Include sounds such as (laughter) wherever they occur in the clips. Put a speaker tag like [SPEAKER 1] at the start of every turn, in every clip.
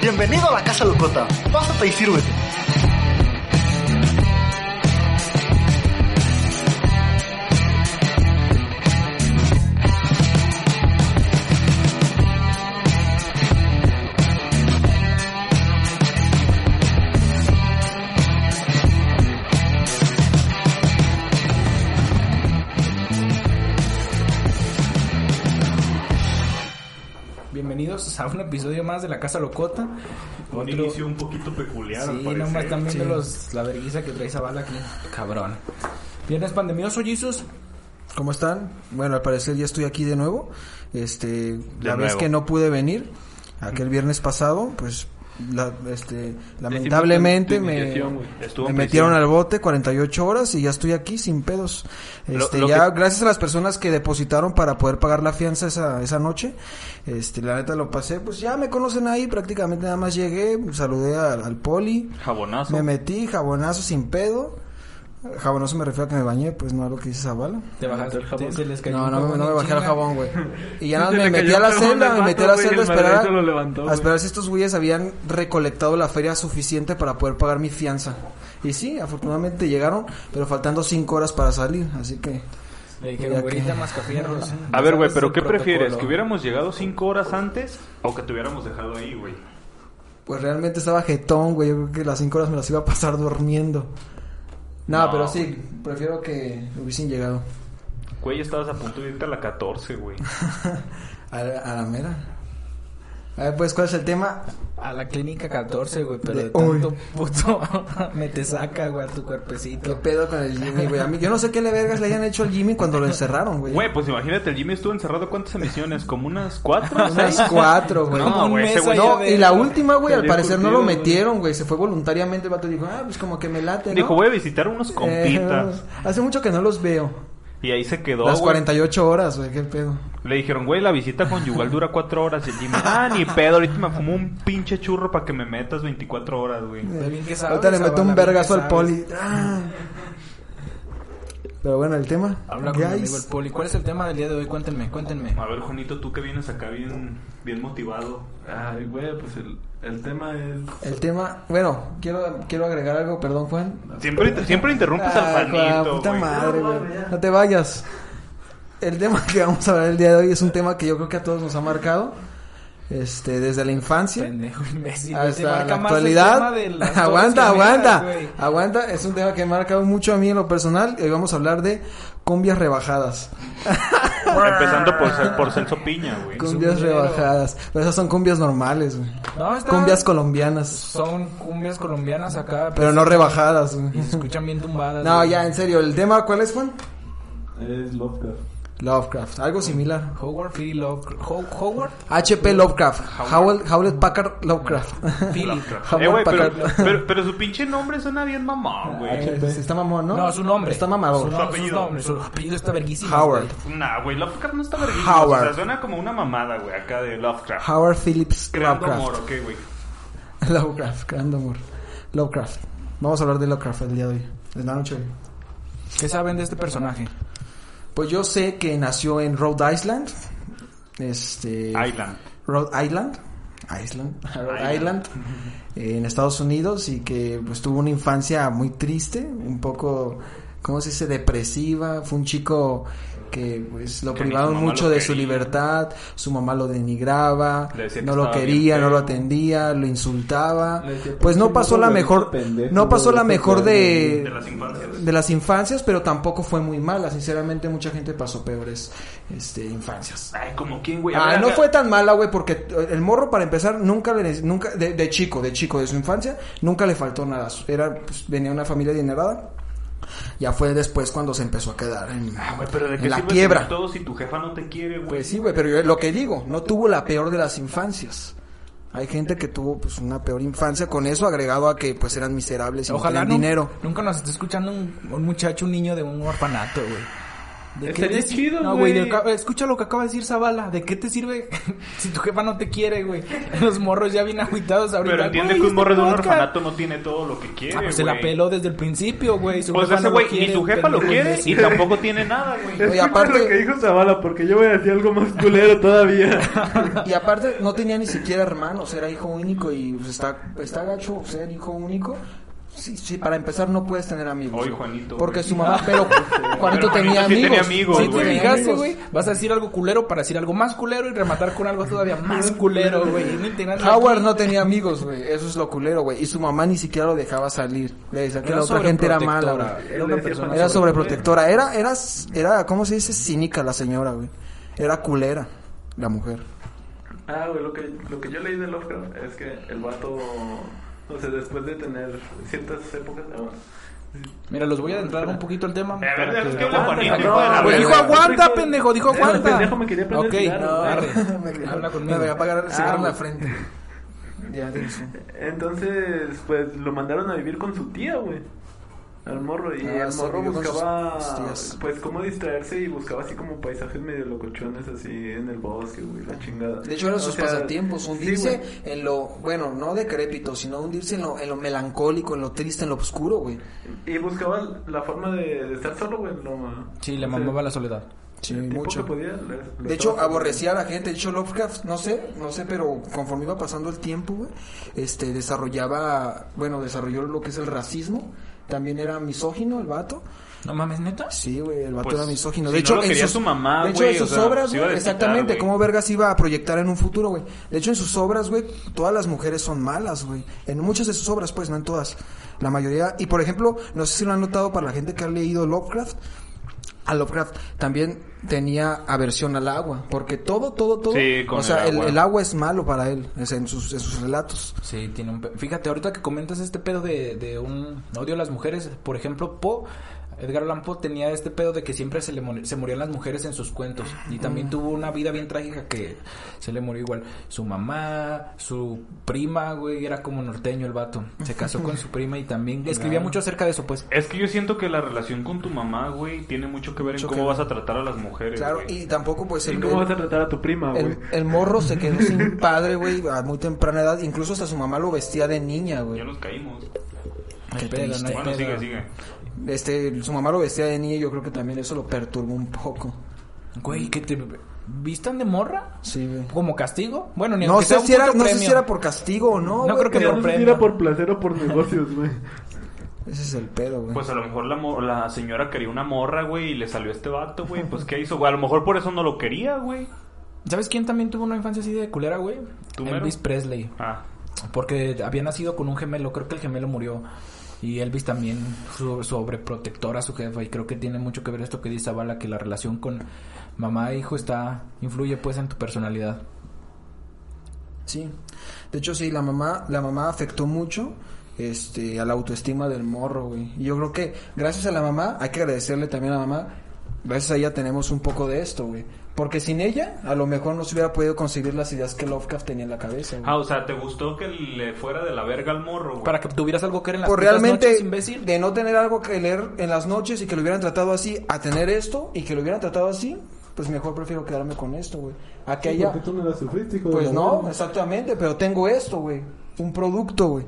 [SPEAKER 1] Bienvenido a la Casa Locota. Pásate y sírvete.
[SPEAKER 2] Bienvenidos a un episodio más de La Casa Locota.
[SPEAKER 3] Un
[SPEAKER 2] Otro-
[SPEAKER 3] inicio un poquito peculiar, al
[SPEAKER 2] Sí,
[SPEAKER 3] parecer.
[SPEAKER 2] nomás están viendo
[SPEAKER 4] Sí.
[SPEAKER 2] los- la vergüenza que trae esa bala aquí. Cabrón. Viernes pandemioso, Jesus.
[SPEAKER 4] ¿Cómo están? Bueno, al parecer ya estoy aquí de nuevo. Este, la vez
[SPEAKER 3] nuevo.
[SPEAKER 4] que no pude venir, aquel viernes pasado, pues la- este, lamentablemente
[SPEAKER 5] tu
[SPEAKER 4] me,
[SPEAKER 5] iniciación, güey.
[SPEAKER 3] Estuvo
[SPEAKER 4] me
[SPEAKER 3] en
[SPEAKER 4] metieron
[SPEAKER 3] prisión.
[SPEAKER 4] al bote 48 horas y ya estoy aquí sin pedos.
[SPEAKER 3] Lo-
[SPEAKER 4] Este,
[SPEAKER 3] lo
[SPEAKER 4] ya
[SPEAKER 3] que-
[SPEAKER 4] gracias a las personas que depositaron para poder pagar la fianza esa, esa noche, este, la neta lo pasé, pues ya me conocen ahí, prácticamente nada más llegué, saludé al, al poli,
[SPEAKER 5] Jabonazo.
[SPEAKER 4] me metí, jabonazo sin pedo. Jabonazo me refiero a que me bañé, pues no a lo que hice esa bala.
[SPEAKER 2] Te bajaste
[SPEAKER 5] el jabón.
[SPEAKER 2] te- se les cayó
[SPEAKER 4] No,
[SPEAKER 2] un
[SPEAKER 4] no, me-
[SPEAKER 2] jabón
[SPEAKER 4] no me
[SPEAKER 2] en
[SPEAKER 4] bajé al
[SPEAKER 2] chinga.
[SPEAKER 4] jabón, güey. Y
[SPEAKER 5] (laughs)
[SPEAKER 4] ya nada,
[SPEAKER 5] Se
[SPEAKER 4] me
[SPEAKER 5] le
[SPEAKER 4] metí
[SPEAKER 5] cayó
[SPEAKER 4] a la
[SPEAKER 5] el jabón
[SPEAKER 4] celda,
[SPEAKER 5] al
[SPEAKER 4] me
[SPEAKER 5] vato,
[SPEAKER 4] metí a la
[SPEAKER 5] güey, y
[SPEAKER 4] celda a
[SPEAKER 5] el
[SPEAKER 4] esperar,
[SPEAKER 5] madrazo lo levantó,
[SPEAKER 4] a,
[SPEAKER 5] güey.
[SPEAKER 4] esperar si estos güeyes habían recolectado la feria suficiente para poder pagar mi fianza. Y sí, afortunadamente llegaron, pero faltando cinco horas para salir, así que...
[SPEAKER 2] Le dijeron,
[SPEAKER 4] Ya
[SPEAKER 2] güerita,
[SPEAKER 4] que- (laughs)
[SPEAKER 2] mascafierros.
[SPEAKER 3] A ver, güey,
[SPEAKER 2] ¿Sabes
[SPEAKER 3] pero
[SPEAKER 2] el
[SPEAKER 3] ¿qué
[SPEAKER 2] protocolo?
[SPEAKER 3] prefieres? ¿Que hubiéramos llegado cinco horas antes o que te hubiéramos dejado ahí, güey?
[SPEAKER 4] Pues realmente estaba jetón, güey, yo creo que las cinco horas me las iba a pasar durmiendo. No,
[SPEAKER 3] No,
[SPEAKER 4] pero sí, prefiero que hubiesen llegado
[SPEAKER 3] Güey, estabas a punto de irte a la 14, güey.
[SPEAKER 4] a, la- a la mera. A ver, pues, ¿cuál es el tema?
[SPEAKER 2] A la clínica 14, güey, pero
[SPEAKER 4] De
[SPEAKER 2] de,
[SPEAKER 4] hoy.
[SPEAKER 2] tanto puto (laughs) me te saca, güey, a tu
[SPEAKER 4] ¿Qué
[SPEAKER 2] cuerpecito.
[SPEAKER 4] pedo con el Jimmy, güey? A mí, yo no sé qué le vergas le hayan hecho al Jimmy cuando lo encerraron, güey.
[SPEAKER 3] Güey, pues imagínate, el Jimmy estuvo encerrado cuántas emisiones, como unas cuatro,
[SPEAKER 4] (laughs) Unas
[SPEAKER 3] seis.
[SPEAKER 4] cuatro, güey.
[SPEAKER 3] No,
[SPEAKER 2] Un
[SPEAKER 3] güey, ese
[SPEAKER 2] mes
[SPEAKER 3] güey.
[SPEAKER 2] allá
[SPEAKER 4] No,
[SPEAKER 2] de-
[SPEAKER 4] y la última, güey, al
[SPEAKER 5] Salió
[SPEAKER 4] parecer no lo
[SPEAKER 5] curtido, güey.
[SPEAKER 4] metieron, güey. Se fue voluntariamente el vato. Dijo, ah, pues como que me late, ¿no?
[SPEAKER 3] Dijo, voy a visitar unos compitas.
[SPEAKER 4] Eh, hace mucho que no los veo.
[SPEAKER 3] Y ahí se quedó,
[SPEAKER 4] Las
[SPEAKER 3] güey.
[SPEAKER 4] 48 horas, güey, qué pedo.
[SPEAKER 3] Le dijeron, güey, la visita conyugal dura cuatro horas. Y el Jimmy, ah, ni pedo, ahorita me fumo un pinche churro para que me metas 24 horas, güey.
[SPEAKER 2] Ve bien que sabes,
[SPEAKER 4] Ahorita le meto
[SPEAKER 2] Zavala,
[SPEAKER 4] un
[SPEAKER 2] bien
[SPEAKER 4] vergazo
[SPEAKER 2] que
[SPEAKER 4] al
[SPEAKER 2] sabes.
[SPEAKER 4] poli. Ah. Pero bueno, el tema.
[SPEAKER 2] Habla con mi amigo el
[SPEAKER 4] Guys.
[SPEAKER 2] poli. ¿Cuál es el tema del día de hoy? Cuéntenme, cuéntenme.
[SPEAKER 3] A ver, Juanito, tú que vienes acá bien, bien motivado.
[SPEAKER 5] Ay, güey, pues el, el tema es.
[SPEAKER 4] El tema, bueno, quiero, quiero agregar algo, perdón, Juan.
[SPEAKER 3] Siempre, siempre interrumpes
[SPEAKER 4] Ah,
[SPEAKER 3] al Juanito,
[SPEAKER 4] puta
[SPEAKER 3] güey.
[SPEAKER 4] madre, güey. No te vayas. El tema que vamos a hablar el día de hoy es un tema que yo creo que a todos nos ha marcado. Este, desde la infancia
[SPEAKER 2] Pendejo imbécil. Te marca
[SPEAKER 4] hasta Ah, la
[SPEAKER 2] más el tema
[SPEAKER 4] actualidad.
[SPEAKER 2] de
[SPEAKER 4] (laughs)
[SPEAKER 2] las cosas
[SPEAKER 4] Aguanta,
[SPEAKER 2] que me das,
[SPEAKER 4] aguanta.
[SPEAKER 2] güey.
[SPEAKER 4] Aguanta, es un tema que me ha marcado mucho a mí en lo personal. Y hoy vamos a hablar de cumbias rebajadas.
[SPEAKER 3] Empezando por, Cel- por Celso Piña, güey.
[SPEAKER 4] Cumbias
[SPEAKER 2] culero.
[SPEAKER 4] rebajadas. Pero esas son cumbias normales, güey.
[SPEAKER 2] No, está-
[SPEAKER 4] Cumbias colombianas.
[SPEAKER 2] Son cumbias colombianas acá.
[SPEAKER 4] Pero no rebajadas, güey.
[SPEAKER 2] Y se escuchan bien tumbadas.
[SPEAKER 4] No,
[SPEAKER 2] güey.
[SPEAKER 4] ya, en serio. ¿El tema cuál es, Juan?
[SPEAKER 5] Es Lovecraft.
[SPEAKER 4] Lovecraft. Algo similar.
[SPEAKER 2] Howard Philly Lovecraft. How- Howard
[SPEAKER 4] HP Lovecraft. Howell, Howlett Packard Lovecraft.
[SPEAKER 2] Philly.
[SPEAKER 3] Eh, güey, pero,
[SPEAKER 4] Howard Packard.
[SPEAKER 3] pero, pero su pinche nombre suena bien mamón, güey.
[SPEAKER 4] Eh, Está mamón, ¿no?
[SPEAKER 2] No, su nombre.
[SPEAKER 4] Está mamador.
[SPEAKER 2] Su, no-
[SPEAKER 3] Su
[SPEAKER 2] su
[SPEAKER 3] apellido.
[SPEAKER 2] nombre, su apellido está verguísimo.
[SPEAKER 4] Howard.
[SPEAKER 3] Nah, güey, Lovecraft no está verguísimo.
[SPEAKER 4] Howard.
[SPEAKER 3] O sea, suena como una mamada, güey, acá de Lovecraft.
[SPEAKER 4] Howard Phillips
[SPEAKER 3] Creando
[SPEAKER 4] Lovecraft.
[SPEAKER 3] amor, ok, güey.
[SPEAKER 4] (laughs) Lovecraft, creando amor. Lovecraft. Vamos a hablar de Lovecraft el día de hoy. De la noche.
[SPEAKER 2] ¿Qué saben de este personaje?
[SPEAKER 4] Pues yo sé que nació en Rhode Island. Este.
[SPEAKER 3] Island.
[SPEAKER 4] Rhode Island. Island. (laughs) Rhode Island. eh, en Estados Unidos y que pues tuvo una infancia muy triste, un poco, ¿cómo se dice? Depresiva. Fue un chico que pues lo
[SPEAKER 3] Que ni su
[SPEAKER 4] privaron
[SPEAKER 3] mamá
[SPEAKER 4] mucho
[SPEAKER 3] lo
[SPEAKER 4] de su
[SPEAKER 3] quería.
[SPEAKER 4] libertad, su mamá lo denigraba,
[SPEAKER 3] Le decía que
[SPEAKER 4] no lo
[SPEAKER 3] estaba bien
[SPEAKER 4] quería, no
[SPEAKER 3] feo.
[SPEAKER 4] lo atendía, lo insultaba.
[SPEAKER 5] Le decía,
[SPEAKER 4] Pues no
[SPEAKER 5] "Pinche
[SPEAKER 4] pasó
[SPEAKER 5] gordo
[SPEAKER 4] la
[SPEAKER 5] de
[SPEAKER 4] mejor,
[SPEAKER 3] este
[SPEAKER 5] pendejo,
[SPEAKER 4] no pasó la
[SPEAKER 5] gordo de
[SPEAKER 4] mejor eh,
[SPEAKER 5] pendejo".
[SPEAKER 3] De las infancias.
[SPEAKER 4] de las infancias, pero tampoco fue muy mala. Sinceramente, mucha gente pasó peores este, infancias.
[SPEAKER 3] Ay, como quién, güey. A
[SPEAKER 4] Ah,
[SPEAKER 3] ver,
[SPEAKER 4] no
[SPEAKER 3] acá-
[SPEAKER 4] fue tan mala, güey, porque eh, el morro, para empezar, nunca le, nunca, de, de chico, de chico, de su infancia, nunca le faltó nada. Era, pues, venía de una familia adinerada. Ya fue después cuando se empezó a quedar en,
[SPEAKER 3] Ah, güey, pero de
[SPEAKER 4] en
[SPEAKER 3] qué
[SPEAKER 4] la
[SPEAKER 3] sirve
[SPEAKER 4] quiebra.
[SPEAKER 3] tener todo si tu jefa no te quiere, güey.
[SPEAKER 4] Pues sí, güey, pero yo- lo que digo, no tuvo la peor de las infancias. Hay gente que tuvo, pues, una peor infancia con eso, agregado a que, pues, eran miserables y no
[SPEAKER 2] Ojalá
[SPEAKER 4] tenían
[SPEAKER 2] no,
[SPEAKER 4] dinero.
[SPEAKER 2] nunca nos esté escuchando un, un muchacho, un niño de un orfanato, güey. ¿De qué
[SPEAKER 3] Estaría
[SPEAKER 2] te sir-
[SPEAKER 3] chido,
[SPEAKER 2] No, güey, de
[SPEAKER 3] güey.
[SPEAKER 2] acá- escucha lo que acaba de decir Zavala. ¿De qué te sirve (laughs) si tu jefa no te quiere, güey? Los morros ya bien agüitados ahorita.
[SPEAKER 3] Pero entiende
[SPEAKER 2] güey,
[SPEAKER 3] que un
[SPEAKER 2] este
[SPEAKER 3] morro de un
[SPEAKER 2] podcast.
[SPEAKER 3] orfanato no tiene todo lo que quiere,
[SPEAKER 2] Ah, pues
[SPEAKER 3] güey.
[SPEAKER 2] se la peló desde el principio, güey. Su
[SPEAKER 3] O
[SPEAKER 2] jefa
[SPEAKER 3] sea, ese
[SPEAKER 2] no lo
[SPEAKER 3] güey ni
[SPEAKER 2] quiere,
[SPEAKER 3] su jefa lo
[SPEAKER 2] pendejo
[SPEAKER 3] quiere y
[SPEAKER 2] imbécil.
[SPEAKER 3] tampoco tiene nada,
[SPEAKER 5] (laughs)
[SPEAKER 3] güey.
[SPEAKER 4] Oye, aparte-
[SPEAKER 5] lo que dijo Zavala, porque yo voy a decir
[SPEAKER 2] (laughs)
[SPEAKER 5] algo más culero todavía.
[SPEAKER 4] Y aparte, no tenía ni siquiera hermanos, era hijo único y pues, está, está gacho ser hijo único. Sí, sí, para empezar no puedes tener amigos.
[SPEAKER 3] Oye, Juanito,
[SPEAKER 4] Porque
[SPEAKER 3] güey. (laughs)
[SPEAKER 4] su mamá, pero Juanito
[SPEAKER 3] (laughs) Pero
[SPEAKER 4] tenía
[SPEAKER 3] Juanito sí
[SPEAKER 4] amigos.
[SPEAKER 3] tenía amigos,
[SPEAKER 4] Sí
[SPEAKER 2] Si te
[SPEAKER 3] güey.
[SPEAKER 4] tenía
[SPEAKER 2] fijaste,
[SPEAKER 4] amigos.
[SPEAKER 2] güey, vas a decir algo culero para decir algo más culero y rematar con algo todavía más culero, güey. Un integrante
[SPEAKER 4] Howard
[SPEAKER 2] aquí.
[SPEAKER 4] no tenía amigos, güey. Eso es lo culero, güey. Y su mamá ni siquiera lo dejaba salir. Le decía que
[SPEAKER 2] Era
[SPEAKER 4] la otra gente era mala,
[SPEAKER 2] sobreprotectora,
[SPEAKER 4] güey.
[SPEAKER 2] Era una persona
[SPEAKER 4] Era sobreprotectora. Era, era, era, ¿cómo se dice? Cínica la señora, güey. Era culera la mujer.
[SPEAKER 5] Ah, güey, lo que, lo que yo leí de Lovecraft es que el vato, o sea, después de tener ciertas épocas, ah, bueno,
[SPEAKER 2] Mira, los voy a adentrar un poquito al tema.
[SPEAKER 3] ver,
[SPEAKER 2] para
[SPEAKER 3] es
[SPEAKER 2] que-
[SPEAKER 3] que habla Juanito, hijo de la
[SPEAKER 2] Pues dijo
[SPEAKER 3] verga.
[SPEAKER 2] aguanta, pendejo, dijo
[SPEAKER 5] Ese
[SPEAKER 2] aguanta.
[SPEAKER 5] pendejo me quería prender
[SPEAKER 2] Ok,
[SPEAKER 4] (laughs)
[SPEAKER 5] cigarro.
[SPEAKER 2] no, arre.
[SPEAKER 4] Me-
[SPEAKER 2] habla
[SPEAKER 4] Me
[SPEAKER 2] conmigo.
[SPEAKER 4] voy a apagar el cigarro en
[SPEAKER 5] Ah,
[SPEAKER 4] la frente. Ya, tienes un-
[SPEAKER 5] Entonces, pues lo mandaron a vivir con su tía, güey. Al morro. Y
[SPEAKER 4] Ah,
[SPEAKER 5] el
[SPEAKER 4] sí,
[SPEAKER 5] morro
[SPEAKER 4] vivió con sus-
[SPEAKER 5] buscaba,
[SPEAKER 4] sus tías.
[SPEAKER 5] pues, cómo distraerse y buscaba así como paisajes medio locochones así en el bosque, güey, la chingada.
[SPEAKER 4] De hecho, eran
[SPEAKER 5] O
[SPEAKER 4] sus
[SPEAKER 5] sea,
[SPEAKER 4] pasatiempos,
[SPEAKER 5] sí,
[SPEAKER 4] hundirse
[SPEAKER 5] güey.
[SPEAKER 4] en lo, bueno, no decrépito, sino hundirse en lo, en lo melancólico, en lo triste, en lo oscuro, güey.
[SPEAKER 5] y buscaba la forma de, de estar solo, güey. lo-
[SPEAKER 2] Sí, le
[SPEAKER 5] o sea,
[SPEAKER 2] mamaba la soledad.
[SPEAKER 4] Sí,
[SPEAKER 5] el tiempo
[SPEAKER 4] mucho.
[SPEAKER 5] que podía, lo- lo
[SPEAKER 4] De hecho,
[SPEAKER 5] estaba-
[SPEAKER 4] aborrecía a la gente. De hecho, Lovecraft, no sé, no sé, pero conforme iba pasando el tiempo, güey, este, desarrollaba, bueno, desarrolló lo que es el racismo. También era misógino el vato.
[SPEAKER 2] No mames, neta.
[SPEAKER 4] Sí, güey, el vato
[SPEAKER 3] Pues,
[SPEAKER 4] era misógino.
[SPEAKER 3] si
[SPEAKER 4] De
[SPEAKER 3] no
[SPEAKER 4] hecho,
[SPEAKER 3] lo
[SPEAKER 4] en
[SPEAKER 3] quería
[SPEAKER 4] sus,
[SPEAKER 3] su mamá,
[SPEAKER 4] de hecho,
[SPEAKER 3] güey,
[SPEAKER 4] en
[SPEAKER 3] o
[SPEAKER 4] sus
[SPEAKER 3] sea,
[SPEAKER 4] obras,
[SPEAKER 3] se iba a
[SPEAKER 4] güey,
[SPEAKER 3] desquitar,
[SPEAKER 4] exactamente,
[SPEAKER 3] güey.
[SPEAKER 4] cómo vergas iba a proyectar en un futuro, güey. De hecho, en sus obras, güey, todas las mujeres son malas, güey. En muchas de sus obras, pues, no en todas. La mayoría, y por ejemplo, no sé si lo han notado para la gente que ha leído Lovecraft, a Lovecraft también tenía aversión al agua, porque todo, todo, todo,
[SPEAKER 3] Sí, con
[SPEAKER 4] o sea,
[SPEAKER 3] el
[SPEAKER 4] el el agua.
[SPEAKER 3] agua.
[SPEAKER 4] es malo para él, es en sus, en sus relatos.
[SPEAKER 2] Sí, tiene un... pe- Fíjate, ahorita que comentas este pedo de, de un odio a las mujeres, por ejemplo, Poe, Edgar Allan Poe tenía este pedo de que siempre se le mor- se morían las mujeres en sus cuentos y también tuvo una vida bien trágica que se le murió igual su mamá, su prima, güey, era como norteño el vato. Se casó con su prima y también escribía mucho acerca de eso, pues.
[SPEAKER 3] (laughs) Es que yo siento que la relación con tu mamá, güey, tiene mucho que ver
[SPEAKER 4] Mucho
[SPEAKER 3] en
[SPEAKER 4] que
[SPEAKER 3] cómo
[SPEAKER 4] ver.
[SPEAKER 3] vas a tratar a las mujeres,
[SPEAKER 4] Claro,
[SPEAKER 3] güey.
[SPEAKER 4] y tampoco, pues,
[SPEAKER 5] ¿Y
[SPEAKER 4] el-
[SPEAKER 5] cómo vas a tratar a tu
[SPEAKER 2] Ah,
[SPEAKER 5] prima, güey?
[SPEAKER 4] El, el morro se quedó sin padre, güey, a muy temprana edad. Incluso hasta su mamá lo vestía de niña, güey.
[SPEAKER 3] Ya nos caímos.
[SPEAKER 2] Qué
[SPEAKER 4] Qué
[SPEAKER 2] pedo,
[SPEAKER 4] triste.
[SPEAKER 2] no hay
[SPEAKER 3] Bueno,
[SPEAKER 2] pedo.
[SPEAKER 3] sigue, sigue.
[SPEAKER 4] Este, su mamá lo vestía de niña y yo creo que también eso lo perturbó un poco.
[SPEAKER 2] Güey, que te vistan de morra
[SPEAKER 4] Sí, güey.
[SPEAKER 2] como castigo. Bueno, ni
[SPEAKER 4] No
[SPEAKER 2] aunque sea
[SPEAKER 4] sé,
[SPEAKER 2] un
[SPEAKER 4] si era,
[SPEAKER 2] puto
[SPEAKER 4] no sé
[SPEAKER 2] premio.
[SPEAKER 4] si era por castigo o no.
[SPEAKER 2] No
[SPEAKER 4] güey,
[SPEAKER 2] creo que
[SPEAKER 5] Ya
[SPEAKER 4] pero
[SPEAKER 2] por
[SPEAKER 5] no sé si
[SPEAKER 2] prenda.
[SPEAKER 5] era por placer o por negocios, güey.
[SPEAKER 4] Ese es el pedo, güey.
[SPEAKER 3] Pues a lo mejor la, mo- la señora quería una morra, güey, y le salió este vato, güey. Pues ¿qué hizo? güey? A lo mejor por eso no lo quería, güey.
[SPEAKER 2] ¿Sabes quién también tuvo una infancia así de culera, güey?
[SPEAKER 3] ¿Tú, mero?
[SPEAKER 2] Elvis Presley.
[SPEAKER 3] Ah,
[SPEAKER 2] Porque había nacido con un gemelo, creo que el gemelo murió. Y Elvis también su- sobreprotector a su jefa. Y creo que tiene mucho que ver esto que dice Zavala, que la relación con mamá e hijo está, influye pues en tu personalidad.
[SPEAKER 4] Sí. De hecho, sí, la mamá, la mamá afectó mucho este, a la autoestima del morro, güey. Y yo creo que gracias a la mamá, hay que agradecerle también a la mamá. Gracias a ella tenemos un poco de esto, güey. Porque sin ella, a lo mejor no se hubiera podido conseguir las ideas que Lovecraft tenía en la cabeza, güey.
[SPEAKER 3] Ah, o sea, ¿te gustó que le fuera de la verga al morro, güey?
[SPEAKER 2] Para que tuvieras algo que era en las
[SPEAKER 4] Pues
[SPEAKER 2] putas
[SPEAKER 4] realmente,
[SPEAKER 2] noches, imbécil.
[SPEAKER 4] de no tener algo que leer en las noches y que lo hubieran tratado así, a tener esto y que lo hubieran tratado así, pues mejor prefiero quedarme con esto, güey. A (laughs) que haya.
[SPEAKER 5] ¿Por qué tú no la sufriste, hijo de
[SPEAKER 4] Pues
[SPEAKER 5] la
[SPEAKER 4] no,
[SPEAKER 5] verga?
[SPEAKER 4] exactamente, pero tengo esto, güey. Un producto, güey.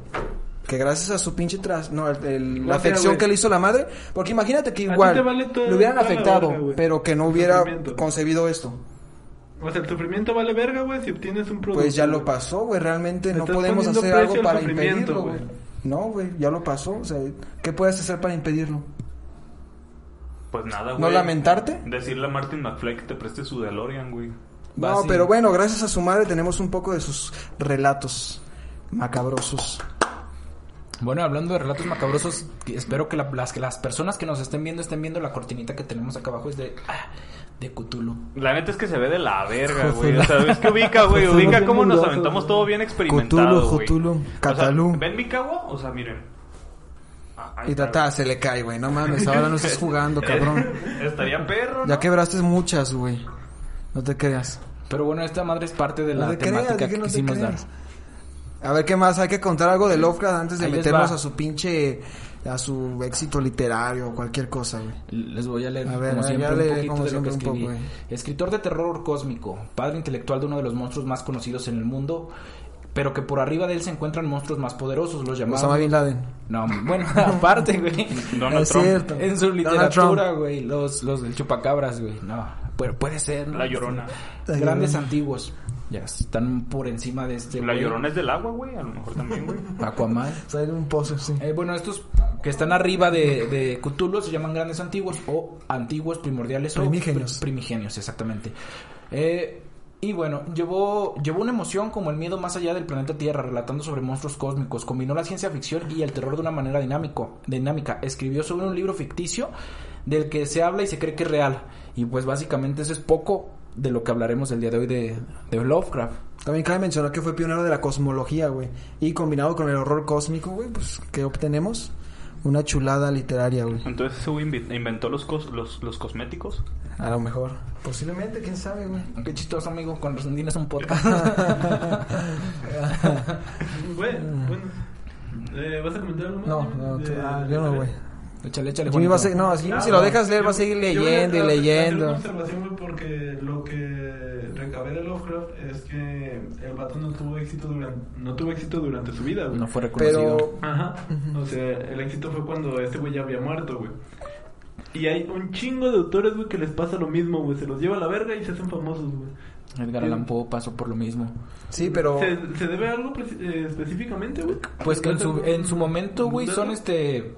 [SPEAKER 4] Que gracias a su pinche tras. No, el- el- la
[SPEAKER 5] Mira,
[SPEAKER 4] afección
[SPEAKER 5] güey.
[SPEAKER 4] que le hizo la madre. Porque imagínate que
[SPEAKER 5] A ti
[SPEAKER 4] igual
[SPEAKER 5] te vale todo-
[SPEAKER 4] lo hubieran
[SPEAKER 5] toda la
[SPEAKER 4] afectado,
[SPEAKER 5] verga, güey.
[SPEAKER 4] pero que no hubiera
[SPEAKER 5] Sufrimiento.
[SPEAKER 4] concebido esto.
[SPEAKER 5] O sea, el sufrimiento vale verga, güey, si obtienes un producto.
[SPEAKER 4] Pues ya lo
[SPEAKER 5] güey.
[SPEAKER 4] pasó, güey. Realmente
[SPEAKER 5] Le
[SPEAKER 4] no
[SPEAKER 5] estás
[SPEAKER 4] podemos
[SPEAKER 5] poniendo
[SPEAKER 4] hacer
[SPEAKER 5] precio
[SPEAKER 4] algo
[SPEAKER 5] al
[SPEAKER 4] para
[SPEAKER 5] sufrimiento,
[SPEAKER 4] impedirlo, güey.
[SPEAKER 5] güey.
[SPEAKER 4] No, güey, ya lo pasó. O sea, ¿qué puedes hacer para impedirlo?
[SPEAKER 3] Pues nada, güey.
[SPEAKER 4] ¿No lamentarte?
[SPEAKER 3] Decirle a Martin McFly que te preste su DeLorean, güey.
[SPEAKER 2] Va
[SPEAKER 4] No,
[SPEAKER 2] así.
[SPEAKER 4] pero bueno, gracias a su madre tenemos un poco de sus relatos macabrosos.
[SPEAKER 2] Bueno, hablando de relatos macabrosos, que espero que la- las, que las personas que nos estén viendo estén viendo la cortinita que tenemos acá abajo. Es de, ah, de Cthulhu.
[SPEAKER 3] La neta es que se ve de la verga,
[SPEAKER 4] Joder.
[SPEAKER 3] güey. O sea, ¿ves que
[SPEAKER 4] (laughs)
[SPEAKER 3] ubica, güey?
[SPEAKER 5] Joder,
[SPEAKER 3] Ubica
[SPEAKER 5] bien
[SPEAKER 3] cómo nos
[SPEAKER 5] mugroso,
[SPEAKER 3] aventamos
[SPEAKER 5] güey.
[SPEAKER 3] todo bien experimentado,
[SPEAKER 4] Pues Cthulhu,
[SPEAKER 3] güey.
[SPEAKER 4] Cthulhu, Catalú.
[SPEAKER 3] O sea, ¿Ven mi cagua? O sea, miren. Ah, ay,
[SPEAKER 4] Y tata, se le cae, güey. No mames, ahora no estás jugando,
[SPEAKER 5] (laughs)
[SPEAKER 4] cabrón.
[SPEAKER 3] (laughs) Estaría perro, ¿no?
[SPEAKER 4] Ya quebraste muchas, güey. No te creas.
[SPEAKER 2] Pero bueno, esta madre es parte de
[SPEAKER 4] No
[SPEAKER 2] la
[SPEAKER 4] te creas,
[SPEAKER 2] temática
[SPEAKER 4] di que
[SPEAKER 2] que
[SPEAKER 4] no te
[SPEAKER 2] quisimos dar.
[SPEAKER 4] creas. A ver qué más, hay que contar algo de Lovecraft antes de
[SPEAKER 2] Ahí les
[SPEAKER 4] meternos
[SPEAKER 2] va.
[SPEAKER 4] a su pinche, a su éxito literario o cualquier cosa, güey.
[SPEAKER 2] Les voy a leer,
[SPEAKER 4] A ver,
[SPEAKER 2] como
[SPEAKER 4] ya
[SPEAKER 2] siempre, un
[SPEAKER 4] lee,
[SPEAKER 2] poquito
[SPEAKER 4] como
[SPEAKER 2] de lo que
[SPEAKER 4] siempre, un
[SPEAKER 2] escribí.
[SPEAKER 4] poco, eh.
[SPEAKER 2] Escritor de terror cósmico, padre intelectual de uno de los monstruos más conocidos en el mundo, pero que por arriba de él se encuentran monstruos más poderosos, los
[SPEAKER 4] Osama
[SPEAKER 2] llamados...
[SPEAKER 4] Bin Laden.
[SPEAKER 2] No, bueno, (laughs) aparte, güey.
[SPEAKER 3] Donald
[SPEAKER 4] es
[SPEAKER 3] Trump.
[SPEAKER 4] cierto.
[SPEAKER 2] En su
[SPEAKER 4] Donald
[SPEAKER 2] literatura,
[SPEAKER 4] Trump.
[SPEAKER 2] güey, los, los del chupacabras, güey. No, pero puede ser, ¿no?
[SPEAKER 3] La Llorona.
[SPEAKER 4] La
[SPEAKER 2] Grandes
[SPEAKER 4] Llorona.
[SPEAKER 2] antiguos. Ya, están por encima de este.
[SPEAKER 3] La
[SPEAKER 2] güey.
[SPEAKER 3] llorona es del agua, güey. A lo mejor también, güey.
[SPEAKER 2] Aquaman.
[SPEAKER 4] Está en un pozo, sí.
[SPEAKER 2] Eh, bueno, estos que están arriba de, de Cthulhu se llaman grandes antiguos o antiguos primordiales o
[SPEAKER 4] Primigenios.
[SPEAKER 2] pri- primigenios, exactamente. Eh, y bueno, llevó, llevó una emoción como el miedo más allá del planeta Tierra, relatando sobre monstruos cósmicos, combinó la ciencia ficción y el terror de una manera dinámico, dinámica. Escribió sobre un libro ficticio del que se habla y se cree que es real. Y pues básicamente eso es poco de lo que hablaremos el día de hoy de, de Lovecraft.
[SPEAKER 4] También cabe mencionar que fue pionero de la cosmología, güey. Y combinado con el horror cósmico, güey, pues, ¿qué obtenemos? Una chulada literaria, güey.
[SPEAKER 3] Entonces ese güey invi- inventó los, cos- los, los
[SPEAKER 4] (laughs)
[SPEAKER 3] cosméticos.
[SPEAKER 4] A lo mejor. Posiblemente, quién sabe, (laughs) güey.
[SPEAKER 2] Qué chistoso, amigo, con razón tienes un
[SPEAKER 4] (laughs)
[SPEAKER 2] podcast. (laughs)
[SPEAKER 5] (laughs) Bueno, bueno. Eh, ¿Vas a comentar algo más?
[SPEAKER 4] No,
[SPEAKER 5] Jimmy?
[SPEAKER 4] no, tú-
[SPEAKER 5] De-
[SPEAKER 4] ah,
[SPEAKER 5] de-
[SPEAKER 4] yo no,
[SPEAKER 5] de-
[SPEAKER 4] güey.
[SPEAKER 2] échale, échale,
[SPEAKER 4] Jimmy va
[SPEAKER 2] Juanito.
[SPEAKER 4] a seguir- no, así-
[SPEAKER 5] No,
[SPEAKER 4] si lo dejas leer,
[SPEAKER 5] yo-
[SPEAKER 4] va a seguir
[SPEAKER 5] yo voy a
[SPEAKER 4] leyendo y
[SPEAKER 5] hacer- hacer
[SPEAKER 4] leyendo.
[SPEAKER 5] una observación, güey, porque lo que recabé de Lovecraft es que el vato no tuvo éxito durante, no tuvo éxito durante su vida, güey.
[SPEAKER 2] No fue reconocido.
[SPEAKER 4] Pero
[SPEAKER 5] Ajá. O sea, el éxito fue cuando este güey ya había muerto, güey. Y hay un chingo de autores, güey, que les pasa lo mismo, güey. Se los lleva a la verga y se hacen famosos, güey.
[SPEAKER 2] Edgar Allan Poe pasó por lo mismo.
[SPEAKER 4] Sí, pero
[SPEAKER 5] ¿Se, se debe a algo preci- eh, específicamente, güey?
[SPEAKER 2] Pues que en su, en su momento, güey,
[SPEAKER 5] ¿Un
[SPEAKER 2] son
[SPEAKER 5] dato?
[SPEAKER 2] este.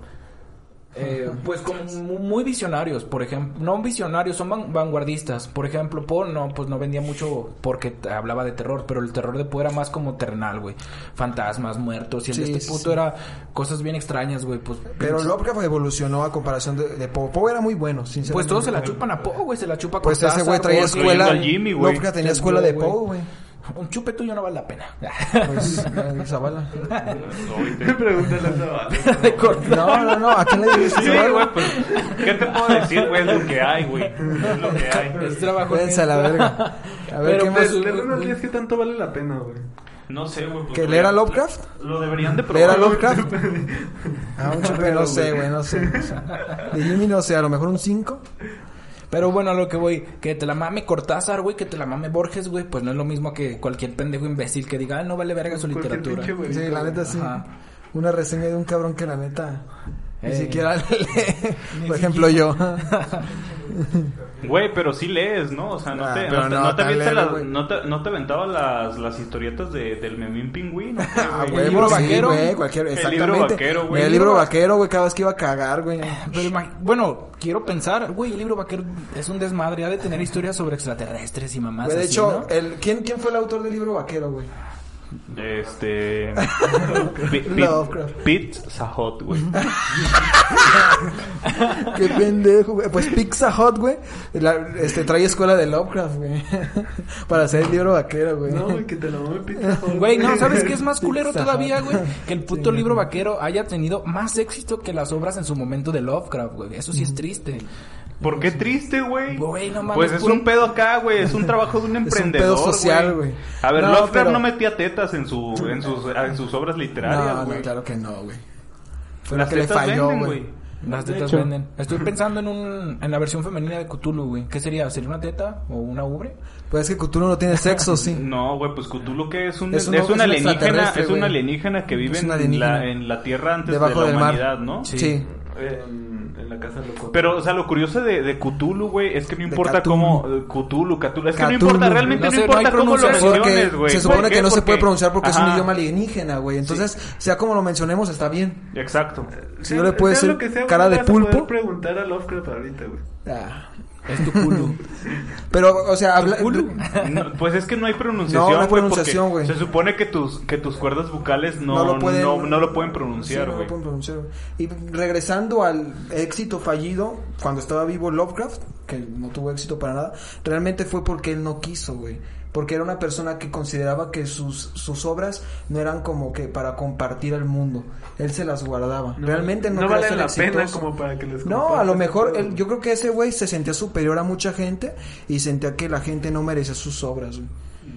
[SPEAKER 2] eh, pues como mu- muy visionarios, por ejemplo. No visionarios, son van- vanguardistas. Por ejemplo, Poe no, pues no vendía mucho porque t- hablaba de terror, pero el terror de Poe era más como terrenal, güey. Fantasmas, muertos. Y el de
[SPEAKER 4] Sí,
[SPEAKER 2] este
[SPEAKER 4] sí,
[SPEAKER 2] puto
[SPEAKER 4] sí.
[SPEAKER 2] era cosas bien extrañas, güey. Pues,
[SPEAKER 4] pero
[SPEAKER 2] pues,
[SPEAKER 4] Lovecraft evolucionó a comparación de, de Poe. Poe era muy bueno, sinceramente.
[SPEAKER 2] pues todos se la chupan a Poe, güey. Se la chupa (laughs)
[SPEAKER 4] Pues ese güey traía
[SPEAKER 2] Orwell,
[SPEAKER 4] escuela.
[SPEAKER 3] Incluyendo al Jimmy, güey.
[SPEAKER 4] Lovecraft tenía escuela de
[SPEAKER 2] Güey.
[SPEAKER 4] Poe, güey.
[SPEAKER 2] Un chupe tuyo no vale la pena. (laughs)
[SPEAKER 4] Pues, eh, Zavala.
[SPEAKER 5] (laughs) Pregúntale a Zavala.
[SPEAKER 4] (laughs)
[SPEAKER 2] De corto.
[SPEAKER 4] No, no, no, ¿a quién le dijiste
[SPEAKER 3] Sí,
[SPEAKER 4] Zavala?
[SPEAKER 3] güey, pues. ¿Qué te puedo decir, güey? Es lo que hay, güey. Es lo que hay.
[SPEAKER 2] Es trabajo.
[SPEAKER 4] Váyanse a la
[SPEAKER 2] neta.
[SPEAKER 4] verga. A ver,
[SPEAKER 2] Pero
[SPEAKER 4] ¿qué
[SPEAKER 2] pues,
[SPEAKER 4] más?
[SPEAKER 5] Del del uno al diez, ¿qué tanto vale la pena, güey?
[SPEAKER 3] No sé, güey. pues,
[SPEAKER 4] ¿Que
[SPEAKER 3] güey,
[SPEAKER 4] leer a Lovecraft?
[SPEAKER 3] Lo deberían de probar.
[SPEAKER 4] ¿Leer a
[SPEAKER 3] güey.
[SPEAKER 4] Lovecraft? Ah, un chupe, no sé, güey, no sé. De Jimmy no sé, a lo mejor un 5.
[SPEAKER 2] Pero bueno, a lo que voy, que te la mame Cortázar, güey, que te la mame Borges, güey, pues no es lo mismo que cualquier pendejo imbécil que diga, ah, no vale verga su
[SPEAKER 5] Cualquier
[SPEAKER 2] literatura. (laughs)
[SPEAKER 5] pinche güey.
[SPEAKER 4] Sí, la neta sí.
[SPEAKER 2] Pues, Ajá.
[SPEAKER 4] Una reseña de un cabrón que la neta ni
[SPEAKER 2] Eh.
[SPEAKER 4] siquiera (laughs) lee. (laughs) Por ejemplo, yo.
[SPEAKER 2] (laughs)
[SPEAKER 3] Güey, pero sí lees, ¿no? O sea, no
[SPEAKER 4] Ah,
[SPEAKER 3] te, no
[SPEAKER 4] pero
[SPEAKER 3] te,
[SPEAKER 4] no,
[SPEAKER 3] no te
[SPEAKER 4] tan
[SPEAKER 3] avientas
[SPEAKER 4] lero,
[SPEAKER 3] las-
[SPEAKER 4] güey.
[SPEAKER 3] no te, no te aventabas las, las historietas de, del memín pingüino.
[SPEAKER 4] (laughs) Ah,
[SPEAKER 2] El
[SPEAKER 4] güey,
[SPEAKER 2] libro
[SPEAKER 4] sí,
[SPEAKER 2] vaquero.
[SPEAKER 4] güey, cualquier,
[SPEAKER 3] El libro
[SPEAKER 4] exactamente.
[SPEAKER 3] vaquero, güey. Eh,
[SPEAKER 4] El libro vaquero, güey, cada vez que iba a cagar, güey.
[SPEAKER 2] Pero imag- bueno, quiero pensar, güey, el libro vaquero es un desmadre, ha de tener historias sobre extraterrestres y mamás.
[SPEAKER 4] Güey, de
[SPEAKER 2] así,
[SPEAKER 4] hecho,
[SPEAKER 2] ¿no?
[SPEAKER 4] el, ¿quién, ¿quién fue el autor del libro vaquero, güey? (laughs)
[SPEAKER 3] Este. Pi- Pi-
[SPEAKER 4] Lovecraft.
[SPEAKER 3] Pete Sahot,
[SPEAKER 4] (laughs)
[SPEAKER 3] güey.
[SPEAKER 4] Qué pendejo, güey. Pues Pizza Hot, güey. la- este, trae escuela de Lovecraft, güey. (laughs) Para hacer el libro vaquero, güey.
[SPEAKER 5] No, güey, que te la mame
[SPEAKER 4] (laughs)
[SPEAKER 5] pizza.
[SPEAKER 4] eh,
[SPEAKER 5] Hut,
[SPEAKER 2] Güey, no, ¿sabes qué es más culero
[SPEAKER 4] Pizza
[SPEAKER 2] todavía,
[SPEAKER 4] Hut.
[SPEAKER 2] güey? Que el puto libro vaquero haya tenido más éxito que las obras en su momento de Lovecraft, güey. Eso sí es triste.
[SPEAKER 3] ¿Por qué triste, güey?
[SPEAKER 2] Güey, no mames,
[SPEAKER 3] Pues es
[SPEAKER 2] puro-
[SPEAKER 3] un pedo acá, güey. Es un trabajo
[SPEAKER 4] (laughs)
[SPEAKER 3] de un
[SPEAKER 4] un
[SPEAKER 3] emprendedor.
[SPEAKER 4] pedo social, güey.
[SPEAKER 3] A ver,
[SPEAKER 4] No,
[SPEAKER 3] Lovecraft
[SPEAKER 4] pero-
[SPEAKER 3] no metía tetas en, su, en,
[SPEAKER 4] (laughs)
[SPEAKER 3] sus, en sus obras
[SPEAKER 4] No,
[SPEAKER 3] literarias,
[SPEAKER 4] no,
[SPEAKER 3] güey.
[SPEAKER 4] claro que no, güey. Fue lo
[SPEAKER 3] Las
[SPEAKER 4] que le
[SPEAKER 3] tetas
[SPEAKER 4] falló,
[SPEAKER 3] venden,
[SPEAKER 4] güey.
[SPEAKER 3] güey.
[SPEAKER 2] Las
[SPEAKER 5] De
[SPEAKER 2] tetas
[SPEAKER 5] hecho.
[SPEAKER 2] venden. Estoy pensando en un en la versión femenina de Cthulhu, güey. ¿Qué sería? ¿Sería una teta o una ubre?
[SPEAKER 4] Pues es que Cthulhu no tiene
[SPEAKER 3] (laughs)
[SPEAKER 4] sexo, sí.
[SPEAKER 3] No, güey, pues Cthulhu que es un,
[SPEAKER 4] Es
[SPEAKER 3] es
[SPEAKER 4] un-
[SPEAKER 3] un,
[SPEAKER 4] es un
[SPEAKER 3] alienígena,
[SPEAKER 4] extraterrestre,
[SPEAKER 3] es un
[SPEAKER 4] güey.
[SPEAKER 3] alienígena que vive
[SPEAKER 4] Es un
[SPEAKER 3] en
[SPEAKER 4] alienígena.
[SPEAKER 3] la, en la Tierra antes de
[SPEAKER 4] Debajo
[SPEAKER 3] la
[SPEAKER 4] del mar.
[SPEAKER 3] humanidad, ¿no?
[SPEAKER 4] Sí.
[SPEAKER 5] En, en la casa loco.
[SPEAKER 3] Pero, o sea, lo curioso de, de Cthulhu, güey, es que no importa
[SPEAKER 4] Cthulhu.
[SPEAKER 3] cómo... eh, Cthulhu, Cthulhu. Es que no
[SPEAKER 4] Cthulhu.
[SPEAKER 3] importa, realmente
[SPEAKER 2] No
[SPEAKER 3] no,
[SPEAKER 2] sé, no hay
[SPEAKER 3] importa cómo lo
[SPEAKER 2] pronunciación.
[SPEAKER 3] menciones,
[SPEAKER 4] Porque
[SPEAKER 3] güey.
[SPEAKER 4] se
[SPEAKER 3] ¿Por
[SPEAKER 4] supone
[SPEAKER 3] qué?
[SPEAKER 4] que no se
[SPEAKER 3] Porque-
[SPEAKER 4] puede pronunciar porque es un
[SPEAKER 3] Ajá.
[SPEAKER 4] idioma alienígena, güey. Entonces, sea como lo mencionemos, está bien.
[SPEAKER 3] Exacto.
[SPEAKER 4] Si no le puedes
[SPEAKER 5] Sea lo
[SPEAKER 4] decir
[SPEAKER 5] que sea,
[SPEAKER 4] cara
[SPEAKER 5] güey,
[SPEAKER 4] de
[SPEAKER 5] vas a poder
[SPEAKER 4] pulpo.
[SPEAKER 5] preguntar a Lovecraft ahorita, güey.
[SPEAKER 4] Ah.
[SPEAKER 2] Es tu
[SPEAKER 5] (laughs)
[SPEAKER 2] culo.
[SPEAKER 4] Pero, o sea, habla...
[SPEAKER 3] No, pues es que no hay pronunciación,
[SPEAKER 4] No, no hay
[SPEAKER 3] güey, porque
[SPEAKER 4] pronunciación, güey.
[SPEAKER 3] Se supone que tus, que tus cuerdas vocales no,
[SPEAKER 4] no lo pueden,
[SPEAKER 3] no, no lo pueden
[SPEAKER 4] Sí,
[SPEAKER 3] pronunciar,
[SPEAKER 4] no lo
[SPEAKER 3] güey.
[SPEAKER 4] pueden pronunciar, güey. Y regresando al éxito fallido, cuando estaba vivo Lovecraft, que no tuvo éxito para nada, realmente fue porque él no quiso, güey. Porque era una persona que consideraba que sus, sus obras no eran como que para compartir al mundo. Él se las guardaba. realmente no,
[SPEAKER 5] no
[SPEAKER 4] quería
[SPEAKER 5] vale
[SPEAKER 4] ser
[SPEAKER 5] la pena
[SPEAKER 4] exitoso.
[SPEAKER 5] como para que les
[SPEAKER 4] No,
[SPEAKER 5] compartas
[SPEAKER 4] a lo mejor,
[SPEAKER 5] todo.
[SPEAKER 4] él- yo creo que ese güey se sentía superior a mucha gente y sentía que la gente no merecía sus obras, güey.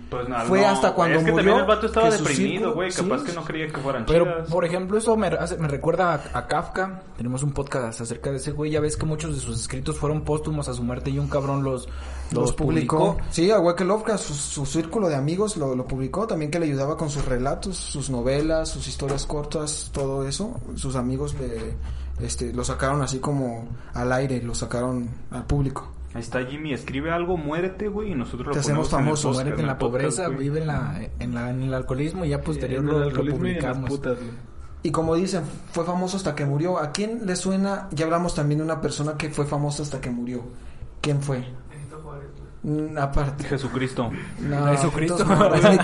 [SPEAKER 3] Pues nada,
[SPEAKER 4] Fue
[SPEAKER 3] no,
[SPEAKER 4] hasta
[SPEAKER 3] güey.
[SPEAKER 4] cuando
[SPEAKER 3] Es que
[SPEAKER 4] murió,
[SPEAKER 3] también el vato estaba
[SPEAKER 4] que su
[SPEAKER 3] deprimido,
[SPEAKER 4] círculo-
[SPEAKER 3] güey.
[SPEAKER 4] sí,
[SPEAKER 3] Capaz que
[SPEAKER 4] sí.
[SPEAKER 3] no creía que fueran
[SPEAKER 2] Pero,
[SPEAKER 3] chidas.
[SPEAKER 2] por ejemplo, eso me, hace- me recuerda a, a Kafka. Tenemos un podcast acerca de ese güey. Ya ves que muchos de sus escritos fueron póstumos a su muerte y un cabrón los,
[SPEAKER 4] Los publicó. Sí, al igual que Lovecraft, su, su círculo de amigos lo, lo publicó. También que le ayudaba con sus relatos, sus novelas, sus historias cortas, todo eso. Sus amigos le, este, lo sacaron así como al aire, lo sacaron al público.
[SPEAKER 3] Ahí está Jimmy, escribe algo, muérete, güey, y nosotros lo
[SPEAKER 4] Te hacemos
[SPEAKER 3] ponemos el
[SPEAKER 4] famoso,
[SPEAKER 3] podcast,
[SPEAKER 2] Muérete en la
[SPEAKER 3] el podcast,
[SPEAKER 2] pobreza,
[SPEAKER 3] güey.
[SPEAKER 2] vive en, la, en, la- en el alcoholismo y ya posterior
[SPEAKER 5] En el
[SPEAKER 2] lo, lo
[SPEAKER 5] alcoholismo y en las
[SPEAKER 2] publicamos.
[SPEAKER 5] putas, güey.
[SPEAKER 4] Y como dicen, fue famoso hasta que murió. ¿A quién le suena? Ya hablamos también de una persona que fue famosa hasta que murió. ¿Quién fue? Mm,
[SPEAKER 3] (laughs)
[SPEAKER 4] Aparte.
[SPEAKER 3] Jesucristo.
[SPEAKER 4] No,
[SPEAKER 2] Jesucristo.
[SPEAKER 4] entonces,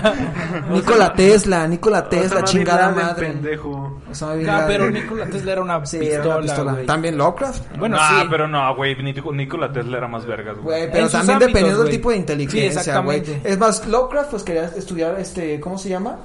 [SPEAKER 4] no, (laughs) Nikola Tesla, Nikola
[SPEAKER 5] Osama
[SPEAKER 4] Tesla,
[SPEAKER 5] Bin
[SPEAKER 4] chingada
[SPEAKER 5] Laden,
[SPEAKER 4] madre.
[SPEAKER 5] pendejo.
[SPEAKER 4] Osama Bin
[SPEAKER 2] Ah, pero
[SPEAKER 4] Laden.
[SPEAKER 2] Nikola Tesla era una
[SPEAKER 4] Sí, era una
[SPEAKER 2] pistola,
[SPEAKER 4] pistola.
[SPEAKER 2] güey.
[SPEAKER 4] También Lovecraft.
[SPEAKER 2] Bueno,
[SPEAKER 5] Ah,
[SPEAKER 3] Nah,
[SPEAKER 2] sí.
[SPEAKER 3] Ah, pero no, güey, Nic- Nikola Tesla era más vergas, güey.
[SPEAKER 4] Güey,
[SPEAKER 2] En
[SPEAKER 4] pero
[SPEAKER 2] sus
[SPEAKER 4] también
[SPEAKER 2] ámbitos,
[SPEAKER 4] dependiendo
[SPEAKER 2] güey.
[SPEAKER 4] del tipo de
[SPEAKER 2] Sí,
[SPEAKER 4] inteligencia, güey.
[SPEAKER 2] exactamente.
[SPEAKER 4] es más, Lovecraft pues quería estudiar este, ¿cómo se llama?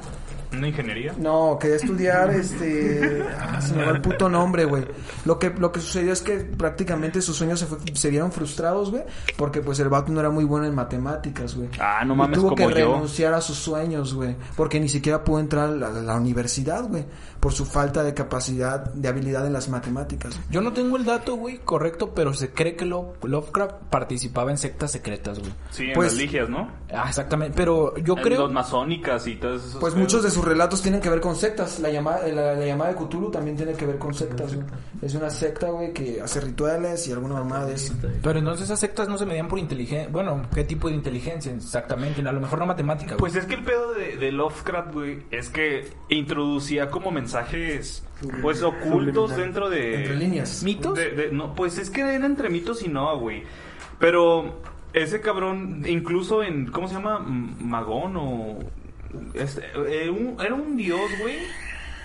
[SPEAKER 3] ¿Una ingeniería?
[SPEAKER 4] No,
[SPEAKER 2] (laughs)
[SPEAKER 4] quería estudiar este, ah, se me va el puto nombre, güey. Lo que lo que sucedió es que prácticamente sus sueños se, fue- se vieron frustrados, güey, porque pues el vato no era muy bueno en matemáticas, güey.
[SPEAKER 3] Ah, no
[SPEAKER 4] Y
[SPEAKER 3] mames,
[SPEAKER 4] tuvo
[SPEAKER 3] como
[SPEAKER 4] que
[SPEAKER 3] yo.
[SPEAKER 4] renunciar a sus sueños, güey, porque ni siquiera pudo entrar a la, la universidad, güey, por su falta de capacidad, de habilidad en las matemáticas.
[SPEAKER 2] Yo no tengo el dato, güey, correcto, pero se cree que Lo- Lovecraft participaba en sectas secretas, güey.
[SPEAKER 3] Sí, en
[SPEAKER 4] Pues-
[SPEAKER 3] las ligias, ¿no?
[SPEAKER 2] Ah, exactamente, pero yo
[SPEAKER 3] En
[SPEAKER 2] creo...
[SPEAKER 3] Los masónicas y todas esas.
[SPEAKER 4] Pues muchos de sus relatos tienen que ver con sectas. La llamada, la, la llamada de Cthulhu también tiene que ver con sectas. güey. Es una secta, güey, que hace rituales y alguna mamada de eso.
[SPEAKER 2] Pero entonces esas sectas no se medían por inteligencia. Bueno, ¿qué tipo de inteligencia? Exactamente, a lo mejor no matemática.
[SPEAKER 3] Pues
[SPEAKER 2] Pues
[SPEAKER 3] es que el pedo de, de Lovecraft, güey, es que introducía como mensajes, pues, ocultos dentro de...
[SPEAKER 4] Entre líneas.
[SPEAKER 2] mitos.
[SPEAKER 3] de- de- no, pues es que era entre mitos y no, güey. Pero ese cabrón, incluso en, ¿cómo se llama? M- Magón o... este, era, un, era un dios, güey,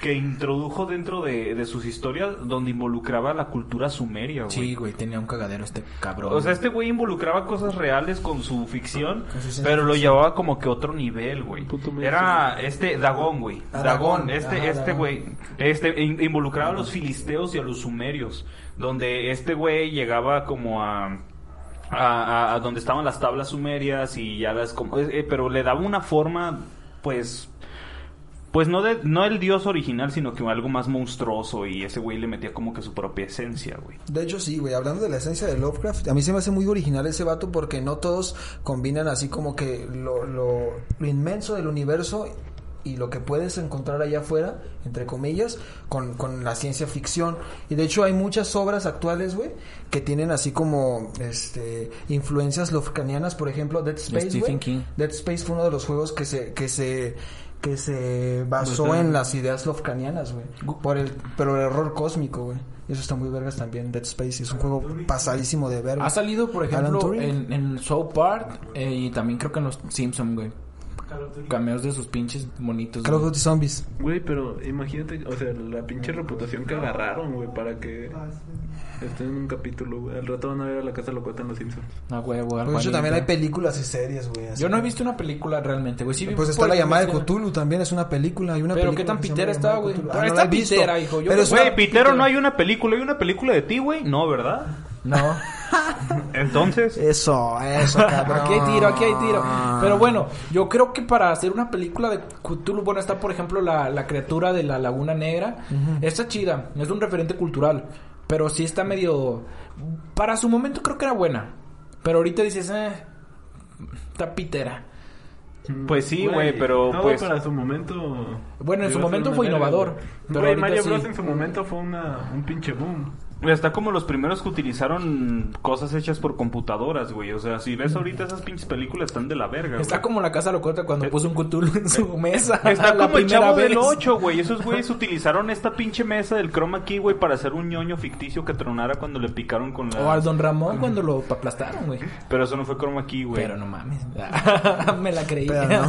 [SPEAKER 3] que introdujo dentro de, de sus historias donde involucraba la cultura sumeria, güey.
[SPEAKER 2] Sí, güey, tenía un cagadero este cabrón.
[SPEAKER 3] O sea, este güey involucraba cosas reales con su ficción,
[SPEAKER 4] Con su ciencia
[SPEAKER 3] pero lo
[SPEAKER 4] ficción.
[SPEAKER 3] llevaba como que a otro nivel, güey.
[SPEAKER 5] Puto menso,
[SPEAKER 3] Era este Dagón, güey.
[SPEAKER 4] Ah,
[SPEAKER 3] Dagón,
[SPEAKER 4] Dagón.
[SPEAKER 3] este
[SPEAKER 4] Ajá,
[SPEAKER 3] este
[SPEAKER 4] Dagón.
[SPEAKER 3] güey, este in- involucraba a los filisteos y a los sumerios, donde este güey llegaba como a a, a- a donde estaban las tablas sumerias y ya las como eh, eh, pero le daba una forma pues pues no de, no el dios original, sino que algo más monstruoso y ese güey le metía como que su propia esencia, güey.
[SPEAKER 4] De hecho, sí, güey. Hablando de la esencia de Lovecraft, a mí se me hace muy original ese vato porque no todos combinan así como que lo, lo- lo inmenso del universo y lo que puedes encontrar allá afuera, entre comillas, con, con la ciencia ficción. Y de hecho hay muchas obras actuales, güey, que tienen así como este influencias lovecraftianas, por ejemplo, Dead Space,
[SPEAKER 2] Stephen
[SPEAKER 4] güey.
[SPEAKER 2] King.
[SPEAKER 4] Dead Space fue uno de los juegos que se que se que se basó
[SPEAKER 3] Bastante.
[SPEAKER 4] en las ideas lovecranianas, güey. Por el pero el error cósmico, güey. Eso está muy vergas también. Dead Space es un juego pasadísimo de verga.
[SPEAKER 2] Ha salido, por
[SPEAKER 4] Alan
[SPEAKER 2] ejemplo,
[SPEAKER 4] Turing.
[SPEAKER 2] en, en South Park eh, y también creo que en los Simpsons, güey. Cameos de sus pinches bonitos.
[SPEAKER 4] Call of Duty Zombies.
[SPEAKER 5] Güey, pero imagínate, o sea, la pinche reputación que agarraron, güey, para que estén en un capítulo, güey. Al rato van a ver a la casa locota en los Simpsons.
[SPEAKER 2] A huevo, al
[SPEAKER 4] Por hecho,
[SPEAKER 2] Juanito.
[SPEAKER 4] Pues también hay películas y series, güey. así.
[SPEAKER 2] Yo no he visto una película realmente, güey. Sí vi,
[SPEAKER 4] Pues está
[SPEAKER 2] por
[SPEAKER 4] la llamada de
[SPEAKER 2] ejemplo,
[SPEAKER 4] Cthulhu también, es una película. Hay una
[SPEAKER 2] Pero
[SPEAKER 4] película
[SPEAKER 2] qué tan
[SPEAKER 4] que se llama
[SPEAKER 2] pitera
[SPEAKER 4] La
[SPEAKER 2] está,
[SPEAKER 4] llamada de
[SPEAKER 2] güey.
[SPEAKER 4] Cthulhu. Ah,
[SPEAKER 2] Pero
[SPEAKER 4] no
[SPEAKER 2] está
[SPEAKER 4] la he visto.
[SPEAKER 2] pitera, hijo. Yo
[SPEAKER 4] Pero
[SPEAKER 2] no-
[SPEAKER 4] es una-
[SPEAKER 3] Güey, Pitero, no hay una película, hay una película de ti, güey. No, ¿verdad?
[SPEAKER 2] No. Eh.
[SPEAKER 3] Entonces,
[SPEAKER 4] Eso,
[SPEAKER 2] (laughs)
[SPEAKER 4] eso, cabrón.
[SPEAKER 2] Aquí hay tiro, aquí hay tiro.
[SPEAKER 4] Ah.
[SPEAKER 2] Pero
[SPEAKER 4] (laughs)
[SPEAKER 2] bueno, yo creo que para hacer una película de Cthulhu, bueno, está por ejemplo la, la criatura de la Laguna Negra. Está chida, es un referente cultural. Pero sí está medio. Para su momento creo que era buena. Pero ahorita dices, eh. Está pitera.
[SPEAKER 3] pues sí, güey, pero
[SPEAKER 5] todo
[SPEAKER 3] pues
[SPEAKER 5] para su momento.
[SPEAKER 2] Bueno, en su
[SPEAKER 5] llegó a ser
[SPEAKER 2] momento
[SPEAKER 5] una
[SPEAKER 2] fue
[SPEAKER 5] verga,
[SPEAKER 2] innovador,
[SPEAKER 5] güey.
[SPEAKER 2] pero
[SPEAKER 5] Güey,
[SPEAKER 2] ahorita
[SPEAKER 5] Mario
[SPEAKER 2] sí.
[SPEAKER 5] Bros en su momento fue una, un pinche boom.
[SPEAKER 3] está como los primeros que utilizaron cosas hechas por computadoras, güey. O sea, si ves ahorita esas pinches películas están de la verga, güey.
[SPEAKER 2] Está como la casa locota cuando puso un Cthulhu en su mesa.
[SPEAKER 3] Eh, Está
[SPEAKER 2] (laughs) la
[SPEAKER 3] como el
[SPEAKER 2] primera
[SPEAKER 3] chavo
[SPEAKER 2] vez.
[SPEAKER 3] del 8, güey. Esos güeyes utilizaron esta pinche mesa del croma key, güey, para hacer un ñoño ficticio que tronara cuando le picaron con la...
[SPEAKER 2] O al Don Ramón cuando lo aplastaron, güey.
[SPEAKER 3] Pero eso no fue croma key, güey.
[SPEAKER 2] Pero no mames. (laughs) Me la creí.
[SPEAKER 4] Pero no.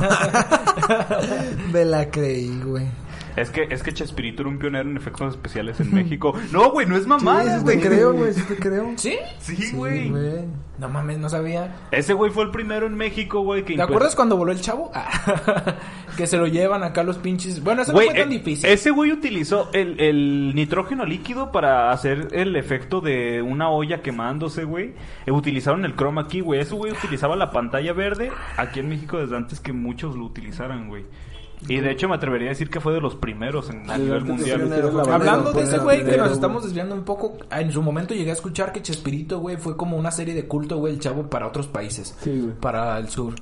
[SPEAKER 4] Me la creí, güey.
[SPEAKER 3] Es que, es que Chespirito era un pionero en efectos especiales en México. No, güey, no es mamada,
[SPEAKER 4] sí, sí
[SPEAKER 3] güey.
[SPEAKER 4] te creo, güey, sí te creo.
[SPEAKER 2] (laughs) ¿Sí?
[SPEAKER 3] Sí,
[SPEAKER 4] Sí,
[SPEAKER 3] güey.
[SPEAKER 4] güey.
[SPEAKER 2] No mames, no sabía.
[SPEAKER 3] Ese güey fue el primero en México, güey. que
[SPEAKER 2] ¿Te
[SPEAKER 3] implantó-
[SPEAKER 2] acuerdas cuando voló el chavo? (laughs) Ah, que se lo llevan acá los pinches. Bueno, eso
[SPEAKER 3] Güey,
[SPEAKER 2] no fue tan
[SPEAKER 3] eh,
[SPEAKER 2] difícil.
[SPEAKER 3] Ese güey utilizó el, el nitrógeno líquido para hacer el efecto de una olla quemándose, güey. Eh, utilizaron el croma aquí, güey. Ese güey utilizaba la pantalla verde aquí en México desde antes que muchos lo utilizaran, güey. Y de hecho me atrevería a decir que fue de los primeros en a
[SPEAKER 4] Sí,
[SPEAKER 3] nivel
[SPEAKER 4] antes de ser
[SPEAKER 3] mundial.
[SPEAKER 4] una- Pero la bandera,
[SPEAKER 2] Hablando de
[SPEAKER 4] pues,
[SPEAKER 2] ese
[SPEAKER 4] la
[SPEAKER 2] güey que
[SPEAKER 4] bandera,
[SPEAKER 2] nos
[SPEAKER 4] güey.
[SPEAKER 2] estamos desviando un poco, en su momento llegué a escuchar que Chespirito, güey, fue como una serie de culto, güey, el chavo para otros países,
[SPEAKER 5] Sí, güey.
[SPEAKER 2] para el sur.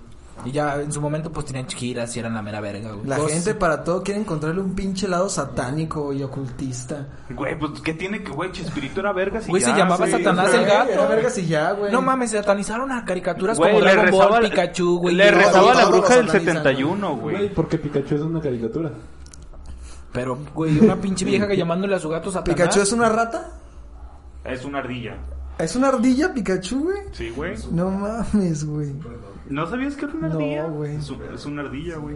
[SPEAKER 2] Y ya en su momento pues tenían giras y eran la mera verga, güey.
[SPEAKER 4] La
[SPEAKER 2] Cosas-
[SPEAKER 4] gente para todo quiere encontrarle un pinche lado satánico y ocultista.
[SPEAKER 3] Güey, pues ¿qué tiene que, güey? Chespirito era verga. si
[SPEAKER 2] Güey, se
[SPEAKER 3] ya,
[SPEAKER 2] llamaba
[SPEAKER 3] sí.
[SPEAKER 2] Satanás el
[SPEAKER 4] Güey, a
[SPEAKER 2] gato.
[SPEAKER 4] vergas y ya, güey.
[SPEAKER 2] No mames, satanizaron a caricaturas
[SPEAKER 3] Güey,
[SPEAKER 2] como
[SPEAKER 3] le
[SPEAKER 2] Dragon
[SPEAKER 3] rezaba-
[SPEAKER 2] Ball, Pikachu, güey.
[SPEAKER 3] Le
[SPEAKER 2] y todo.
[SPEAKER 3] rezaba la
[SPEAKER 4] Todos
[SPEAKER 3] bruja del
[SPEAKER 4] los analizan,
[SPEAKER 3] 71, güey.
[SPEAKER 5] Güey, porque Pikachu es una caricatura.
[SPEAKER 2] Pero, güey, una pinche vieja
[SPEAKER 3] (laughs)
[SPEAKER 2] que llamándole a su gato Satanás.
[SPEAKER 4] ¿Pikachu es una rata?
[SPEAKER 3] Es una ardilla.
[SPEAKER 4] ¿Es una ardilla Pikachu, güey?
[SPEAKER 3] Sí, güey.
[SPEAKER 4] No mames, güey.
[SPEAKER 3] ¿No sabías que era una
[SPEAKER 4] No,
[SPEAKER 3] ardilla?
[SPEAKER 4] güey.
[SPEAKER 3] Es un- es una ardilla, güey.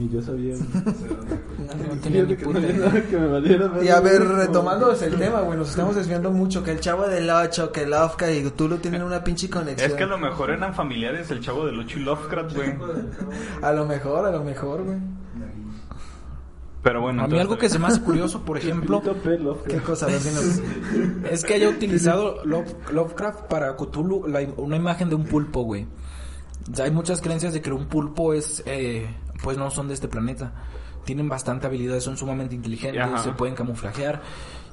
[SPEAKER 5] Y yo sabía.
[SPEAKER 2] No tenía ni
[SPEAKER 5] Fíjate que no
[SPEAKER 2] puta
[SPEAKER 5] había
[SPEAKER 2] idea.
[SPEAKER 5] nada que me valiera.
[SPEAKER 4] Y
[SPEAKER 5] madre,
[SPEAKER 4] a ver,
[SPEAKER 5] güey.
[SPEAKER 4] retomando el tema, güey, nos estamos desviando mucho. Que el chavo del 8, que Lofka y Cthulhu tienen una pinche
[SPEAKER 2] (laughs)
[SPEAKER 4] conexión.
[SPEAKER 3] Es que a lo mejor eran familiares el chavo del 8 y Lovecraft, güey.
[SPEAKER 4] A lo mejor, a lo mejor, güey.
[SPEAKER 3] Pero bueno,
[SPEAKER 2] A mí
[SPEAKER 3] entonces-
[SPEAKER 2] algo que se me hace curioso, por ejemplo,
[SPEAKER 5] Chespirito pelo.
[SPEAKER 4] Qué cosa, a ver, dinos.
[SPEAKER 2] Es que haya utilizado Love- Lovecraft para Cthulhu la im- una imagen de un pulpo, güey. O sea, hay muchas creencias de que un pulpo es, eh, pues no son de este planeta. Tienen bastante habilidades, son sumamente inteligentes,
[SPEAKER 3] Ajá.
[SPEAKER 2] se pueden camuflajear.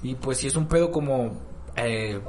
[SPEAKER 2] Y pues si es un pedo como eh,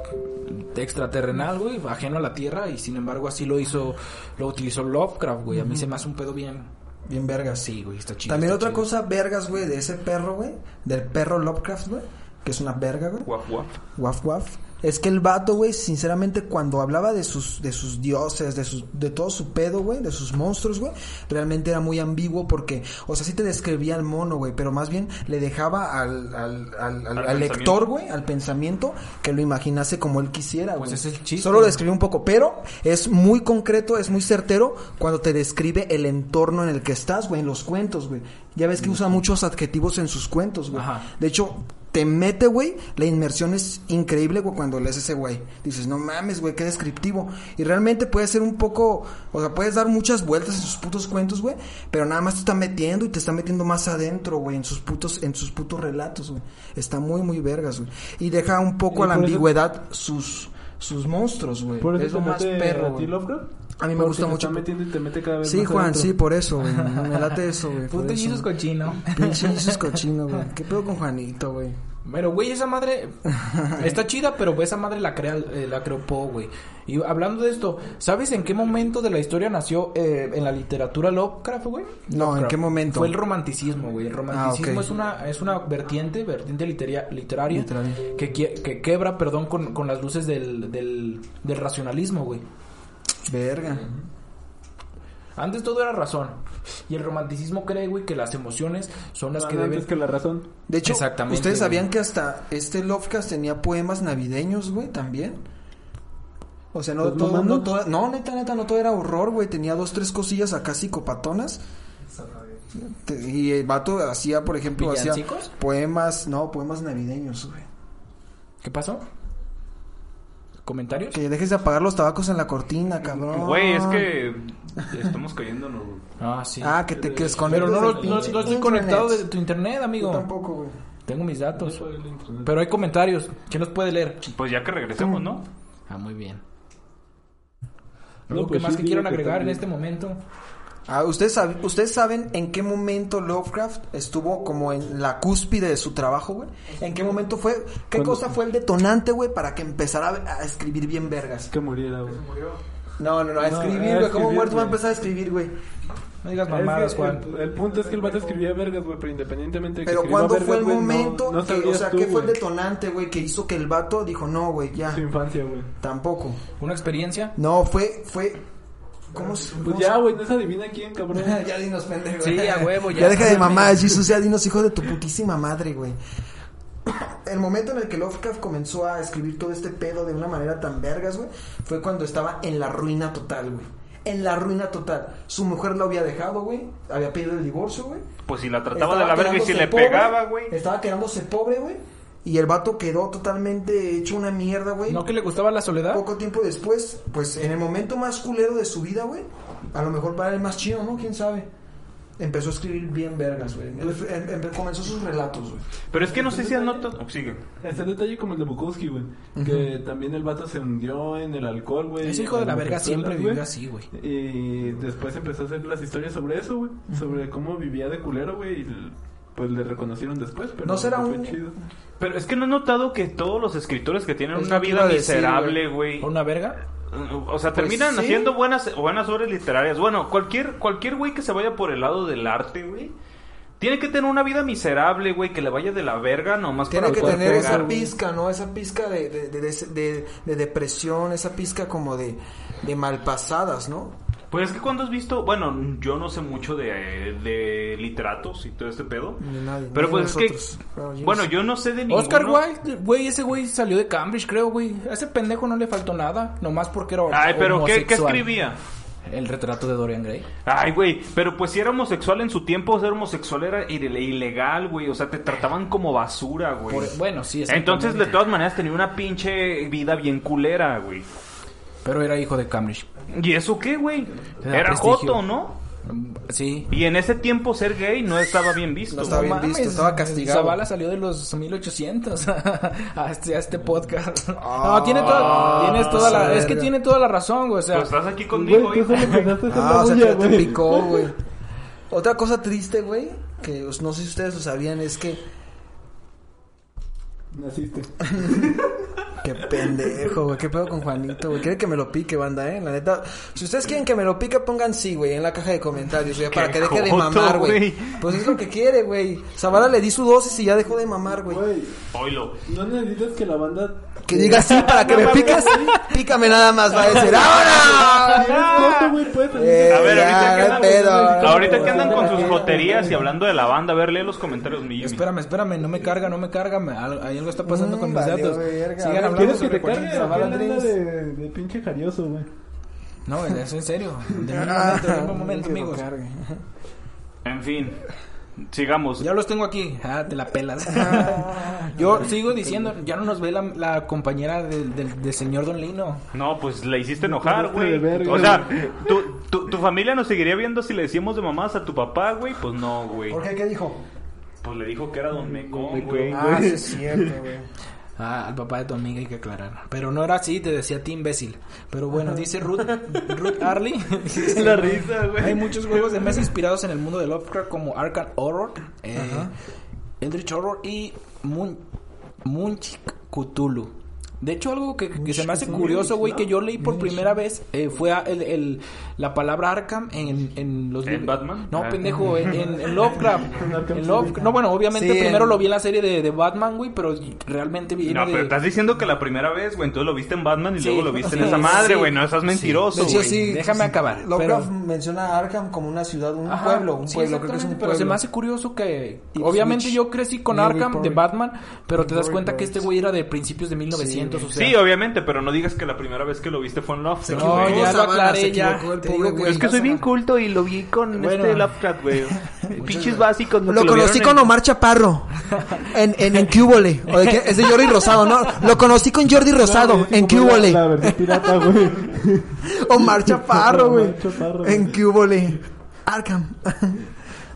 [SPEAKER 2] extraterrenal, güey, ajeno a la Tierra. Y sin embargo así lo hizo, lo utilizó Lovecraft, güey. A mí se me hace un pedo (laughs) bien...
[SPEAKER 4] Bien vergas.
[SPEAKER 2] Sí, güey, está chido.
[SPEAKER 4] También
[SPEAKER 2] está
[SPEAKER 4] otra
[SPEAKER 2] chido.
[SPEAKER 4] cosa, vergas, güey, de ese perro, güey. Del perro Lovecraft, güey. Que es una verga, güey.
[SPEAKER 3] Guaf, guaf.
[SPEAKER 4] Waf waf. Es que el vato, güey, sinceramente, cuando hablaba de sus, de sus dioses, de sus, de todo su pedo, güey, de sus monstruos, güey, realmente era muy ambiguo porque, o sea, sí te describía al mono, güey, pero más bien le dejaba al, al, al, al-
[SPEAKER 3] Al
[SPEAKER 4] al
[SPEAKER 3] pensamiento.
[SPEAKER 4] lector, güey, al pensamiento, que lo imaginase como él quisiera, güey.
[SPEAKER 2] Pues ese es el chiste,
[SPEAKER 4] Solo lo
[SPEAKER 2] güey.
[SPEAKER 4] describía un poco, pero es muy concreto, es muy certero cuando te describe el entorno en el que estás, güey, en los cuentos, güey. Ya ves que usa muchos adjetivos en sus cuentos, güey.
[SPEAKER 2] Ajá.
[SPEAKER 4] De hecho, te mete, güey. La inmersión es increíble, güey, cuando lees ese güey. Dices, no mames, güey, qué descriptivo. Y realmente puede ser un poco. O sea, puedes dar muchas vueltas en sus putos cuentos, güey. Pero nada más te está metiendo y te está metiendo más adentro, güey, en sus putos, en sus putos relatos, güey. Está muy, muy vergas, güey. Y deja un poco
[SPEAKER 5] Y
[SPEAKER 4] a la
[SPEAKER 5] por eso-
[SPEAKER 4] ambigüedad sus. Sus monstruos, güey.
[SPEAKER 5] Por eso
[SPEAKER 4] Es lo
[SPEAKER 5] te
[SPEAKER 4] más
[SPEAKER 5] mete
[SPEAKER 4] perro.
[SPEAKER 5] a ti
[SPEAKER 4] güey.
[SPEAKER 5] Lovecraft.
[SPEAKER 4] A mí me
[SPEAKER 5] Porque
[SPEAKER 4] gusta
[SPEAKER 5] te
[SPEAKER 4] mucho.
[SPEAKER 5] Está metiendo y te mete cada vez
[SPEAKER 4] Sí,
[SPEAKER 5] más
[SPEAKER 4] Juan,
[SPEAKER 5] adentro.
[SPEAKER 4] sí, por eso, güey. Me late eso, güey. por
[SPEAKER 2] Puto
[SPEAKER 4] eso.
[SPEAKER 2] Jesus cochino.
[SPEAKER 4] (laughs) Pinche Jesus cochino, güey. ¿Qué pedo con Juanito, güey?
[SPEAKER 2] Pero, güey, esa
[SPEAKER 4] (laughs)
[SPEAKER 2] madre está chida, pero esa madre la, crea, eh, la creó Poe, güey. Y hablando de esto, ¿sabes en qué momento de la historia nació eh, en la literatura Lovecraft, güey?
[SPEAKER 4] No, ¿en qué momento?
[SPEAKER 2] Fue el romanticismo, güey. El romanticismo
[SPEAKER 4] Ah, ok.
[SPEAKER 2] es una es una vertiente, vertiente literia- literaria,
[SPEAKER 4] Literaria.
[SPEAKER 2] Que, quie- que quebra, perdón, con, con las luces del, del, del racionalismo, güey.
[SPEAKER 4] Verga.
[SPEAKER 2] Antes todo era razón. Y el romanticismo cree, güey, que las emociones son las
[SPEAKER 5] Ah,
[SPEAKER 2] que
[SPEAKER 5] no,
[SPEAKER 2] deben...
[SPEAKER 5] antes que la razón.
[SPEAKER 4] De hecho,
[SPEAKER 2] Exactamente,
[SPEAKER 4] ustedes
[SPEAKER 2] güey.
[SPEAKER 4] sabían que hasta este Lovecast tenía poemas navideños, güey, también. O sea, no
[SPEAKER 5] ¿Los
[SPEAKER 4] todo,
[SPEAKER 5] mamando?
[SPEAKER 4] no todo- no, neta, neta, no todo era horror, güey. Tenía dos, tres cosillas acá psicopatonas. Te- Y el vato hacía, por ejemplo, hacía
[SPEAKER 2] ¿Villancicos?
[SPEAKER 4] poemas, no, poemas navideños, güey.
[SPEAKER 2] ¿Qué pasó? ¿Comentarios?
[SPEAKER 4] Que dejes de apagar los tabacos en la cortina, cabrón.
[SPEAKER 3] Güey, es que estamos cayéndonos.
[SPEAKER 2] Ah, sí.
[SPEAKER 4] Ah, que te quedes con
[SPEAKER 2] Pero no, lo- no- no estoy conectado de tu internet, amigo.
[SPEAKER 4] tampoco, güey.
[SPEAKER 2] Tengo mis datos.
[SPEAKER 5] Por el internet.
[SPEAKER 2] Pero hay comentarios. ¿Quién los puede leer?
[SPEAKER 3] Pues ya que regresemos, ¿no?
[SPEAKER 2] Ah, muy bien.
[SPEAKER 5] No,
[SPEAKER 2] ¿Algo
[SPEAKER 5] pues
[SPEAKER 2] que más
[SPEAKER 5] sí,
[SPEAKER 2] que
[SPEAKER 5] digo
[SPEAKER 2] quieran
[SPEAKER 5] que
[SPEAKER 2] agregar en
[SPEAKER 5] también.
[SPEAKER 2] este momento?
[SPEAKER 4] Ah, ¿ustedes, sab- ¿Ustedes saben en qué momento Lovecraft estuvo como en la cúspide de su trabajo, güey? ¿En qué momento fue? ¿Qué
[SPEAKER 5] Cuando-
[SPEAKER 4] cosa fue el detonante, güey, para que empezara a, a escribir bien vergas?
[SPEAKER 5] Que muriera, güey.
[SPEAKER 4] No, no, no, a escribir,
[SPEAKER 5] a
[SPEAKER 4] güey. ¿Cómo
[SPEAKER 5] escribir,
[SPEAKER 4] muerto va a
[SPEAKER 5] güey.
[SPEAKER 4] empezar a escribir, güey?
[SPEAKER 2] No digas
[SPEAKER 5] Es que eh,
[SPEAKER 2] mamadas,
[SPEAKER 5] el-
[SPEAKER 2] Juan.
[SPEAKER 5] El, punto es que el vato escribía vergas, güey, pero independientemente de que
[SPEAKER 4] Pero
[SPEAKER 5] escriba
[SPEAKER 4] ¿cuándo
[SPEAKER 5] vergas,
[SPEAKER 4] fue el
[SPEAKER 5] güey, no-
[SPEAKER 4] momento?
[SPEAKER 5] No,
[SPEAKER 4] que- o
[SPEAKER 5] sabías
[SPEAKER 4] sea,
[SPEAKER 5] tú,
[SPEAKER 4] ¿qué fue el
[SPEAKER 5] güey,
[SPEAKER 4] detonante, güey, que hizo que el vato dijo, no, güey, ya,
[SPEAKER 5] su infancia, güey?
[SPEAKER 4] tampoco?
[SPEAKER 2] ¿Una experiencia?
[SPEAKER 4] No, fue, fue... ¿Cómo se...?
[SPEAKER 5] Pues
[SPEAKER 4] cómo
[SPEAKER 5] ya,
[SPEAKER 4] se-
[SPEAKER 5] güey, no se adivina quién, cabrón.
[SPEAKER 4] (laughs) ya dinos, pendejo.
[SPEAKER 2] Sí, a huevo, ya.
[SPEAKER 4] Ya deja de mamá, Jesús, ya dinos, hijo de tu putísima madre, güey. (clears throat) El momento en el que Lovecraft comenzó a escribir todo este pedo de una manera tan vergas, güey, fue cuando estaba en la ruina total, güey. en la ruina total. Su mujer lo había dejado, güey. Había pedido el divorcio, güey.
[SPEAKER 3] Pues si la trataba de
[SPEAKER 4] Estaba
[SPEAKER 3] la verga y si
[SPEAKER 4] quedándose
[SPEAKER 3] le
[SPEAKER 4] pobre,
[SPEAKER 3] pegaba, güey.
[SPEAKER 4] Estaba quedándose pobre, güey. Y el vato quedó totalmente hecho una mierda, güey.
[SPEAKER 2] ¿No que le gustaba la soledad?
[SPEAKER 4] Poco tiempo después, pues en el momento más culero de su vida, güey. A lo mejor para el más chido, ¿no? ¿Quién sabe? Empezó a escribir bien vergas, güey. Em- em- Comenzó sus relatos, güey.
[SPEAKER 3] Pero es que no sé si has
[SPEAKER 4] eh,
[SPEAKER 3] notado. Oh, Sigue.
[SPEAKER 5] Está el detalle como el de Bukowski, güey. Que también el vato se hundió en el alcohol, güey.
[SPEAKER 2] Ese hijo de
[SPEAKER 5] en
[SPEAKER 2] la
[SPEAKER 5] las
[SPEAKER 2] verga siempre
[SPEAKER 5] pistolas,
[SPEAKER 2] vivió así, güey.
[SPEAKER 5] Y después empezó a hacer las historias sobre eso, güey. Sobre cómo vivía de culero, güey. Y l- pues le reconocieron después, pero
[SPEAKER 4] No será
[SPEAKER 5] fue
[SPEAKER 4] un-
[SPEAKER 5] chido.
[SPEAKER 3] Pero es que no he notado que todos los escritores que tienen
[SPEAKER 4] Es
[SPEAKER 3] una
[SPEAKER 4] lo que iba
[SPEAKER 3] vida
[SPEAKER 4] a decir,
[SPEAKER 3] miserable, güey.
[SPEAKER 2] ¿Una verga?
[SPEAKER 3] O sea,
[SPEAKER 4] Pues
[SPEAKER 3] terminan
[SPEAKER 4] sí.
[SPEAKER 3] haciendo buenas, buenas obras literarias. Bueno, cualquier, cualquier güey que se vaya por el lado del arte, güey. Tiene que tener una vida miserable, güey, que le vaya de la verga nomás
[SPEAKER 4] Tiene
[SPEAKER 3] para
[SPEAKER 4] que
[SPEAKER 3] poder
[SPEAKER 4] tener
[SPEAKER 3] pegar,
[SPEAKER 4] esa
[SPEAKER 3] güey.
[SPEAKER 4] pizca, ¿no? Esa pizca de, de, de, de- de- de depresión, esa pizca como de, de malpasadas, ¿no?
[SPEAKER 3] Pues es que cuando has visto, bueno, yo no sé mucho de, de literatos y todo este pedo.
[SPEAKER 4] Ni nadie,
[SPEAKER 3] pero
[SPEAKER 4] ni
[SPEAKER 3] pues es
[SPEAKER 4] nosotros.
[SPEAKER 3] que,
[SPEAKER 4] Claro, yo no
[SPEAKER 3] bueno,
[SPEAKER 4] sé.
[SPEAKER 3] yo no sé de ninguno.
[SPEAKER 2] Oscar Wilde, güey, ese güey salió de Cambridge, creo, güey. A ese pendejo no le faltó nada, nomás porque era
[SPEAKER 3] Ay, pero ¿qué, ¿qué
[SPEAKER 2] homosexual.
[SPEAKER 3] escribía?
[SPEAKER 2] El retrato de Dorian Gray.
[SPEAKER 3] Ay, güey, pero pues si era homosexual en su tiempo, ser homosexual era ile- ilegal, güey. O sea, te trataban como basura, güey.
[SPEAKER 2] Por- bueno, sí,
[SPEAKER 3] Pues, Entonces, de
[SPEAKER 2] exactamente.
[SPEAKER 3] todas maneras, tenía una pinche vida bien culera, güey.
[SPEAKER 2] Pero era hijo de Cambridge.
[SPEAKER 3] ¿Y eso qué, güey?
[SPEAKER 2] Te da
[SPEAKER 3] Era
[SPEAKER 2] prestigio.
[SPEAKER 3] joto, ¿no?
[SPEAKER 2] Mm, Sí.
[SPEAKER 3] Y en ese tiempo ser gay no estaba bien visto.
[SPEAKER 4] No estaba bien
[SPEAKER 2] mames,
[SPEAKER 4] visto, estaba castigado.
[SPEAKER 2] Zavala salió de los 1800 (laughs) a este, a este podcast. (laughs) no, tiene toda, tienes toda la... Es que
[SPEAKER 4] Ah, verga.
[SPEAKER 2] tiene toda la razón, güey. O sea,
[SPEAKER 3] Pues estás aquí conmigo,
[SPEAKER 5] Güey, tú
[SPEAKER 3] hijo.
[SPEAKER 5] solo empezaste a hacer
[SPEAKER 4] (laughs) Ah,
[SPEAKER 5] la
[SPEAKER 4] o sea,
[SPEAKER 5] bulla,
[SPEAKER 4] te, te
[SPEAKER 5] güey.
[SPEAKER 4] picó, güey. Otra cosa triste, güey, que os- no sé si ustedes lo sabían, es que...
[SPEAKER 5] (laughs) Naciste.
[SPEAKER 4] Qué pendejo, güey. Qué pedo con Juanito, güey. Quiere que me lo pique, banda, eh. La neta. Si ustedes quieren que me lo pique, pongan sí, güey, en la caja de comentarios, güey. Para que deje de
[SPEAKER 3] joto,
[SPEAKER 4] mamar, güey.
[SPEAKER 3] güey.
[SPEAKER 4] Pues es lo que quiere, güey. Zavala le di su dosis y ya dejó de mamar, güey.
[SPEAKER 5] Güey,
[SPEAKER 3] Oilo.
[SPEAKER 5] no necesitas que la banda...
[SPEAKER 4] Que diga sí
[SPEAKER 2] (laughs)
[SPEAKER 4] para que me piques. Pícame nada más, va a decir.
[SPEAKER 5] Ah,
[SPEAKER 4] ¡Ahora!
[SPEAKER 5] eres joto, güey, puedes salir
[SPEAKER 4] Eh,
[SPEAKER 5] de-
[SPEAKER 3] A ver,
[SPEAKER 4] ya,
[SPEAKER 3] ahorita que
[SPEAKER 4] no hay
[SPEAKER 3] andan-
[SPEAKER 4] pedo.
[SPEAKER 3] Ahorita que andan con sus joterías y hablando de la banda, a ver, lee los comentarios, mi Jimmy.
[SPEAKER 2] Espérame, espérame, no me carga, no me carga, me- al- ahí algo está pasando
[SPEAKER 4] Mm,
[SPEAKER 2] con mis
[SPEAKER 4] valió
[SPEAKER 2] datos. Sigan
[SPEAKER 4] verga. A ver,
[SPEAKER 2] hablando
[SPEAKER 5] ¿Quieres que
[SPEAKER 2] sobre
[SPEAKER 5] te
[SPEAKER 2] Joaquín
[SPEAKER 5] cargue?
[SPEAKER 2] Zavala
[SPEAKER 5] Aquí anda
[SPEAKER 2] Andrés.
[SPEAKER 5] de, de pinche jarioso, güey.
[SPEAKER 2] No, es en serio.
[SPEAKER 4] (laughs)
[SPEAKER 2] Denme un momento, denme un momento,
[SPEAKER 4] Que lo
[SPEAKER 2] amigos.
[SPEAKER 4] Ah, cargue.
[SPEAKER 3] En fin, sigamos.
[SPEAKER 2] Ya los tengo aquí. Ah, te la pelas.
[SPEAKER 4] Ah,
[SPEAKER 2] (laughs) Yo sigo diciendo, ya no nos ve la, la compañera del, del- del señor Don Lino.
[SPEAKER 3] No, pues la hiciste enojar,
[SPEAKER 5] pasaste de
[SPEAKER 3] güey.
[SPEAKER 5] verga,
[SPEAKER 3] O sea, tu, tu, tu familia nos seguiría viendo si le decíamos de mamás a tu papá, güey. Pues no, güey.
[SPEAKER 4] ¿Por qué? ¿Qué dijo?
[SPEAKER 3] Pues le dijo que era Don Mecón, güey.
[SPEAKER 4] Ah, sí, es cierto, güey.
[SPEAKER 2] Ah, al papá de tu amiga hay que aclarar. Pero no era así, te decía a ti imbécil. Pero bueno, dice Ruth, Ruth Arley.
[SPEAKER 3] La risa, güey.
[SPEAKER 2] Hay muchos juegos de mesa inspirados en el mundo de Lovecraft como Arkham Horror, eh, Eldritch Horror y Mun Munch Cthulhu. De hecho, algo que, que se me hace curioso, güey, que yo leí por primera vez eh, fue a- el, el- la palabra Arkham en, en los
[SPEAKER 3] ¿En
[SPEAKER 2] libros.
[SPEAKER 3] Batman?
[SPEAKER 2] No,
[SPEAKER 3] Ah.
[SPEAKER 2] pendejo, en, en- en Lovecraft.
[SPEAKER 5] En Arkham
[SPEAKER 2] En Lovecraft. No, bueno, obviamente
[SPEAKER 4] Sí,
[SPEAKER 2] primero
[SPEAKER 4] en-
[SPEAKER 2] lo vi en la serie de, de Batman, güey, pero realmente viene
[SPEAKER 3] No,
[SPEAKER 2] de...
[SPEAKER 3] pero estás diciendo que la primera vez, güey, entonces lo viste en Batman y
[SPEAKER 2] Sí,
[SPEAKER 3] luego lo viste en
[SPEAKER 2] sí,
[SPEAKER 3] esa madre,
[SPEAKER 2] sí.
[SPEAKER 3] güey. No estás
[SPEAKER 2] Sí.
[SPEAKER 3] mentiroso,
[SPEAKER 4] De hecho,
[SPEAKER 3] güey.
[SPEAKER 4] sí.
[SPEAKER 2] Déjame acabar,
[SPEAKER 4] Lovecraft
[SPEAKER 2] pero-
[SPEAKER 4] menciona a Arkham como una ciudad, un
[SPEAKER 2] Ajá,
[SPEAKER 4] pueblo. Un
[SPEAKER 2] sí,
[SPEAKER 4] pueblo, creo que es un
[SPEAKER 2] exactamente,
[SPEAKER 4] pueblo.
[SPEAKER 2] Pero se me hace curioso que.
[SPEAKER 4] Ipswich,
[SPEAKER 2] obviamente yo crecí con Arkham de
[SPEAKER 4] Newburyport.
[SPEAKER 2] Batman, pero te das
[SPEAKER 4] Newburyport.
[SPEAKER 2] cuenta que este güey era de principios de 1900.
[SPEAKER 4] Sí,
[SPEAKER 2] o sea,
[SPEAKER 3] Sí, obviamente, pero no digas que la primera vez que lo viste fue en
[SPEAKER 4] Se
[SPEAKER 3] Lovecraft,
[SPEAKER 2] No,
[SPEAKER 3] güey.
[SPEAKER 4] equivocó
[SPEAKER 2] ya lo
[SPEAKER 4] Sabana, se
[SPEAKER 2] aclaré, ya.
[SPEAKER 4] equivocó el
[SPEAKER 2] Te
[SPEAKER 4] pobre
[SPEAKER 2] digo,
[SPEAKER 4] güey.
[SPEAKER 2] güey,
[SPEAKER 3] Es que soy bien culto y lo vi con
[SPEAKER 2] Bueno.
[SPEAKER 3] este Lovecraft, güey. Pinches básicos. nos
[SPEAKER 4] Lo
[SPEAKER 3] tuvieron
[SPEAKER 4] conocí
[SPEAKER 3] en-
[SPEAKER 4] con Omar Chaparro en, en, en Cúbole. O de que- es de Jordi Rosado, ¿no? Lo conocí con Jordi Rosado en Cúbole.
[SPEAKER 5] La versión pirata, güey.
[SPEAKER 4] (laughs) Omar Chaparro, güey.
[SPEAKER 5] Omar Chaparro, güey.
[SPEAKER 4] En Cúbole. Arkham.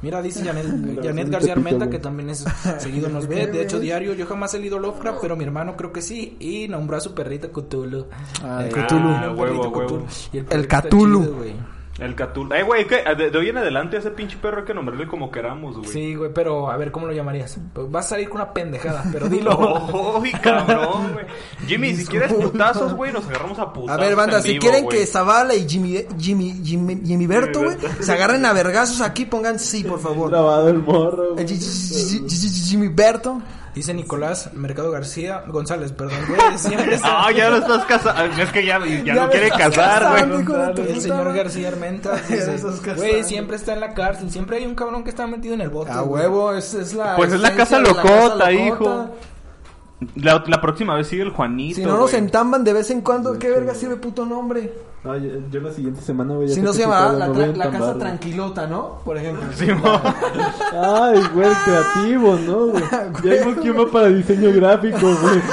[SPEAKER 2] Mira, dice (laughs) Janet, Janet García Armenta, que también (laughs) es seguido nos ve. De hecho, diario, yo jamás he leído Lovecraft, pero mi hermano creo que sí. Y nombró a su perrito Cthulhu.
[SPEAKER 4] Ah,
[SPEAKER 2] Eh,
[SPEAKER 4] Cthulhu.
[SPEAKER 2] un
[SPEAKER 3] Ah,
[SPEAKER 2] perrito
[SPEAKER 3] huevo, huevo.
[SPEAKER 2] Y el,
[SPEAKER 4] El
[SPEAKER 2] perrito está
[SPEAKER 4] Cthulhu.
[SPEAKER 2] chido, güey.
[SPEAKER 3] El Catul. Eh, güey, que de, de hoy en adelante a ese pinche perro hay que nombrarle como queramos, güey.
[SPEAKER 2] Sí, güey, pero a ver, ¿cómo lo llamarías? Pues Vas a salir con una pendejada, pero
[SPEAKER 4] (laughs)
[SPEAKER 2] dilo.
[SPEAKER 3] (laughs) ¡Uy, cabrón, güey! Jimmy, si quieres putazos, güey, nos agarramos a
[SPEAKER 4] A
[SPEAKER 3] putazos.
[SPEAKER 4] ver, banda,
[SPEAKER 3] en
[SPEAKER 4] si
[SPEAKER 3] vivo,
[SPEAKER 4] quieren
[SPEAKER 3] güey.
[SPEAKER 4] que Zavala y Jimmy, Jimmy, Jimmy, Jimmy Berto, güey, se agarren a vergazos aquí, pongan sí, por favor.
[SPEAKER 5] Grabado el morro,
[SPEAKER 4] Eh,
[SPEAKER 5] güey.
[SPEAKER 4] G- G- G- G- Jimmy Berto.
[SPEAKER 2] Dice Nicolás Mercado García González, perdón, güey. (laughs) siempre está-
[SPEAKER 3] Ah, ya lo estás casando. Es que ya, ya,
[SPEAKER 4] Ya
[SPEAKER 3] no
[SPEAKER 4] me
[SPEAKER 3] quiere
[SPEAKER 4] estás
[SPEAKER 3] casar,
[SPEAKER 4] casando,
[SPEAKER 3] güey.
[SPEAKER 4] hijo de tu puta
[SPEAKER 2] El señor
[SPEAKER 4] madre.
[SPEAKER 2] García
[SPEAKER 4] (laughs)
[SPEAKER 2] Armenta dice,
[SPEAKER 4] Esos casados.
[SPEAKER 2] güey, siempre está en la cárcel, siempre hay un
[SPEAKER 4] Ah,
[SPEAKER 2] cabrón que está metido en el bote.
[SPEAKER 4] A
[SPEAKER 2] güey".
[SPEAKER 4] huevo, es, es la.
[SPEAKER 3] Pues es la
[SPEAKER 4] esencia
[SPEAKER 3] casa
[SPEAKER 4] de
[SPEAKER 3] locota,
[SPEAKER 4] locota.
[SPEAKER 3] hijo. La, la próxima vez sigue el Juanito.
[SPEAKER 4] Si no nos
[SPEAKER 3] güey.
[SPEAKER 4] entamban de vez en cuando, ¿qué verga sirve puto nombre?
[SPEAKER 6] No, yo, yo la siguiente semana voy a
[SPEAKER 4] Si
[SPEAKER 6] hacer
[SPEAKER 4] no se
[SPEAKER 6] ese
[SPEAKER 4] llama
[SPEAKER 6] pedo,
[SPEAKER 4] la,
[SPEAKER 6] me voy a
[SPEAKER 4] tra- la casa
[SPEAKER 6] entambar, güey.
[SPEAKER 4] tranquilota, ¿no? Por (laughs) ejemplo.
[SPEAKER 3] Sí, mo-
[SPEAKER 6] Ay, güey, creativo, ¿no,
[SPEAKER 4] (laughs)
[SPEAKER 6] güey? Ya hay esquema para diseño gráfico, güey. (laughs)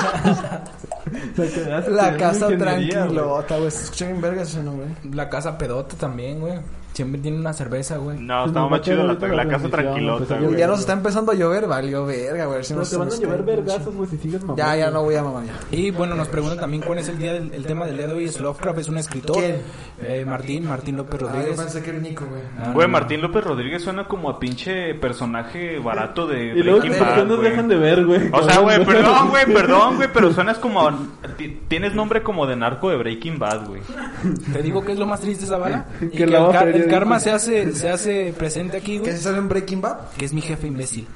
[SPEAKER 6] La cagaste,
[SPEAKER 4] La
[SPEAKER 6] güey,
[SPEAKER 4] casa
[SPEAKER 6] ingeniería, güey.
[SPEAKER 4] tranquilota, güey. Se escucha bien verga ese nombre.
[SPEAKER 2] La casa pedota también, güey. Siempre tiene una cerveza, güey.
[SPEAKER 3] No, estaba
[SPEAKER 6] Pues Nos
[SPEAKER 3] más
[SPEAKER 6] va a
[SPEAKER 3] chido
[SPEAKER 6] quedar
[SPEAKER 3] la,
[SPEAKER 6] ahorita
[SPEAKER 3] la
[SPEAKER 6] la
[SPEAKER 3] casa
[SPEAKER 6] transmisión,
[SPEAKER 3] tranquilota,
[SPEAKER 6] pues,
[SPEAKER 4] Y
[SPEAKER 3] güey.
[SPEAKER 4] ya nos está empezando a llover, valió verga, güey. a ver Si
[SPEAKER 6] Pero
[SPEAKER 4] nos,
[SPEAKER 6] te van a
[SPEAKER 4] nos
[SPEAKER 6] llevar
[SPEAKER 4] cae.
[SPEAKER 6] vergazos, güey, si sigues mamando.
[SPEAKER 4] Ya, ya no voy a mamar ya.
[SPEAKER 2] Y bueno, nos preguntan también cuál es el día del el tema del día de hoy. Es Lovecraft, es un escritor.
[SPEAKER 4] ¿Quién?
[SPEAKER 2] Eh, Martín, Martín López
[SPEAKER 4] Ah, yo
[SPEAKER 2] Rodríguez.
[SPEAKER 4] pensé que era Nico, güey.
[SPEAKER 2] Ah,
[SPEAKER 3] Güey,
[SPEAKER 2] no.
[SPEAKER 3] Martín López Rodríguez suena como a pinche personaje barato de
[SPEAKER 6] Y luego,
[SPEAKER 3] Breaking
[SPEAKER 6] ¿por qué
[SPEAKER 3] Bad,
[SPEAKER 6] nos
[SPEAKER 3] Ah, güey.
[SPEAKER 6] dejan de ver, güey?
[SPEAKER 3] O sea, güey,
[SPEAKER 6] Cabrón, (laughs)
[SPEAKER 3] perdón, güey, perdón, güey, pero suenas como... a- ti- Tienes nombre como de narco de Breaking Bad, güey.
[SPEAKER 2] Te digo que es lo más triste esa
[SPEAKER 4] (laughs)
[SPEAKER 2] bala. Y
[SPEAKER 6] Que
[SPEAKER 2] que el,
[SPEAKER 6] la va a
[SPEAKER 2] ca- el
[SPEAKER 6] feria de-
[SPEAKER 2] karma se hace, se hace presente aquí,
[SPEAKER 4] ¿Qué
[SPEAKER 2] güey.
[SPEAKER 4] se sale en Breaking Bad? (laughs)
[SPEAKER 2] Que es mi jefe imbécil.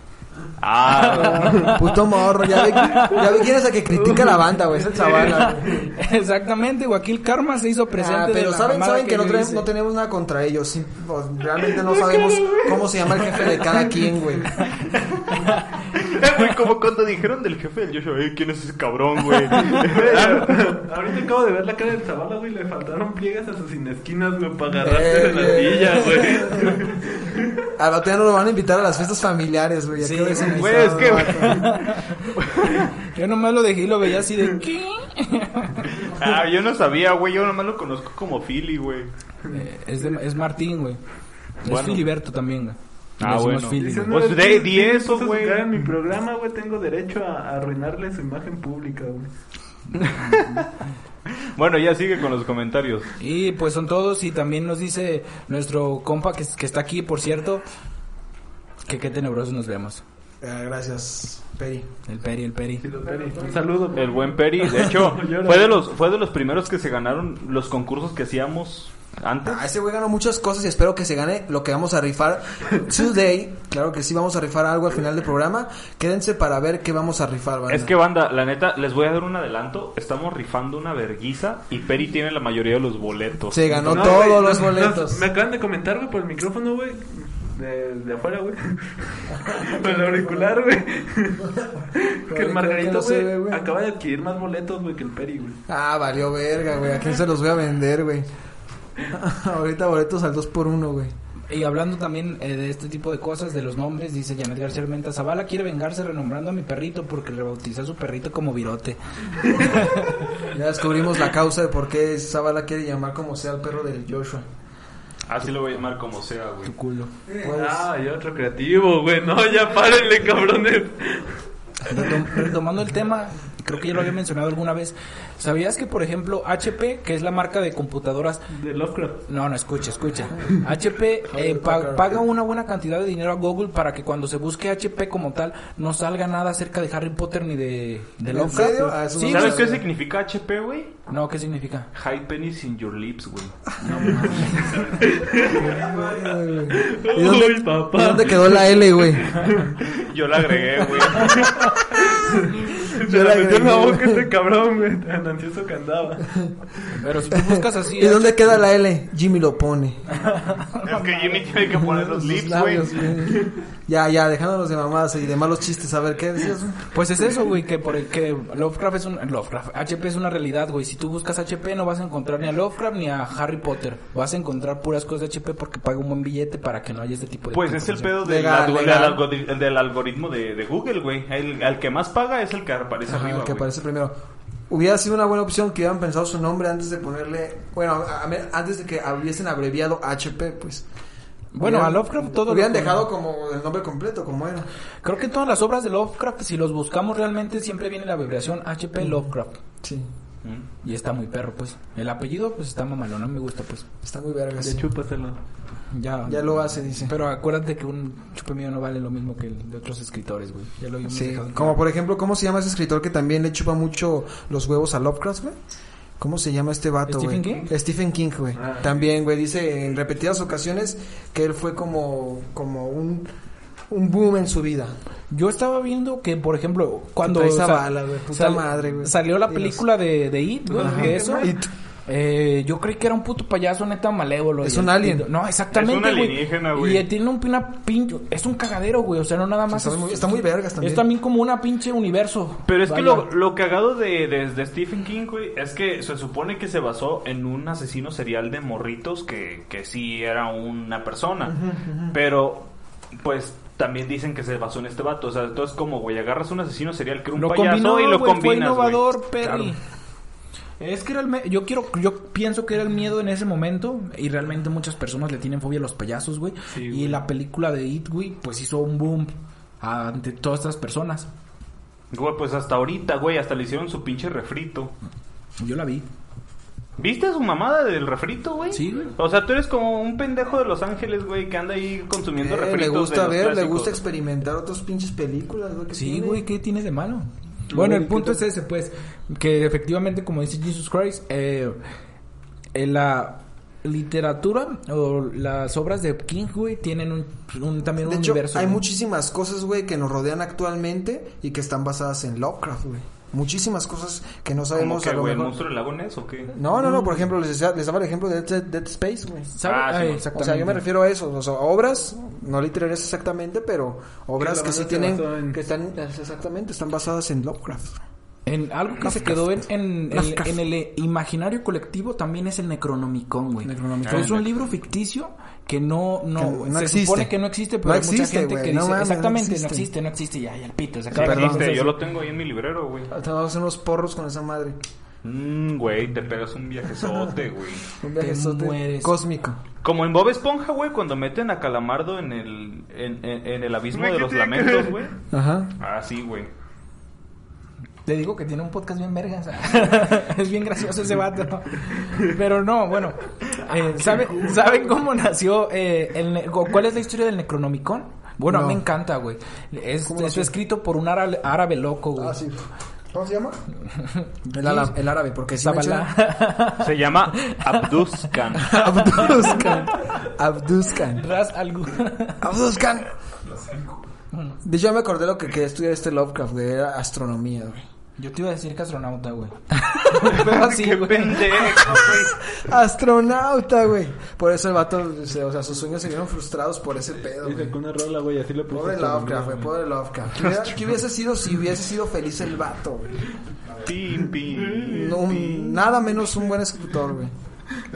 [SPEAKER 3] Ah,
[SPEAKER 4] Puto morro, ya vi, ya vi quién es el que critica a la banda, güey. Es el chaval.
[SPEAKER 2] (laughs) Exactamente, güey. Aquí el karma se hizo (laughs) presente.
[SPEAKER 4] Ah,
[SPEAKER 2] de
[SPEAKER 4] pero
[SPEAKER 2] la
[SPEAKER 4] saben,
[SPEAKER 2] mamada
[SPEAKER 4] saben que, no,
[SPEAKER 2] yo
[SPEAKER 4] tenemos,
[SPEAKER 2] hice.
[SPEAKER 4] no tenemos nada contra ellos. sí, pues, realmente no sabemos cómo se llama el jefe de cada quien, güey.
[SPEAKER 3] (laughs) güey, como cuando dijeron del jefe del Joshua, "Ey, ¿quién es ese cabrón, güey?
[SPEAKER 5] Ahorita acabo de ver la cara del Zavala, güey. Le faltaron pliegas a sus inesquinas, güey,
[SPEAKER 4] Eh,
[SPEAKER 5] para agarrarse de la silla,
[SPEAKER 4] (laughs)
[SPEAKER 5] güey.
[SPEAKER 4] A rato ya no lo van a invitar a las fiestas familiares, güey. ya
[SPEAKER 2] Sí,
[SPEAKER 4] quedó desinvitado,
[SPEAKER 3] güey, es que, güey.
[SPEAKER 4] vato.
[SPEAKER 2] Yo nomás lo dejé y lo veía así
[SPEAKER 4] (laughs)
[SPEAKER 2] de. ¿Qué?
[SPEAKER 3] (laughs) Ah, yo no sabía, güey, yo nomás lo conozco como Philly, güey.
[SPEAKER 2] Eh, es, de- es Martín, güey.
[SPEAKER 3] Bueno.
[SPEAKER 2] Es Filiberto también, güey. Le
[SPEAKER 3] Ah,
[SPEAKER 2] decimos
[SPEAKER 3] bueno.
[SPEAKER 2] Fili,
[SPEAKER 5] Dice,
[SPEAKER 2] güey.
[SPEAKER 5] no,
[SPEAKER 3] Pues
[SPEAKER 5] es
[SPEAKER 3] de-
[SPEAKER 5] que
[SPEAKER 3] di
[SPEAKER 5] si
[SPEAKER 3] eso,
[SPEAKER 5] puso su
[SPEAKER 3] güey.
[SPEAKER 5] cara en mi programa, güey, tengo derecho a, a arruinarle su imagen pública, güey.
[SPEAKER 3] Bueno, ya sigue con los comentarios.
[SPEAKER 2] Y pues son todos y también nos dice nuestro compa que, que está aquí, por cierto, que qué tenebrosos nos vemos.
[SPEAKER 4] Ah, gracias, Peri.
[SPEAKER 2] El Peri, el Peri.
[SPEAKER 5] Sí, lo- Peri, Un saludo.
[SPEAKER 3] El buen Peri, de hecho,
[SPEAKER 5] Llora.
[SPEAKER 3] fue de los fue de los primeros que se ganaron los concursos que hacíamos antes.
[SPEAKER 4] Ah, ese güey ganó muchas cosas y espero que se gane lo que vamos a rifar today. Claro que sí, vamos a rifar algo al final del programa. Quédense para ver qué vamos a rifar, banda.
[SPEAKER 3] Es que banda, la neta, les voy a dar un adelanto. Estamos rifando una verguiza y Peri tiene la mayoría de los boletos.
[SPEAKER 4] Se ganó
[SPEAKER 5] No,
[SPEAKER 4] todos
[SPEAKER 5] güey,
[SPEAKER 4] los
[SPEAKER 5] no,
[SPEAKER 4] boletos.
[SPEAKER 5] no, me acaban de comentar, güey, por el micrófono, güey. De, de afuera, güey. (laughs) Por el auricular,
[SPEAKER 4] (laughs)
[SPEAKER 5] güey. que el Margarito,
[SPEAKER 4] no se
[SPEAKER 5] güey,
[SPEAKER 4] ve, güey.
[SPEAKER 5] acaba de adquirir más boletos, güey, que el Peri, güey.
[SPEAKER 4] Ah, valió verga, güey. ¿A quién se los voy a vender, güey? (laughs) Ahorita boletos al 2 por 1 güey.
[SPEAKER 2] Y hablando también eh, de este tipo de cosas, de los nombres, dice Janet García Armenta, Zavala quiere vengarse renombrando a mi perrito porque le bautizó a su perrito como virote.
[SPEAKER 4] Ya descubrimos la causa de por qué Zavala quiere llamar como sea al perro del Joshua.
[SPEAKER 3] Así lo voy a llamar como sea, güey.
[SPEAKER 2] Tu culo.
[SPEAKER 4] Pues,
[SPEAKER 5] Ah, y otro creativo, güey. No, ya párenle, cabrones.
[SPEAKER 2] Retom- retomando el tema, creo que ya lo había mencionado alguna vez. ¿Sabías que, por ejemplo, HP, que es la marca de computadoras,
[SPEAKER 5] De Lovecraft.
[SPEAKER 2] No, no, escucha, escucha. HP
[SPEAKER 5] (laughs)
[SPEAKER 2] eh, pa- paga una buena cantidad de dinero a Google para que cuando se busque HP como tal no salga nada acerca de Harry Potter ni de, de
[SPEAKER 4] ¿En
[SPEAKER 2] Lovecraft.
[SPEAKER 4] serio? Ah, eso
[SPEAKER 2] Sí,
[SPEAKER 4] no
[SPEAKER 2] güey.
[SPEAKER 3] ¿Sabes qué significa HP, güey?
[SPEAKER 2] No, ¿qué significa?
[SPEAKER 3] High penis in your lips, güey.
[SPEAKER 4] (laughs) ¿Y dónde,
[SPEAKER 5] Uy, papá.
[SPEAKER 4] y dónde quedó la L, güey?
[SPEAKER 3] Yo la agregué, güey.
[SPEAKER 5] Se
[SPEAKER 4] Yo la
[SPEAKER 5] la metió en la
[SPEAKER 4] agregué,
[SPEAKER 5] boca
[SPEAKER 4] güey.
[SPEAKER 5] este cabrón, güey. Tan ansioso
[SPEAKER 4] (laughs)
[SPEAKER 5] que andaba.
[SPEAKER 2] Pero si tú buscas así...
[SPEAKER 4] ¿Y dónde queda la L? Jimmy lo pone.
[SPEAKER 3] Es que Jimmy tiene que poner los lips, güey.
[SPEAKER 4] labios, güey. Ya, ya, dejándonos de mamadas y de malos chistes. A ver, ¿qué decías? güey?
[SPEAKER 2] Pues es eso, güey, que por el que Lovecraft es un... Lovecraft, HP es una realidad, güey. Si tú buscas HP no vas a encontrar ni a Lovecraft ni a Harry Potter. Vas a encontrar puras cosas de HP porque paga un buen billete para que no haya este tipo de...
[SPEAKER 3] Pues es el
[SPEAKER 2] información.
[SPEAKER 3] pedo del,
[SPEAKER 4] Legal,
[SPEAKER 3] algo-
[SPEAKER 4] legal.
[SPEAKER 3] del algori- del algoritmo de, de Google, güey. El, al que más paga es el que aparece
[SPEAKER 4] Ajá,
[SPEAKER 3] arriba,
[SPEAKER 4] el que
[SPEAKER 3] güey.
[SPEAKER 4] aparece primero. Hubiera sido una buena opción que hubieran pensado su nombre antes de ponerle... Bueno, a- a- antes de que hubiesen abreviado HP, pues.
[SPEAKER 2] Bueno,
[SPEAKER 4] Hubieran-
[SPEAKER 2] a Lovecraft todo... lo
[SPEAKER 4] Hubieran
[SPEAKER 2] que-
[SPEAKER 4] dejado como el nombre completo, como era.
[SPEAKER 2] Creo que todas las obras de Lovecraft, si los buscamos realmente, siempre viene la abreviación HP Lovecraft.
[SPEAKER 4] Sí.
[SPEAKER 3] Mm.
[SPEAKER 2] Y está muy perro, pues. El apellido, pues está mamalón, no me gusta, pues.
[SPEAKER 4] Está muy verga.
[SPEAKER 5] Ya
[SPEAKER 4] sí.
[SPEAKER 5] chúpaselo.
[SPEAKER 2] Ya,
[SPEAKER 4] Ya lo hace, dice.
[SPEAKER 2] Pero acuérdate que un chupe mío no vale lo mismo que el de otros escritores, güey. Ya lo habíamos
[SPEAKER 4] Sí,
[SPEAKER 2] dejado en
[SPEAKER 4] como
[SPEAKER 2] claro.
[SPEAKER 4] por ejemplo, ¿cómo se llama ese escritor que también le chupa mucho los huevos a Lovecraft, güey? ¿Cómo se llama este vato, güey?
[SPEAKER 2] ¿Stephen King?
[SPEAKER 4] Stephen King, güey.
[SPEAKER 5] Ah.
[SPEAKER 4] También, güey, dice en repetidas ocasiones que él fue como, como un, un boom en su vida.
[SPEAKER 2] Yo estaba viendo que, por ejemplo, cuando
[SPEAKER 4] Trae esa
[SPEAKER 2] sa-
[SPEAKER 4] bala, güey, puta madre, güey.
[SPEAKER 2] salió la
[SPEAKER 4] Dinos.
[SPEAKER 2] película de, de It, güey, de eso.
[SPEAKER 4] Y t-
[SPEAKER 2] Eh, yo creí que era un puto payaso neta malévolo.
[SPEAKER 4] Es
[SPEAKER 2] Y
[SPEAKER 4] un
[SPEAKER 2] el-
[SPEAKER 4] alien.
[SPEAKER 2] No, exactamente,
[SPEAKER 3] Es un
[SPEAKER 2] güey.
[SPEAKER 3] alienígena, güey.
[SPEAKER 2] Y tiene un pina pincho. Es un cagadero, güey. O sea, no nada más.
[SPEAKER 4] Está
[SPEAKER 2] es-
[SPEAKER 4] muy- está muy vergas también.
[SPEAKER 2] Es también como una pinche universo.
[SPEAKER 3] Pero es que
[SPEAKER 2] Vaya.
[SPEAKER 3] lo, lo cagado de, de- de Stephen King, güey, es que se supone que se basó en un asesino serial de morritos que, que sí era una persona. Pero, pues, también dicen que se basó en este vato. O sea, entonces, como, güey, agarras un asesino serial que era un
[SPEAKER 2] Lo
[SPEAKER 3] payaso
[SPEAKER 2] combinó,
[SPEAKER 3] y
[SPEAKER 2] güey,
[SPEAKER 3] lo
[SPEAKER 2] Fue
[SPEAKER 3] combinas, güey.
[SPEAKER 2] innovador, Perry. Es que era el me- yo quiero yo pienso que era el miedo en ese momento y realmente muchas personas le tienen fobia a los payasos, güey. y
[SPEAKER 5] güey.
[SPEAKER 2] la película de It, güey, pues hizo un boom ante todas estas personas.
[SPEAKER 3] Güey, pues hasta ahorita, güey, hasta le hicieron su pinche refrito.
[SPEAKER 2] Yo la vi.
[SPEAKER 3] ¿Viste su mamada del refrito, güey?
[SPEAKER 2] Sí, güey.
[SPEAKER 3] O sea, tú eres como un pendejo de Los Ángeles, güey, que anda ahí consumiendo
[SPEAKER 4] Eh,
[SPEAKER 3] refritos.
[SPEAKER 4] le
[SPEAKER 3] de
[SPEAKER 4] gusta
[SPEAKER 3] los
[SPEAKER 4] ver, le
[SPEAKER 3] clásicos.
[SPEAKER 4] gusta experimentar otras pinches películas, güey. que
[SPEAKER 2] Sí,
[SPEAKER 4] tiene.
[SPEAKER 2] güey, ¿qué tiene de malo? Bueno, el punto es ese, pues, que efectivamente, como dice Jesus Christ, eh, en la literatura o las obras de King, güey, tienen un, un- también
[SPEAKER 4] De
[SPEAKER 2] un
[SPEAKER 4] hecho,
[SPEAKER 2] universo.
[SPEAKER 4] hay
[SPEAKER 2] güey.
[SPEAKER 4] muchísimas cosas, güey, que nos rodean actualmente y que están basadas en Lovecraft, güey. Muchísimas cosas que no
[SPEAKER 3] ¿Cómo
[SPEAKER 4] sabemos
[SPEAKER 3] que,
[SPEAKER 4] a lo
[SPEAKER 3] güey, el
[SPEAKER 4] mejor.
[SPEAKER 3] monstruo del lago Ness o qué?
[SPEAKER 4] No, no, no, por ejemplo, les, decía- les daba el ejemplo de Dead, Dead Space, güey.
[SPEAKER 2] ¿Sabe?
[SPEAKER 3] Ah, sí,
[SPEAKER 2] Ah,
[SPEAKER 3] bueno.
[SPEAKER 4] O sea, yo me refiero a eso, o sea, obras, no literarias exactamente, pero obras
[SPEAKER 5] la
[SPEAKER 4] que
[SPEAKER 5] banda
[SPEAKER 4] sí
[SPEAKER 5] se
[SPEAKER 4] tienen,
[SPEAKER 5] basó en-
[SPEAKER 4] que están, exactamente, están basadas en Lovecraft.
[SPEAKER 2] En algo que se quedó en, en, el, en el imaginario colectivo también es el Necronomicon, güey.
[SPEAKER 4] Necronomicon.
[SPEAKER 2] Es un libro ficticio que no, no,
[SPEAKER 4] Que no
[SPEAKER 2] se
[SPEAKER 4] existe.
[SPEAKER 2] supone que no existe, pero
[SPEAKER 4] No
[SPEAKER 2] hay mucha
[SPEAKER 4] existe,
[SPEAKER 2] gente
[SPEAKER 4] güey,
[SPEAKER 2] que
[SPEAKER 4] no
[SPEAKER 2] dice,
[SPEAKER 4] mames, no
[SPEAKER 2] exactamente, no
[SPEAKER 4] existe.
[SPEAKER 2] existe, no existe, ya, ya el pito, se
[SPEAKER 3] Sí,
[SPEAKER 2] acaba.
[SPEAKER 4] perdón,
[SPEAKER 3] existe,
[SPEAKER 4] entonces-
[SPEAKER 3] yo lo tengo ahí en mi librero, güey.
[SPEAKER 4] Te vamos a hacer unos porros con esa madre.
[SPEAKER 3] Mmm, güey, te pegas un viajezote, güey.
[SPEAKER 4] Un
[SPEAKER 2] Te
[SPEAKER 4] viajezote
[SPEAKER 2] mueres.
[SPEAKER 4] cósmico.
[SPEAKER 3] Como en Bob Esponja, güey, cuando meten a Calamardo en el, en, en- en el abismo de los lamentos, güey.
[SPEAKER 4] Ajá.
[SPEAKER 3] Ah, sí, güey.
[SPEAKER 2] Te digo que tiene un podcast bien vergas. (laughs) es bien gracioso ese vato. Pero no, bueno. eh, ¿sabe- ¿Saben cómo nació eh, el ne- o ¿Cuál es la historia del Necronomicon? Bueno, a mí
[SPEAKER 4] No.
[SPEAKER 2] me encanta, güey. Es,
[SPEAKER 4] ¿Cómo
[SPEAKER 2] es
[SPEAKER 4] nació?
[SPEAKER 2] escrito por un árabe, árabe loco, güey.
[SPEAKER 4] Ah, sí. ¿Cómo se llama? El,
[SPEAKER 2] Sí.
[SPEAKER 4] ala- el árabe, porque si
[SPEAKER 2] Zabalá.
[SPEAKER 3] Se llama Abduskan.
[SPEAKER 4] (laughs) Abduzcan. Abduzcan.
[SPEAKER 2] Ras algo.
[SPEAKER 4] Abduzcan. De hecho, ya me acordé lo que quería estudiar este Lovecraft, güey. Era astronomía,
[SPEAKER 2] (laughs)
[SPEAKER 4] güey.
[SPEAKER 2] Yo te iba a decir que astronauta, güey.
[SPEAKER 4] Ah,
[SPEAKER 2] Pero así,
[SPEAKER 3] Qué
[SPEAKER 2] güey.
[SPEAKER 3] pendejo, güey.
[SPEAKER 4] Astronauta, güey. Por eso el vato, se- o sea, sus sueños se vieron frustrados por ese pedo,
[SPEAKER 5] Y
[SPEAKER 4] güey.
[SPEAKER 5] sacó una rola, güey, así le puso.
[SPEAKER 4] Pobre
[SPEAKER 5] hasta
[SPEAKER 4] Lovecraft, güey,
[SPEAKER 5] nombre,
[SPEAKER 4] pobre Lovecraft. ¿Qué hubiera, qué hubiese sido si hubiese sido feliz el vato, güey?
[SPEAKER 3] Pim, pim.
[SPEAKER 4] No, un- nada menos un buen escritor, güey.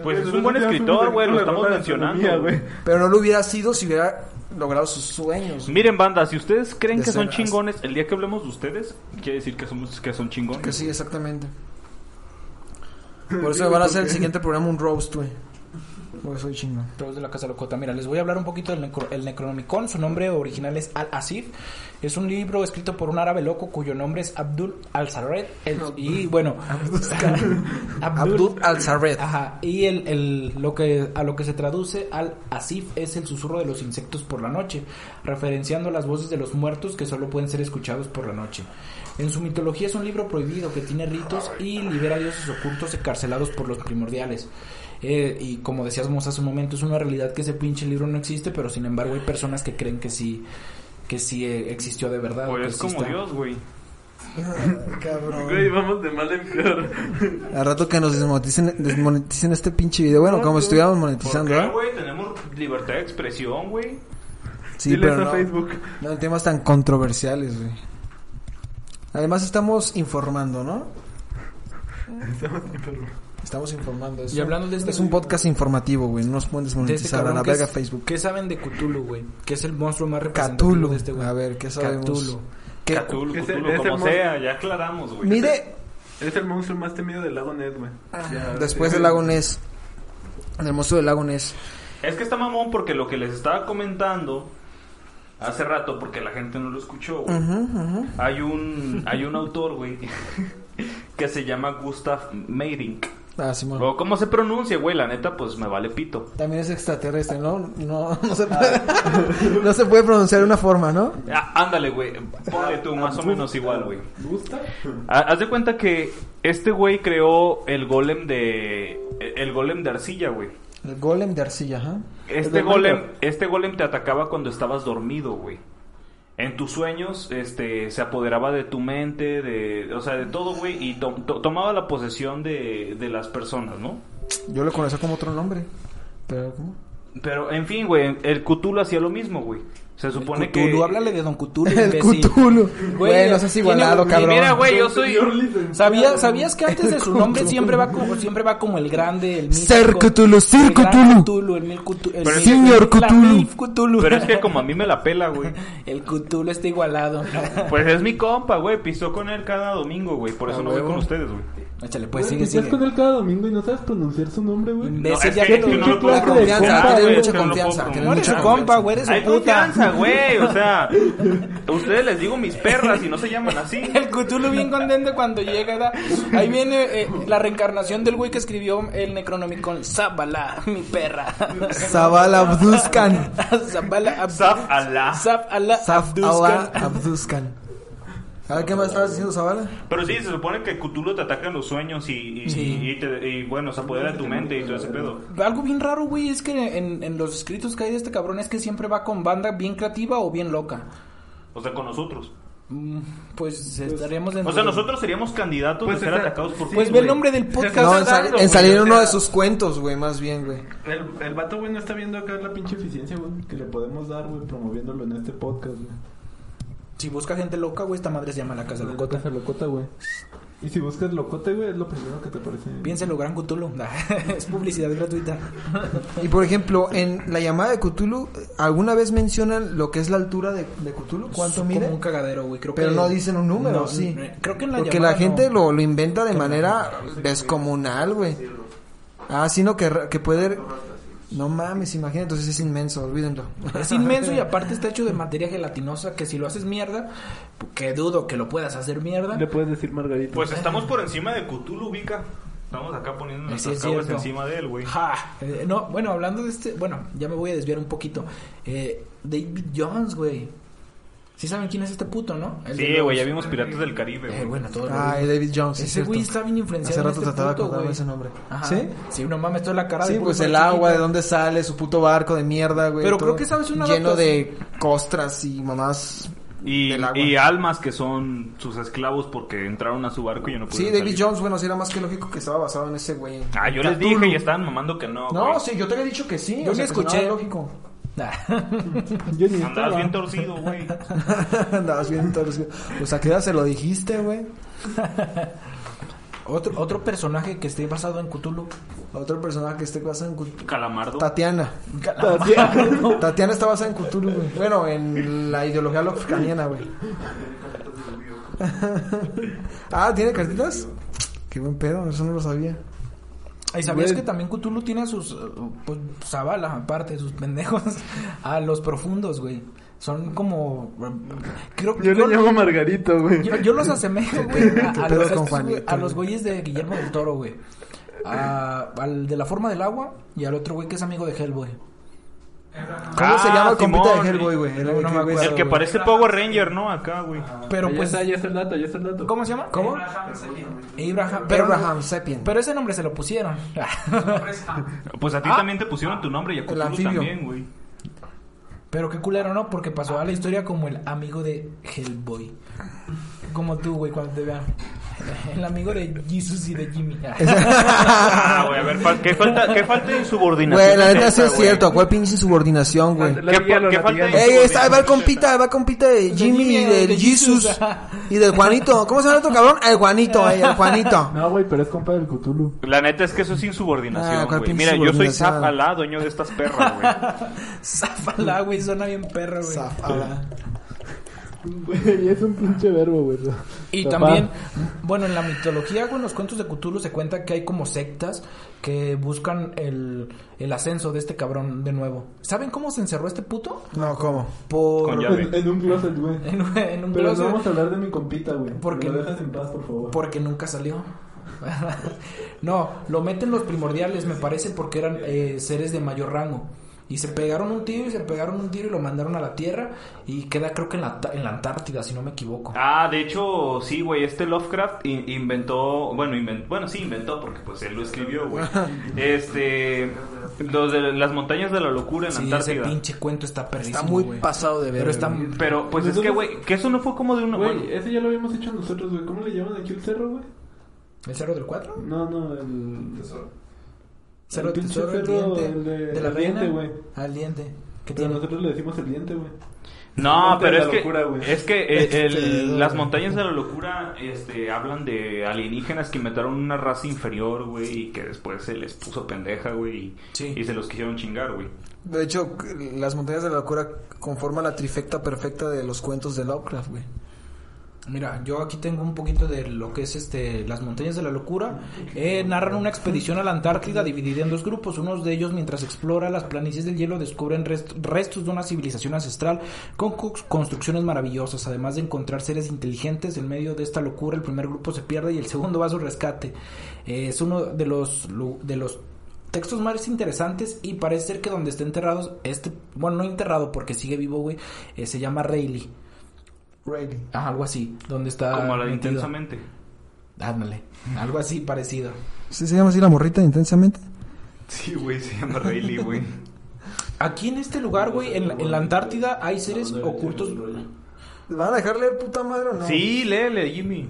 [SPEAKER 3] Pues es
[SPEAKER 5] Eso
[SPEAKER 3] un buen
[SPEAKER 5] se llama
[SPEAKER 3] escritor,
[SPEAKER 5] una
[SPEAKER 3] güey, lo
[SPEAKER 5] rola
[SPEAKER 3] estamos
[SPEAKER 5] de
[SPEAKER 3] mencionando.
[SPEAKER 5] astronomía,
[SPEAKER 3] güey.
[SPEAKER 4] Pero no lo hubiera sido si hubiera logrado sus sueños. güey.
[SPEAKER 3] Miren, banda, si ustedes creen
[SPEAKER 4] De
[SPEAKER 3] que son
[SPEAKER 4] ser-
[SPEAKER 3] chingones, el día que hablemos de ustedes, quiere decir que somos que son chingones.
[SPEAKER 4] Que
[SPEAKER 2] (laughs)
[SPEAKER 4] sí, exactamente. Por eso van a hacer el siguiente programa un roast, güey. Porque soy chingón.
[SPEAKER 2] Todos de la Casa Locota. Mira, les voy a hablar un poquito del Necro- el Necronomicon. Su nombre original es Al-Asif. Es un libro escrito por un árabe loco cuyo nombre es Abdul Al-Sarred. El- Y bueno, (laughs)
[SPEAKER 4] Abdul Al-Sarred.
[SPEAKER 2] Ajá. Y el, el- lo que, a lo que se traduce Al-Asif es el susurro de los insectos por la noche, referenciando las voces de los muertos que solo pueden ser escuchados por la noche. En su mitología es un libro prohibido que tiene ritos y libera a dioses ocultos encarcelados por los primordiales. Eh, y como decíamos hace un momento, es una realidad que ese pinche libro no existe, pero sin embargo hay personas que creen que sí, que sí eh, existió de verdad. o
[SPEAKER 3] Pues
[SPEAKER 2] que
[SPEAKER 3] es como
[SPEAKER 2] exista.
[SPEAKER 3] Dios, güey.
[SPEAKER 5] Güey,
[SPEAKER 4] Cabrón.
[SPEAKER 5] vamos de mal en peor.
[SPEAKER 4] Al rato que nos desmoneticen, desmoneticen este pinche video. Bueno, como si estuviéramos
[SPEAKER 3] ¿Por
[SPEAKER 4] monetizando,
[SPEAKER 3] qué,
[SPEAKER 4] ¿verdad?
[SPEAKER 3] güey? Tenemos libertad de expresión, güey.
[SPEAKER 4] Sí,
[SPEAKER 5] Diles
[SPEAKER 4] pero
[SPEAKER 5] a
[SPEAKER 4] no.
[SPEAKER 5] Facebook.
[SPEAKER 4] No en temas tan controversiales, güey. Además estamos informando, ¿no? Estamos informando. Es
[SPEAKER 2] Y
[SPEAKER 4] un-
[SPEAKER 2] hablando de este-
[SPEAKER 4] es un podcast informativo, güey. No nos pueden
[SPEAKER 2] de este
[SPEAKER 4] desmonetizar a
[SPEAKER 2] cabrón
[SPEAKER 4] la
[SPEAKER 2] que
[SPEAKER 4] verga
[SPEAKER 2] es-
[SPEAKER 4] Facebook.
[SPEAKER 2] ¿Qué saben de Cthulhu, güey? Que es el monstruo más representativo
[SPEAKER 4] Catulo.
[SPEAKER 2] de este güey.
[SPEAKER 4] A ver, ¿qué sabemos?
[SPEAKER 2] Cthulhu.
[SPEAKER 4] ¿Qué-
[SPEAKER 3] Cthulhu,
[SPEAKER 5] Ese-
[SPEAKER 3] Cthulhu,
[SPEAKER 5] ese
[SPEAKER 3] como
[SPEAKER 5] mon-
[SPEAKER 3] sea, ya aclaramos, güey.
[SPEAKER 4] Mire,
[SPEAKER 5] Es el monstruo más temido del lago Ness, güey. Ya,
[SPEAKER 4] Ah, después
[SPEAKER 5] sí.
[SPEAKER 4] del lago Ness. Del monstruo del lago Ness.
[SPEAKER 3] Es que está mamón porque lo que les estaba comentando hace rato, porque la gente no lo escuchó, güey.
[SPEAKER 4] Ujú, ujú.
[SPEAKER 3] Hay un hay un autor, güey, (laughs) que se llama Gustav Meyrink.
[SPEAKER 4] Ah, sí, bueno.
[SPEAKER 3] Luego, ¿cómo se pronuncia, güey? La neta, pues me vale pito.
[SPEAKER 4] También es extraterrestre, ¿no? No, (laughs) no se puede, no se puede pronunciar de una forma, ¿no?
[SPEAKER 3] Ah, ándale, güey. Ponle tú más o menos igual, güey.
[SPEAKER 5] ¿Gusta?
[SPEAKER 3] Ha- Ah, Haz de cuenta que este güey creó el golem de el golem de arcilla, güey.
[SPEAKER 4] El golem de arcilla, ajá.
[SPEAKER 3] Este golem, este golem te atacaba cuando estabas dormido, güey. en tus sueños, este, se apoderaba de tu mente, de, o sea, de todo, güey, y to- to- tomaba la posesión de, de las personas, ¿no?
[SPEAKER 4] Yo lo conocía como otro nombre. Pero, ¿cómo?
[SPEAKER 3] Pero, en fin, güey, el Cthulhu hacía lo mismo, güey. Se supone
[SPEAKER 2] Cthulhu,
[SPEAKER 3] que...
[SPEAKER 2] háblale de Don Cthulhu,
[SPEAKER 4] El
[SPEAKER 2] imbécil.
[SPEAKER 4] Cthulhu. Güey, no seas
[SPEAKER 2] tiene-
[SPEAKER 4] igualado,
[SPEAKER 2] mi-
[SPEAKER 4] cabrón.
[SPEAKER 3] Mira, güey, yo soy...
[SPEAKER 2] ¿Sabías, ¿Sabías que antes de su nombre siempre va como, siempre va como el grande, el mítico?
[SPEAKER 4] Ser Cthulhu, Sir
[SPEAKER 2] el gran
[SPEAKER 4] Cthulhu.
[SPEAKER 2] Cthulhu, el mil Cthulhu, el
[SPEAKER 3] Pero
[SPEAKER 2] mil-
[SPEAKER 3] es-
[SPEAKER 4] Señor
[SPEAKER 2] la
[SPEAKER 4] Cthulhu.
[SPEAKER 2] mil Cthulhu.
[SPEAKER 3] Pero es que como a mí me la pela, güey.
[SPEAKER 2] El Cthulhu está igualado.
[SPEAKER 3] Pues es mi compa, güey. Piso con él cada domingo, güey. Por eso
[SPEAKER 4] A
[SPEAKER 3] no voy
[SPEAKER 4] huevo.
[SPEAKER 3] con ustedes, güey.
[SPEAKER 2] (laughs) Échale,
[SPEAKER 6] Güey,
[SPEAKER 2] pues sigue,
[SPEAKER 6] estás
[SPEAKER 2] sigue.
[SPEAKER 6] con él cada domingo y no sabes pronunciar su nombre, güey.
[SPEAKER 2] Imbécil.
[SPEAKER 3] No,
[SPEAKER 2] Ese
[SPEAKER 3] es
[SPEAKER 2] ya
[SPEAKER 3] que-
[SPEAKER 2] tiene
[SPEAKER 3] es que no lo
[SPEAKER 6] mucha
[SPEAKER 3] puedo
[SPEAKER 6] clase de
[SPEAKER 3] pronunciar,
[SPEAKER 6] compa,
[SPEAKER 3] güey,
[SPEAKER 6] tiene
[SPEAKER 3] es
[SPEAKER 4] mucha
[SPEAKER 3] que no lo puedo
[SPEAKER 4] confianza, tiene
[SPEAKER 2] No
[SPEAKER 3] pronunciar.
[SPEAKER 2] eres su
[SPEAKER 4] Mucha
[SPEAKER 2] compa, güey, eres
[SPEAKER 3] Hay
[SPEAKER 2] su puta.
[SPEAKER 3] confianza, güey.
[SPEAKER 2] (laughs)
[SPEAKER 3] O sea, a ustedes les digo mis perras y no se llaman así.
[SPEAKER 2] El Cthulhu bien contento cuando llega. ¿verdad? Ahí viene eh, la reencarnación del güey que escribió el Necronomicon. Zabala, mi perra. (laughs)
[SPEAKER 4] Zabal Abduskan.
[SPEAKER 2] Zabala Abdu-
[SPEAKER 3] Zaf Alá.
[SPEAKER 2] Zaf Alá
[SPEAKER 4] Zaf Awa
[SPEAKER 2] Abduskan.
[SPEAKER 4] Abduskan. A ver, ¿qué más estabas diciendo, Zabala?
[SPEAKER 3] Pero sí, se supone que Cthulhu te ataca en los sueños y, y, y te- y, bueno, se apodera de tu mente y todo ese pedo.
[SPEAKER 2] Algo bien raro, güey, es que en, en los escritos que hay de este cabrón es que siempre va con banda bien creativa o bien loca.
[SPEAKER 3] O sea, con nosotros.
[SPEAKER 2] Mm, Pues, estaríamos dentro
[SPEAKER 3] O sea,
[SPEAKER 2] de-
[SPEAKER 3] nosotros seríamos candidatos
[SPEAKER 5] Pues
[SPEAKER 3] a ser
[SPEAKER 5] está-
[SPEAKER 3] atacados por
[SPEAKER 5] sí,
[SPEAKER 2] Pues
[SPEAKER 3] Cthulhu,
[SPEAKER 2] ve el
[SPEAKER 3] güey.
[SPEAKER 2] nombre del
[SPEAKER 4] No,
[SPEAKER 2] podcast.
[SPEAKER 4] en, sal-
[SPEAKER 5] dando,
[SPEAKER 4] en
[SPEAKER 5] güey,
[SPEAKER 4] salir en
[SPEAKER 5] o
[SPEAKER 4] uno
[SPEAKER 5] sea-
[SPEAKER 4] de sus cuentos, güey, más bien, güey.
[SPEAKER 5] El, el vato, güey, no está viendo acá la pinche eficiencia, güey, que le podemos dar, güey, promoviéndolo en este podcast, güey.
[SPEAKER 2] Si busca gente loca, güey, esta madre se llama la casa locota.
[SPEAKER 6] Casa locota, güey. Y si buscas locote, güey, es lo primero que te aparece.
[SPEAKER 2] Piénselo, gran Cthulhu. (laughs) es publicidad gratuita.
[SPEAKER 4] Y por ejemplo, en la llamada de Cthulhu, ¿alguna vez mencionan lo que es la altura de, de Cthulhu? ¿Cuánto
[SPEAKER 2] pues, Como
[SPEAKER 4] mide?
[SPEAKER 2] un cagadero, güey. Creo
[SPEAKER 4] Pero
[SPEAKER 2] que-
[SPEAKER 4] no dicen un número,
[SPEAKER 2] No,
[SPEAKER 4] sí.
[SPEAKER 2] n- Creo que en la
[SPEAKER 4] Porque la
[SPEAKER 2] llamada
[SPEAKER 4] gente
[SPEAKER 2] no.
[SPEAKER 4] lo, lo inventa de manera descomunal, güey. Ah, sino que, re- que puede... No mames, imagínate, entonces es inmenso, olvídenlo.
[SPEAKER 2] Es inmenso
[SPEAKER 4] (laughs)
[SPEAKER 2] y aparte está hecho de materia gelatinosa que si lo haces mierda, que dudo que lo puedas hacer mierda.
[SPEAKER 5] Le puedes decir Margarita.
[SPEAKER 3] Pues estamos por encima de Cthulhu, Vica. Estamos acá poniendo
[SPEAKER 2] Sí,
[SPEAKER 3] nuestras
[SPEAKER 2] es
[SPEAKER 3] cabras
[SPEAKER 2] cierto.
[SPEAKER 3] encima de él, güey.
[SPEAKER 2] Ja. Eh, no, bueno, hablando de este, bueno, ya me voy a desviar un poquito. Eh, David Jones, güey. Sí saben quién es este puto, ¿no? El de
[SPEAKER 3] Sí,
[SPEAKER 2] los-
[SPEAKER 3] güey, ya vimos Piratas del Caribe,
[SPEAKER 2] Eh,
[SPEAKER 3] güey.
[SPEAKER 2] bueno, todo. lo
[SPEAKER 4] Ah, y
[SPEAKER 2] mismo.
[SPEAKER 4] David Jones, es
[SPEAKER 2] Ese
[SPEAKER 4] cierto.
[SPEAKER 2] güey está bien influenciado.
[SPEAKER 4] Hace
[SPEAKER 2] en
[SPEAKER 4] rato
[SPEAKER 2] este
[SPEAKER 4] trataba de
[SPEAKER 2] puto,
[SPEAKER 4] acordarme
[SPEAKER 2] güey.
[SPEAKER 4] ese nombre.
[SPEAKER 2] Ajá.
[SPEAKER 4] ¿Sí?
[SPEAKER 2] Sí, no mames, toda la cara de
[SPEAKER 4] Sí,
[SPEAKER 2] puro
[SPEAKER 4] pues
[SPEAKER 2] güey
[SPEAKER 4] el agua, de
[SPEAKER 2] chiquito.
[SPEAKER 4] dónde sale, su puto barco de mierda, güey.
[SPEAKER 2] Pero
[SPEAKER 4] todo
[SPEAKER 2] creo que sabes una
[SPEAKER 4] Lleno
[SPEAKER 2] data,
[SPEAKER 4] de costras y mamás.
[SPEAKER 3] Y,
[SPEAKER 4] del agua.
[SPEAKER 3] y almas que son sus esclavos porque entraron a su barco y ya no
[SPEAKER 4] Sí,
[SPEAKER 3] pudieron
[SPEAKER 4] David
[SPEAKER 3] salir.
[SPEAKER 4] Jones, bueno, sí era más que lógico que estaba basado en ese güey.
[SPEAKER 3] Ah, yo les
[SPEAKER 4] Cthulhu.
[SPEAKER 3] dije y estaban mamando que no,
[SPEAKER 4] No,
[SPEAKER 3] güey.
[SPEAKER 4] sí, yo te había dicho que sí.
[SPEAKER 2] Yo
[SPEAKER 4] o sea,
[SPEAKER 2] le
[SPEAKER 4] que sonaba
[SPEAKER 2] escuché.
[SPEAKER 4] lógico. (laughs)
[SPEAKER 2] (laughs) Nah.
[SPEAKER 6] Yo ni
[SPEAKER 3] Andabas
[SPEAKER 6] estaba.
[SPEAKER 3] bien torcido,
[SPEAKER 4] (laughs)
[SPEAKER 3] güey.
[SPEAKER 4] Andabas bien torcido. Pues a qué edad se lo dijiste, güey.
[SPEAKER 2] otro, otro personaje que esté basado en Cthulhu.
[SPEAKER 4] Otro personaje que esté basado en Cthulhu.
[SPEAKER 3] Calamardo.
[SPEAKER 4] Tatiana.
[SPEAKER 2] Ah,
[SPEAKER 4] Tatiana está basada en Cthulhu, güey. Bueno, en la ideología lofcaniana, güey. (laughs) ah, ¿tiene cartitas? Qué buen pedo, eso no lo sabía.
[SPEAKER 2] ¿Y sabías
[SPEAKER 6] Güey.
[SPEAKER 2] que también Cthulhu tiene a sus, eh, pues, Zavala, aparte, sus pendejos, (laughs) a los profundos, güey? Son como... eh, Creo,
[SPEAKER 5] (laughs) yo le
[SPEAKER 2] yo-
[SPEAKER 5] llamo Margarito,
[SPEAKER 2] (laughs)
[SPEAKER 5] güey.
[SPEAKER 2] yo, yo los asemejo, güey, a,
[SPEAKER 4] ¿Qué
[SPEAKER 2] a
[SPEAKER 4] pedo
[SPEAKER 2] los,
[SPEAKER 4] con
[SPEAKER 2] estos, güey,
[SPEAKER 4] Juanito,
[SPEAKER 2] a los
[SPEAKER 4] güey?
[SPEAKER 2] güeyes de Guillermo del Toro, güey. A- al de la forma del agua y al otro güey que es amigo de Hellboy.
[SPEAKER 4] ¿Cómo se llama el compita de Hellboy, güey?
[SPEAKER 2] No, no me
[SPEAKER 4] güey, Ah,
[SPEAKER 2] acuerdo,
[SPEAKER 3] El que
[SPEAKER 2] güey.
[SPEAKER 3] parece Power Ranger, ¿no? Acá, güey.
[SPEAKER 2] Pero
[SPEAKER 5] Ya
[SPEAKER 2] pues...
[SPEAKER 5] está, ya está el dato, ya está el dato.
[SPEAKER 2] ¿Cómo se llama? ¿Cómo? Abraham. Pero,
[SPEAKER 4] Abraham Sapien.
[SPEAKER 2] pero ese nombre se lo pusieron. (laughs)
[SPEAKER 3] Pues a ti
[SPEAKER 2] Ah.
[SPEAKER 3] también te pusieron tu nombre y a Cthulhu
[SPEAKER 4] anfibio.
[SPEAKER 3] también,
[SPEAKER 4] (laughs)
[SPEAKER 3] güey.
[SPEAKER 2] Pero qué culero, ¿no? Porque pasó a la historia como el amigo de Hellboy. Como tú, güey, cuando te vean. El amigo de Jesus y
[SPEAKER 6] (laughs)
[SPEAKER 2] de Jimmy.
[SPEAKER 3] Ah, güey, a ver, fa- ¿qué falta, qué falta de insubordinación?
[SPEAKER 4] Güey, la
[SPEAKER 3] es
[SPEAKER 4] neta sí
[SPEAKER 3] esa,
[SPEAKER 4] es
[SPEAKER 3] güey?
[SPEAKER 4] cierto. ¿Cuál pinche insubordinación, güey?
[SPEAKER 5] La- la-
[SPEAKER 3] ¿Qué, fa-
[SPEAKER 5] la-
[SPEAKER 3] qué
[SPEAKER 5] la-
[SPEAKER 3] falta de
[SPEAKER 5] la-
[SPEAKER 4] Ey, está, ahí va el
[SPEAKER 3] insubordinación?
[SPEAKER 4] compita, ahí va el compita de Jimmy
[SPEAKER 2] Jimmy,
[SPEAKER 4] y del
[SPEAKER 2] de
[SPEAKER 4] Jesus.
[SPEAKER 2] Jesus.
[SPEAKER 4] (laughs) Y del Juanito. ¿Cómo se llama el otro cabrón? El Juanito, eh, el Juanito.
[SPEAKER 6] No, güey, pero es compa del Cthulhu.
[SPEAKER 3] La neta es que eso es insubordinación,
[SPEAKER 4] Ah, ¿cuál
[SPEAKER 3] güey. Mira,
[SPEAKER 4] pinche
[SPEAKER 3] yo soy
[SPEAKER 4] insubordinación?
[SPEAKER 3] Zaf Alá, dueño de estas perras, güey.
[SPEAKER 2] Zafala, güey, suena bien perro, güey.
[SPEAKER 4] Zafala.
[SPEAKER 6] Güey, es un pinche verbo, güey.
[SPEAKER 2] Y
[SPEAKER 6] Zafar.
[SPEAKER 2] también, bueno, en la mitología, güey, en los cuentos de Cthulhu se cuenta que hay como sectas que buscan el, el ascenso de este cabrón de nuevo. ¿Saben cómo se encerró este puto?
[SPEAKER 4] No, ¿cómo?
[SPEAKER 2] Por...
[SPEAKER 3] Con llave.
[SPEAKER 6] En, en un closet, güey.
[SPEAKER 2] (laughs) En, un- en un
[SPEAKER 6] Pero no
[SPEAKER 2] closet.
[SPEAKER 6] vamos a hablar de mi compita, güey.
[SPEAKER 2] ¿Por qué?
[SPEAKER 6] Me lo dejas en paz, por favor.
[SPEAKER 2] Porque nunca salió. (laughs) no, lo meten los primordiales, me parece, porque eran eh, seres de mayor rango. Y se pegaron un tiro y se pegaron un tiro y lo mandaron a la Tierra y queda creo que en la, ta- en la Antártida, si no me equivoco.
[SPEAKER 3] Ah, de hecho, sí, güey, este Lovecraft in- inventó, bueno, inven- bueno, sí, inventó porque pues él lo escribió, güey. Este, los de las montañas de la locura en
[SPEAKER 2] sí, ese
[SPEAKER 3] Antártida.
[SPEAKER 2] pinche cuento está perdido.
[SPEAKER 4] Está muy pasado de ver.
[SPEAKER 2] Pero está...
[SPEAKER 3] Pero pues es que, güey, que eso no fue como de una... bueno,
[SPEAKER 5] Güey, ese ya lo habíamos hecho nosotros, güey. ¿Cómo le llaman aquí el cerro, güey?
[SPEAKER 2] ¿El cerro del cuatro?
[SPEAKER 5] No, no, el...
[SPEAKER 2] Cerro
[SPEAKER 5] El
[SPEAKER 2] del
[SPEAKER 5] pinche
[SPEAKER 2] tesoro, el
[SPEAKER 5] cerro,
[SPEAKER 2] diente.
[SPEAKER 5] el de-
[SPEAKER 2] de la
[SPEAKER 5] el
[SPEAKER 2] reina.
[SPEAKER 5] diente, güey.
[SPEAKER 2] Al diente. ¿Qué
[SPEAKER 5] Pero
[SPEAKER 2] tiene?
[SPEAKER 5] nosotros le decimos el diente, güey.
[SPEAKER 3] No,
[SPEAKER 5] Montañas
[SPEAKER 3] pero
[SPEAKER 5] de
[SPEAKER 3] es
[SPEAKER 5] la
[SPEAKER 3] que,
[SPEAKER 5] locura, güey.
[SPEAKER 3] es que el- el-
[SPEAKER 2] Este,
[SPEAKER 3] las montañas de la locura este, hablan de alienígenas que inventaron una raza inferior, güey, y que después se les puso pendeja, güey, y,
[SPEAKER 2] Sí.
[SPEAKER 3] y se los quisieron chingar, güey.
[SPEAKER 4] De hecho, las montañas de la locura conforman la trifecta perfecta de los cuentos de Lovecraft, güey.
[SPEAKER 2] Mira, yo aquí tengo un poquito de lo que es este las montañas de la locura. Eh, narran una expedición a la Antártida dividida en dos grupos. Unos de ellos, mientras explora las planicies del hielo, descubren rest- restos de una civilización ancestral con co- construcciones maravillosas. Además de encontrar seres inteligentes en medio de esta locura, el primer grupo se pierde y el segundo va a su rescate. Eh, es uno de los lu- de los textos más interesantes y parece ser que donde está enterrado este, bueno, no enterrado porque sigue vivo, güey, eh, se llama Rayleigh. Ajá, Ah, algo así, donde está
[SPEAKER 3] como la de
[SPEAKER 2] metido.
[SPEAKER 3] intensamente.
[SPEAKER 2] Ándale, algo así parecido.
[SPEAKER 4] ¿Sí se llama así la morrita intensamente?
[SPEAKER 3] Sí, güey, se llama Rayleigh, güey.
[SPEAKER 2] Aquí en este lugar, güey, en, la- en la Antártida hay seres ocultos,
[SPEAKER 4] ¿Van a dejar leer puta madre o
[SPEAKER 3] (laughs)
[SPEAKER 4] no?
[SPEAKER 3] Sí, léele, Jimmy.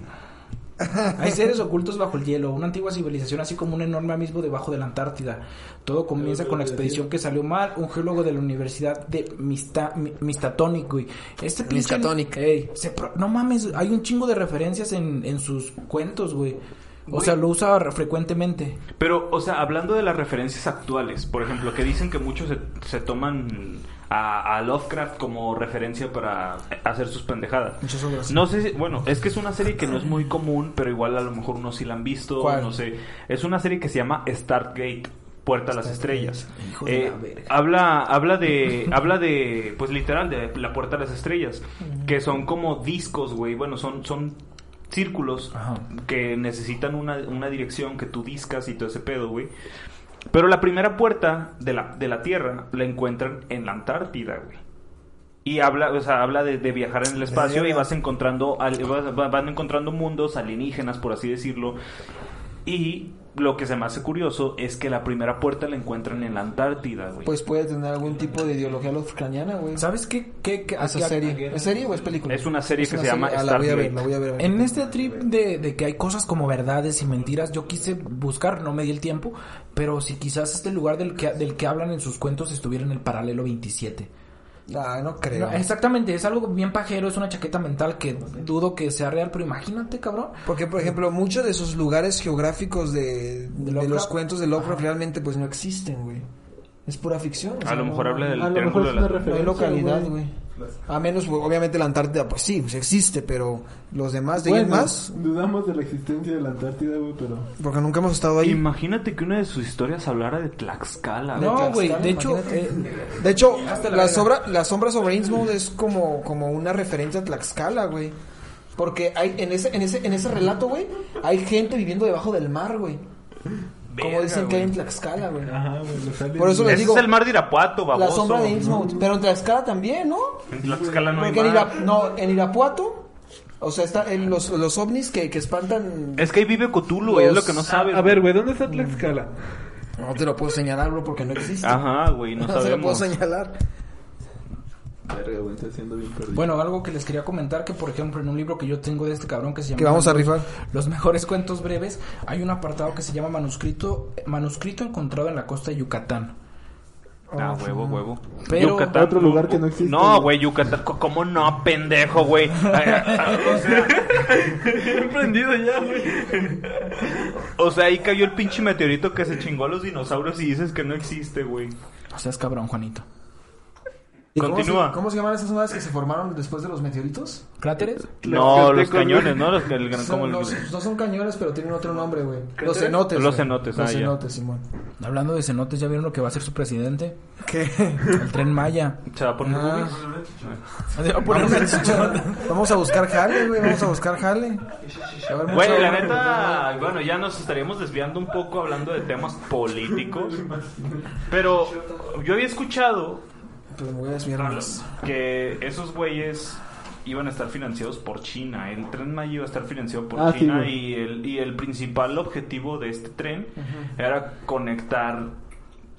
[SPEAKER 2] hay seres ocultos bajo el hielo, una antigua civilización así como un enorme abismo debajo de la Antártida. Todo comienza con la expedición que salió mal, un geólogo de la Universidad de Mista, Mi- Mistatonic, güey. Este pinche-
[SPEAKER 4] Miskatonic.
[SPEAKER 2] Ey, se pro- no mames, hay un chingo de referencias en, en sus cuentos, güey. O sea, lo usa frecuentemente.
[SPEAKER 3] Pero, o sea, hablando de las referencias actuales, por ejemplo, que dicen que muchos se, se toman a, a Lovecraft como referencia para hacer sus pendejadas.
[SPEAKER 4] Muchas obras.
[SPEAKER 3] No sé, si- bueno, es que es una serie que no es muy común, pero igual a lo mejor unos sí la han visto,
[SPEAKER 2] ¿Cuál?
[SPEAKER 3] no sé. Es una serie que se llama Stargate. Puerta a las estrellas.
[SPEAKER 2] Hijo de
[SPEAKER 3] Eh,
[SPEAKER 2] la verga.
[SPEAKER 3] habla, habla de, habla de, pues literal de la puerta a las estrellas, que son como discos, güey. Bueno, son, son círculos
[SPEAKER 2] Ajá.
[SPEAKER 3] que necesitan una, una dirección que tú discas y todo ese pedo, güey. Pero la primera puerta de la, de la Tierra la encuentran en la Antártida, güey. Y habla, o sea, habla de, de viajar en el espacio y vas encontrando, al- vas- va- van encontrando mundos alienígenas, por así decirlo. Y lo que se me hace curioso es que la primera puerta la encuentran en la Antártida, güey.
[SPEAKER 4] Pues puede tener algún tipo de ideología lovecraniana, güey.
[SPEAKER 2] ¿Sabes qué? qué, qué-
[SPEAKER 4] Ah, Esa
[SPEAKER 2] qué-
[SPEAKER 4] serie. ¿Es serie o es película?
[SPEAKER 3] Es una serie que se llama
[SPEAKER 4] Ah, la voy a ver,
[SPEAKER 3] Stargate.
[SPEAKER 4] la voy a ver.
[SPEAKER 2] En este trip de, de que hay cosas como verdades y mentiras, yo quise buscar, no me di el tiempo, pero si quizás este lugar del que, del que hablan en sus cuentos estuviera en el paralelo 27.
[SPEAKER 4] Ah, no creo.
[SPEAKER 2] No, exactamente, es algo bien pajero, es una chaqueta mental que dudo que sea real, pero imagínate, cabrón.
[SPEAKER 4] Porque, por ejemplo, muchos de esos lugares geográficos de, de
[SPEAKER 2] Lovecraft.
[SPEAKER 4] los cuentos de Lovecraft realmente pues no existen, güey. Es pura ficción. o
[SPEAKER 3] A
[SPEAKER 4] sea,
[SPEAKER 3] lo
[SPEAKER 4] no-
[SPEAKER 3] mejor habla del
[SPEAKER 6] a lo
[SPEAKER 3] triángulo
[SPEAKER 6] mejor es
[SPEAKER 3] de la-
[SPEAKER 6] una
[SPEAKER 4] No hay
[SPEAKER 6] referencia,
[SPEAKER 4] localidad,
[SPEAKER 6] güey.
[SPEAKER 4] güey. A menos, güey, obviamente, la Antártida, pues sí, pues, existe, pero los demás, de ahí en
[SPEAKER 6] Bueno,
[SPEAKER 4] más,
[SPEAKER 6] Dudamos de la existencia de la Antártida, güey, pero.
[SPEAKER 4] porque nunca hemos estado ahí.
[SPEAKER 3] Imagínate que una de sus historias hablara de Tlaxcala, güey.
[SPEAKER 2] No, güey,
[SPEAKER 4] Tlaxcala,
[SPEAKER 2] de hecho,
[SPEAKER 4] imagínate.
[SPEAKER 2] eh,
[SPEAKER 4] De hecho,
[SPEAKER 2] Hasta la
[SPEAKER 4] la
[SPEAKER 2] verga.
[SPEAKER 4] sombra, la sombra sobre Innsmouth es como, como una referencia a Tlaxcala, güey. Porque hay, en, ese, en, ese, en ese relato, güey, hay gente viviendo debajo del mar, güey. Como
[SPEAKER 3] Verga,
[SPEAKER 4] dicen que hay en
[SPEAKER 3] güey.
[SPEAKER 4] Tlaxcala, güey.
[SPEAKER 5] Ajá, güey, los aliens.
[SPEAKER 4] Por eso les
[SPEAKER 3] Ese
[SPEAKER 4] digo,
[SPEAKER 3] es el mar de Irapuato, baboso.
[SPEAKER 4] la sombra de Innsmouth. Pero en Tlaxcala también, ¿no?
[SPEAKER 3] En Tlaxcala no hay
[SPEAKER 4] Porque en,
[SPEAKER 3] mar.
[SPEAKER 4] Ira- no, en Irapuato, o sea, está en los, los ovnis que, que espantan...
[SPEAKER 3] Es que ahí vive Cthulhu, güey, es lo que no sabes.
[SPEAKER 5] A ver, güey, ¿dónde está Tlaxcala?
[SPEAKER 4] No te lo puedo señalar, bro, porque no existe.
[SPEAKER 3] Ajá, güey, no
[SPEAKER 4] (laughs) no te lo puedo
[SPEAKER 3] Ah, sabemos.
[SPEAKER 4] señalar.
[SPEAKER 5] Verga, güey, está siendo bien perdido.
[SPEAKER 2] bueno, algo que les quería comentar, que por ejemplo, en un libro que yo tengo de este cabrón que se llama...
[SPEAKER 4] Que vamos a rifar.
[SPEAKER 2] Los mejores cuentos breves, hay un apartado que se llama manuscrito, manuscrito encontrado en la costa de Yucatán.
[SPEAKER 3] Ah, huevo, huevo.
[SPEAKER 2] Pero-
[SPEAKER 6] Otro lugar que no existe.
[SPEAKER 3] No, güey, Yucatán. Co- ¿Cómo no, pendejo,
[SPEAKER 4] (laughs)
[SPEAKER 3] güey? Ay, ay, ay, O sea, (laughs)
[SPEAKER 5] He prendido ya, güey.
[SPEAKER 3] o sea, ahí cayó el pinche meteorito que se chingó a los dinosaurios y dices que no existe, güey.
[SPEAKER 2] O sea, es cabrón, Juanito.
[SPEAKER 4] ¿Y cómo se-
[SPEAKER 7] Continúa.
[SPEAKER 4] ¿Cómo se llaman esas nuevas que se formaron después de los meteoritos?
[SPEAKER 2] ¿Cráteres?
[SPEAKER 7] No, los
[SPEAKER 5] Tlaxcaltecos, güey.
[SPEAKER 7] cañones, ¿no? Los, el gran-
[SPEAKER 4] Son-
[SPEAKER 7] como el-
[SPEAKER 4] no, son- no son cañones, pero tienen otro nombre, güey. Los
[SPEAKER 5] ¿Cráteres?
[SPEAKER 4] cenotes.
[SPEAKER 7] Los
[SPEAKER 4] güey.
[SPEAKER 7] cenotes,
[SPEAKER 4] Los
[SPEAKER 7] ah, ya.
[SPEAKER 4] cenotes, Simón.
[SPEAKER 2] Hablando de cenotes, ¿ya vieron lo que va a hacer su presidente?
[SPEAKER 4] (laughs) ¿Qué?
[SPEAKER 2] El tren Maya.
[SPEAKER 3] Se va a poner
[SPEAKER 4] Ah.
[SPEAKER 3] boobies.
[SPEAKER 2] Se va a poner una chichona.
[SPEAKER 4] Vamos a buscar jale, güey. Vamos a buscar jale. A ver,
[SPEAKER 3] Bueno,
[SPEAKER 4] mucho-
[SPEAKER 3] la neta, bueno, ya nos estaríamos desviando un poco hablando de temas políticos. Pero yo había escuchado
[SPEAKER 4] Pues me voy a desviar más.
[SPEAKER 3] que esos güeyes iban a estar financiados por China. El tren Maya iba a estar financiado por
[SPEAKER 6] Ah, sí,
[SPEAKER 3] China
[SPEAKER 6] güey.
[SPEAKER 3] y, el, y el principal objetivo de este tren era conectar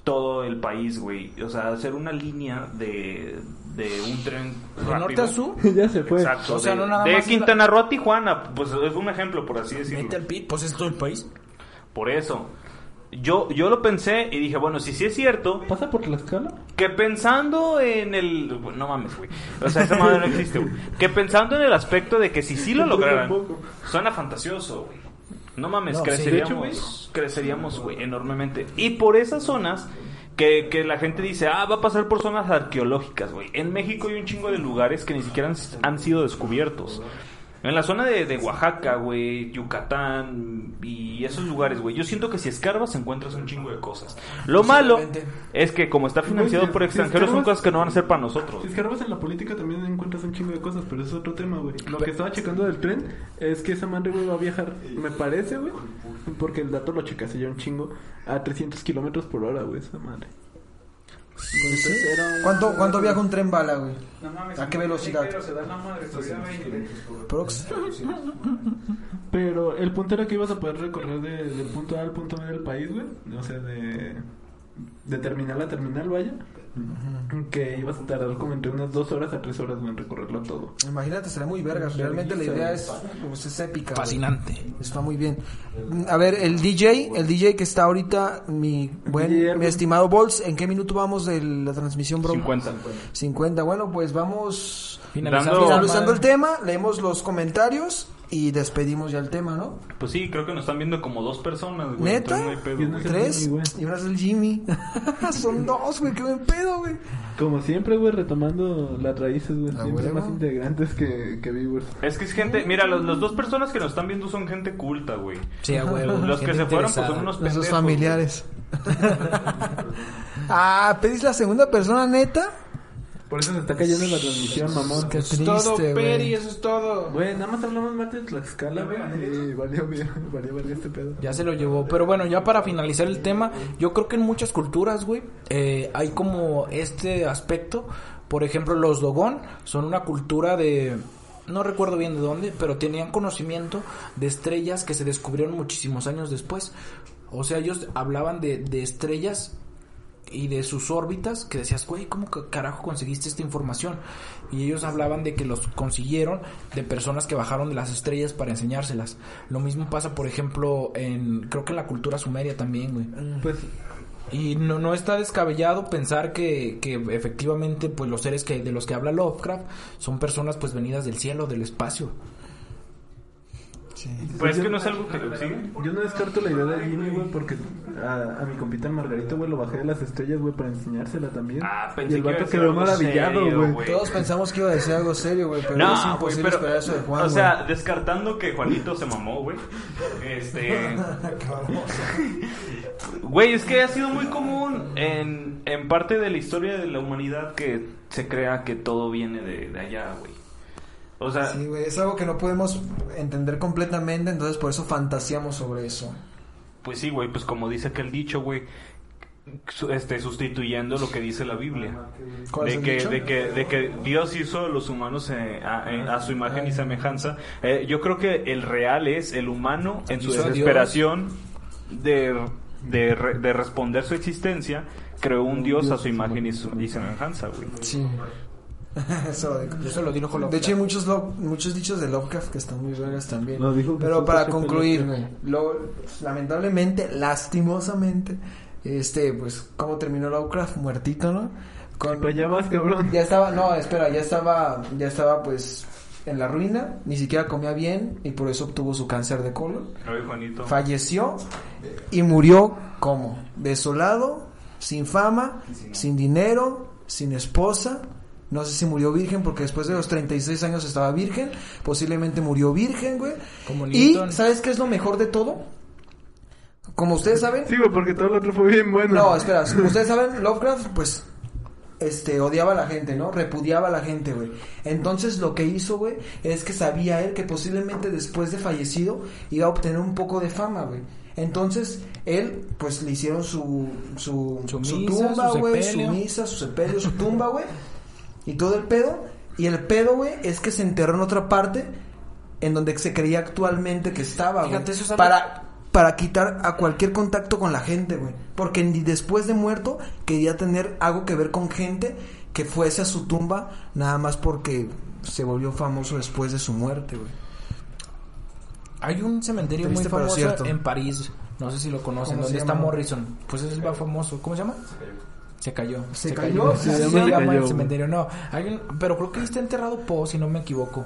[SPEAKER 3] todo el país, güey. O sea, hacer una línea de, de un tren
[SPEAKER 2] ¿De norte
[SPEAKER 3] rápido.
[SPEAKER 2] a sur?
[SPEAKER 5] (laughs)
[SPEAKER 6] ya se fue.
[SPEAKER 3] Exacto.
[SPEAKER 2] O sea,
[SPEAKER 3] de,
[SPEAKER 2] no nada
[SPEAKER 3] de
[SPEAKER 2] más es la-
[SPEAKER 3] Quintana Roo a Tijuana, pues es un ejemplo, por así decirlo.
[SPEAKER 2] Mete al pit, pues es todo el país.
[SPEAKER 3] Por eso. Yo, yo lo pensé y dije, bueno, si sí es cierto,
[SPEAKER 6] ¿Pasa por Tlaxcala?
[SPEAKER 3] que pensando en el... No mames, güey. O sea, esa madre no existe, güey. Que pensando en el aspecto de que si sí lo lograran, suena fantasioso, güey. No mames,
[SPEAKER 2] No, sí.
[SPEAKER 3] creceríamos, creceríamos, güey, enormemente. Y por esas zonas que, que la gente dice, ah, va a pasar por zonas arqueológicas, güey. En México hay un chingo de lugares que ni siquiera han, han sido descubiertos. En la zona de, de Oaxaca, güey, Yucatán y esos lugares, güey. Yo siento que si escarbas encuentras un chingo de cosas. Lo malo es que como está financiado
[SPEAKER 5] Pues Güey,
[SPEAKER 3] por
[SPEAKER 5] si
[SPEAKER 3] extranjeros son
[SPEAKER 5] escarbas-
[SPEAKER 3] cosas que no van a ser para nosotros.
[SPEAKER 5] Si escarbas en la política también encuentras un chingo de cosas, pero es otro tema, güey. Lo que estaba checando del tren es que esa madre, güey, va a viajar, me parece, güey, porque el dato lo checase ya un chingo, a 300 kilómetros por hora, güey, esa madre. Entonces era un-
[SPEAKER 4] ¿Cuánto, ¿Cuánto viaja un tren bala, güey? ¿A qué velocidad? Prox.
[SPEAKER 5] Pero el punto era que ibas a poder recorrer de- del punto A al punto B del país, güey. O sea, de, de terminal a terminal, vaya. Que ibas a tardar como entre unas dos horas a tres horas, güey, en recorrerlo todo.
[SPEAKER 4] Imagínate, será muy verga. Realmente la idea es, pues, es épica. güey.
[SPEAKER 2] Fascinante.
[SPEAKER 4] Está muy bien. A ver, el DJ, el DJ que está ahorita, mi buen,
[SPEAKER 5] Guillermo.
[SPEAKER 4] mi estimado Bols, ¿en qué minuto vamos de la transmisión, bro?
[SPEAKER 3] 50.
[SPEAKER 4] 50. Bueno, pues vamos
[SPEAKER 2] Finalizando.
[SPEAKER 3] Dando-
[SPEAKER 4] finalizando el tema, leemos los comentarios y despedimos ya el tema, ¿no?
[SPEAKER 3] Pues sí, creo que nos están viendo como dos personas, güey.
[SPEAKER 4] ¿Neta?
[SPEAKER 3] entonces no hay pedo,
[SPEAKER 5] Y es
[SPEAKER 3] güey.
[SPEAKER 5] necesario.
[SPEAKER 4] Tres.
[SPEAKER 5] Jimmy, güey.
[SPEAKER 4] Y ahora es el Jimmy. (laughs) Son dos, güey, qué buen pedo, güey.
[SPEAKER 5] Como siempre, güey, retomando las raíces, güey.
[SPEAKER 4] Ah,
[SPEAKER 5] Siempre
[SPEAKER 4] huevo.
[SPEAKER 5] más integrantes que, que viewers.
[SPEAKER 3] Es que es gente, mira, los, los dos personas que nos están viendo son gente culta, güey.
[SPEAKER 2] Sí, a huevo.
[SPEAKER 3] Los que
[SPEAKER 2] gente
[SPEAKER 3] se fueron pues
[SPEAKER 2] interesada.
[SPEAKER 3] son unos pendejos. güey.
[SPEAKER 4] Nuestros familiares. (laughs) ah, ¿pedís la segunda persona neta?
[SPEAKER 5] Por eso se está cayendo la transmisión, mamón.
[SPEAKER 4] Qué triste,
[SPEAKER 2] Todo,
[SPEAKER 4] güey.
[SPEAKER 2] Peri, eso es todo.
[SPEAKER 5] Güey, nada más hablamos más de Tlaxcala, güey. Y valió, bien, valió, verga este pedo.
[SPEAKER 2] Ya se lo llevó. Pero bueno, ya para finalizar el tema, yo creo que en muchas culturas, güey, eh, hay como este aspecto. Por ejemplo, los Dogón son una cultura de... No recuerdo bien de dónde, pero tenían conocimiento de estrellas que se descubrieron muchísimos años después. O sea, ellos hablaban de, de estrellas y de sus órbitas que decías, güey, ¿cómo ca- carajo conseguiste esta información? Y ellos hablaban de que los consiguieron de personas que bajaron de las estrellas para enseñárselas. Lo mismo pasa, por ejemplo, en creo que en la cultura sumeria también, güey.
[SPEAKER 5] Pues,
[SPEAKER 2] Y no, no está descabellado pensar que, que efectivamente pues los seres que de los que habla Lovecraft son personas pues venidas del cielo, del espacio.
[SPEAKER 3] Pues es que no es algo que ¿sí?
[SPEAKER 5] Yo no descarto la idea de Jimmy, güey, porque a, a mi compita el Margarito, güey, lo bajé de las estrellas, güey, para enseñársela también.
[SPEAKER 3] Ah, pensé
[SPEAKER 5] y el
[SPEAKER 3] que iba a
[SPEAKER 5] vato
[SPEAKER 3] decir
[SPEAKER 5] quedó
[SPEAKER 3] algo serio,
[SPEAKER 5] maravillado,
[SPEAKER 3] güey.
[SPEAKER 5] güey.
[SPEAKER 4] Todos pensamos que iba a decir algo serio, güey, pero es
[SPEAKER 3] No, güey,
[SPEAKER 4] imposible
[SPEAKER 3] pero,
[SPEAKER 4] esperar eso de Juan.
[SPEAKER 3] o sea, descartando que Juanito se mamó, güey. Este, güey, es que ha sido muy común en, en parte de la historia de la humanidad que se crea que todo viene de, de allá, güey. O sea,
[SPEAKER 4] Sí, güey, es algo que no podemos entender completamente, entonces por eso fantaseamos sobre eso.
[SPEAKER 3] Pues sí, güey, pues como dice aquel dicho, güey, su- este, sustituyendo lo que dice la Biblia.
[SPEAKER 4] ¿Cuál es
[SPEAKER 3] De
[SPEAKER 4] el
[SPEAKER 3] que,
[SPEAKER 4] dicho?
[SPEAKER 3] de, que, de que Dios hizo a los humanos eh, a, eh, a su imagen y semejanza. Eh, yo creo que el real es el humano en su
[SPEAKER 2] Hizo a Dios.
[SPEAKER 3] desesperación de, de, re- de responder su existencia, creó un Dios a su imagen y, su- y semejanza, güey.
[SPEAKER 4] Sí. (laughs) eso lo digo.
[SPEAKER 2] Yo se lo digo
[SPEAKER 4] De hecho, hay muchos, lo- muchos dichos de Lovecraft que están muy vergas también.
[SPEAKER 6] Lo dijo
[SPEAKER 4] Pero
[SPEAKER 6] Jesús
[SPEAKER 4] para
[SPEAKER 6] hace
[SPEAKER 4] concluir,
[SPEAKER 6] feliz,
[SPEAKER 4] lo- lamentablemente, lastimosamente, este, pues, ¿cómo terminó Lovecraft? Muertito, ¿no? Con-
[SPEAKER 5] Pues ya vas, cabrón.
[SPEAKER 4] ya estaba, no, espera, ya estaba, ya estaba, pues, en la ruina, ni siquiera comía bien y por eso obtuvo su cáncer de colon.
[SPEAKER 3] Ay, Juanito.
[SPEAKER 4] Falleció y murió como desolado, sin fama, sin dinero, sin esposa, No sé si murió virgen porque después de los 36 años estaba virgen. Posiblemente murió virgen, güey.
[SPEAKER 2] Como
[SPEAKER 4] y,
[SPEAKER 2] Newton.
[SPEAKER 4] ¿sabes qué es lo mejor de todo? Como ustedes saben,
[SPEAKER 5] Sí, güey, porque todo lo otro fue bien bueno.
[SPEAKER 4] no, espera, ustedes saben, Lovecraft, pues, este, odiaba a la gente, ¿no? Repudiaba a la gente, güey. Entonces lo que hizo, güey, es que sabía él que posiblemente después de fallecido iba a obtener un poco de fama, güey. Entonces, él, pues, le hicieron su, su,
[SPEAKER 2] Su
[SPEAKER 4] su,
[SPEAKER 2] misa,
[SPEAKER 4] tumba,
[SPEAKER 2] su
[SPEAKER 4] güey, su
[SPEAKER 2] sepelio.
[SPEAKER 4] misa, su sepelio, su tumba, güey. Y todo el pedo. Y el pedo, güey, es que se enterró en otra parte en donde se creía actualmente que estaba, güey.
[SPEAKER 2] Fíjate, eso es algo-
[SPEAKER 4] Para, para quitar a cualquier contacto con la gente, güey. Porque ni después de muerto quería tener algo que ver con gente que fuese a su tumba nada más porque se volvió famoso después de su muerte, güey.
[SPEAKER 2] Hay un cementerio muy
[SPEAKER 4] Triste, pero
[SPEAKER 2] famoso
[SPEAKER 4] cierto.
[SPEAKER 2] en París, no sé si lo conocen,
[SPEAKER 4] ¿Cómo se
[SPEAKER 2] donde está
[SPEAKER 4] llama?
[SPEAKER 2] Morrison. Pues ese es más famoso. ¿Cómo se llama? Se cayó.
[SPEAKER 4] ¿Se cayó?
[SPEAKER 2] Sí,
[SPEAKER 4] Se
[SPEAKER 2] se,
[SPEAKER 4] llama-
[SPEAKER 2] llama
[SPEAKER 5] se cayó.
[SPEAKER 2] el cementerio. No, hay un, pero creo que ahí está enterrado Poe, si no me equivoco.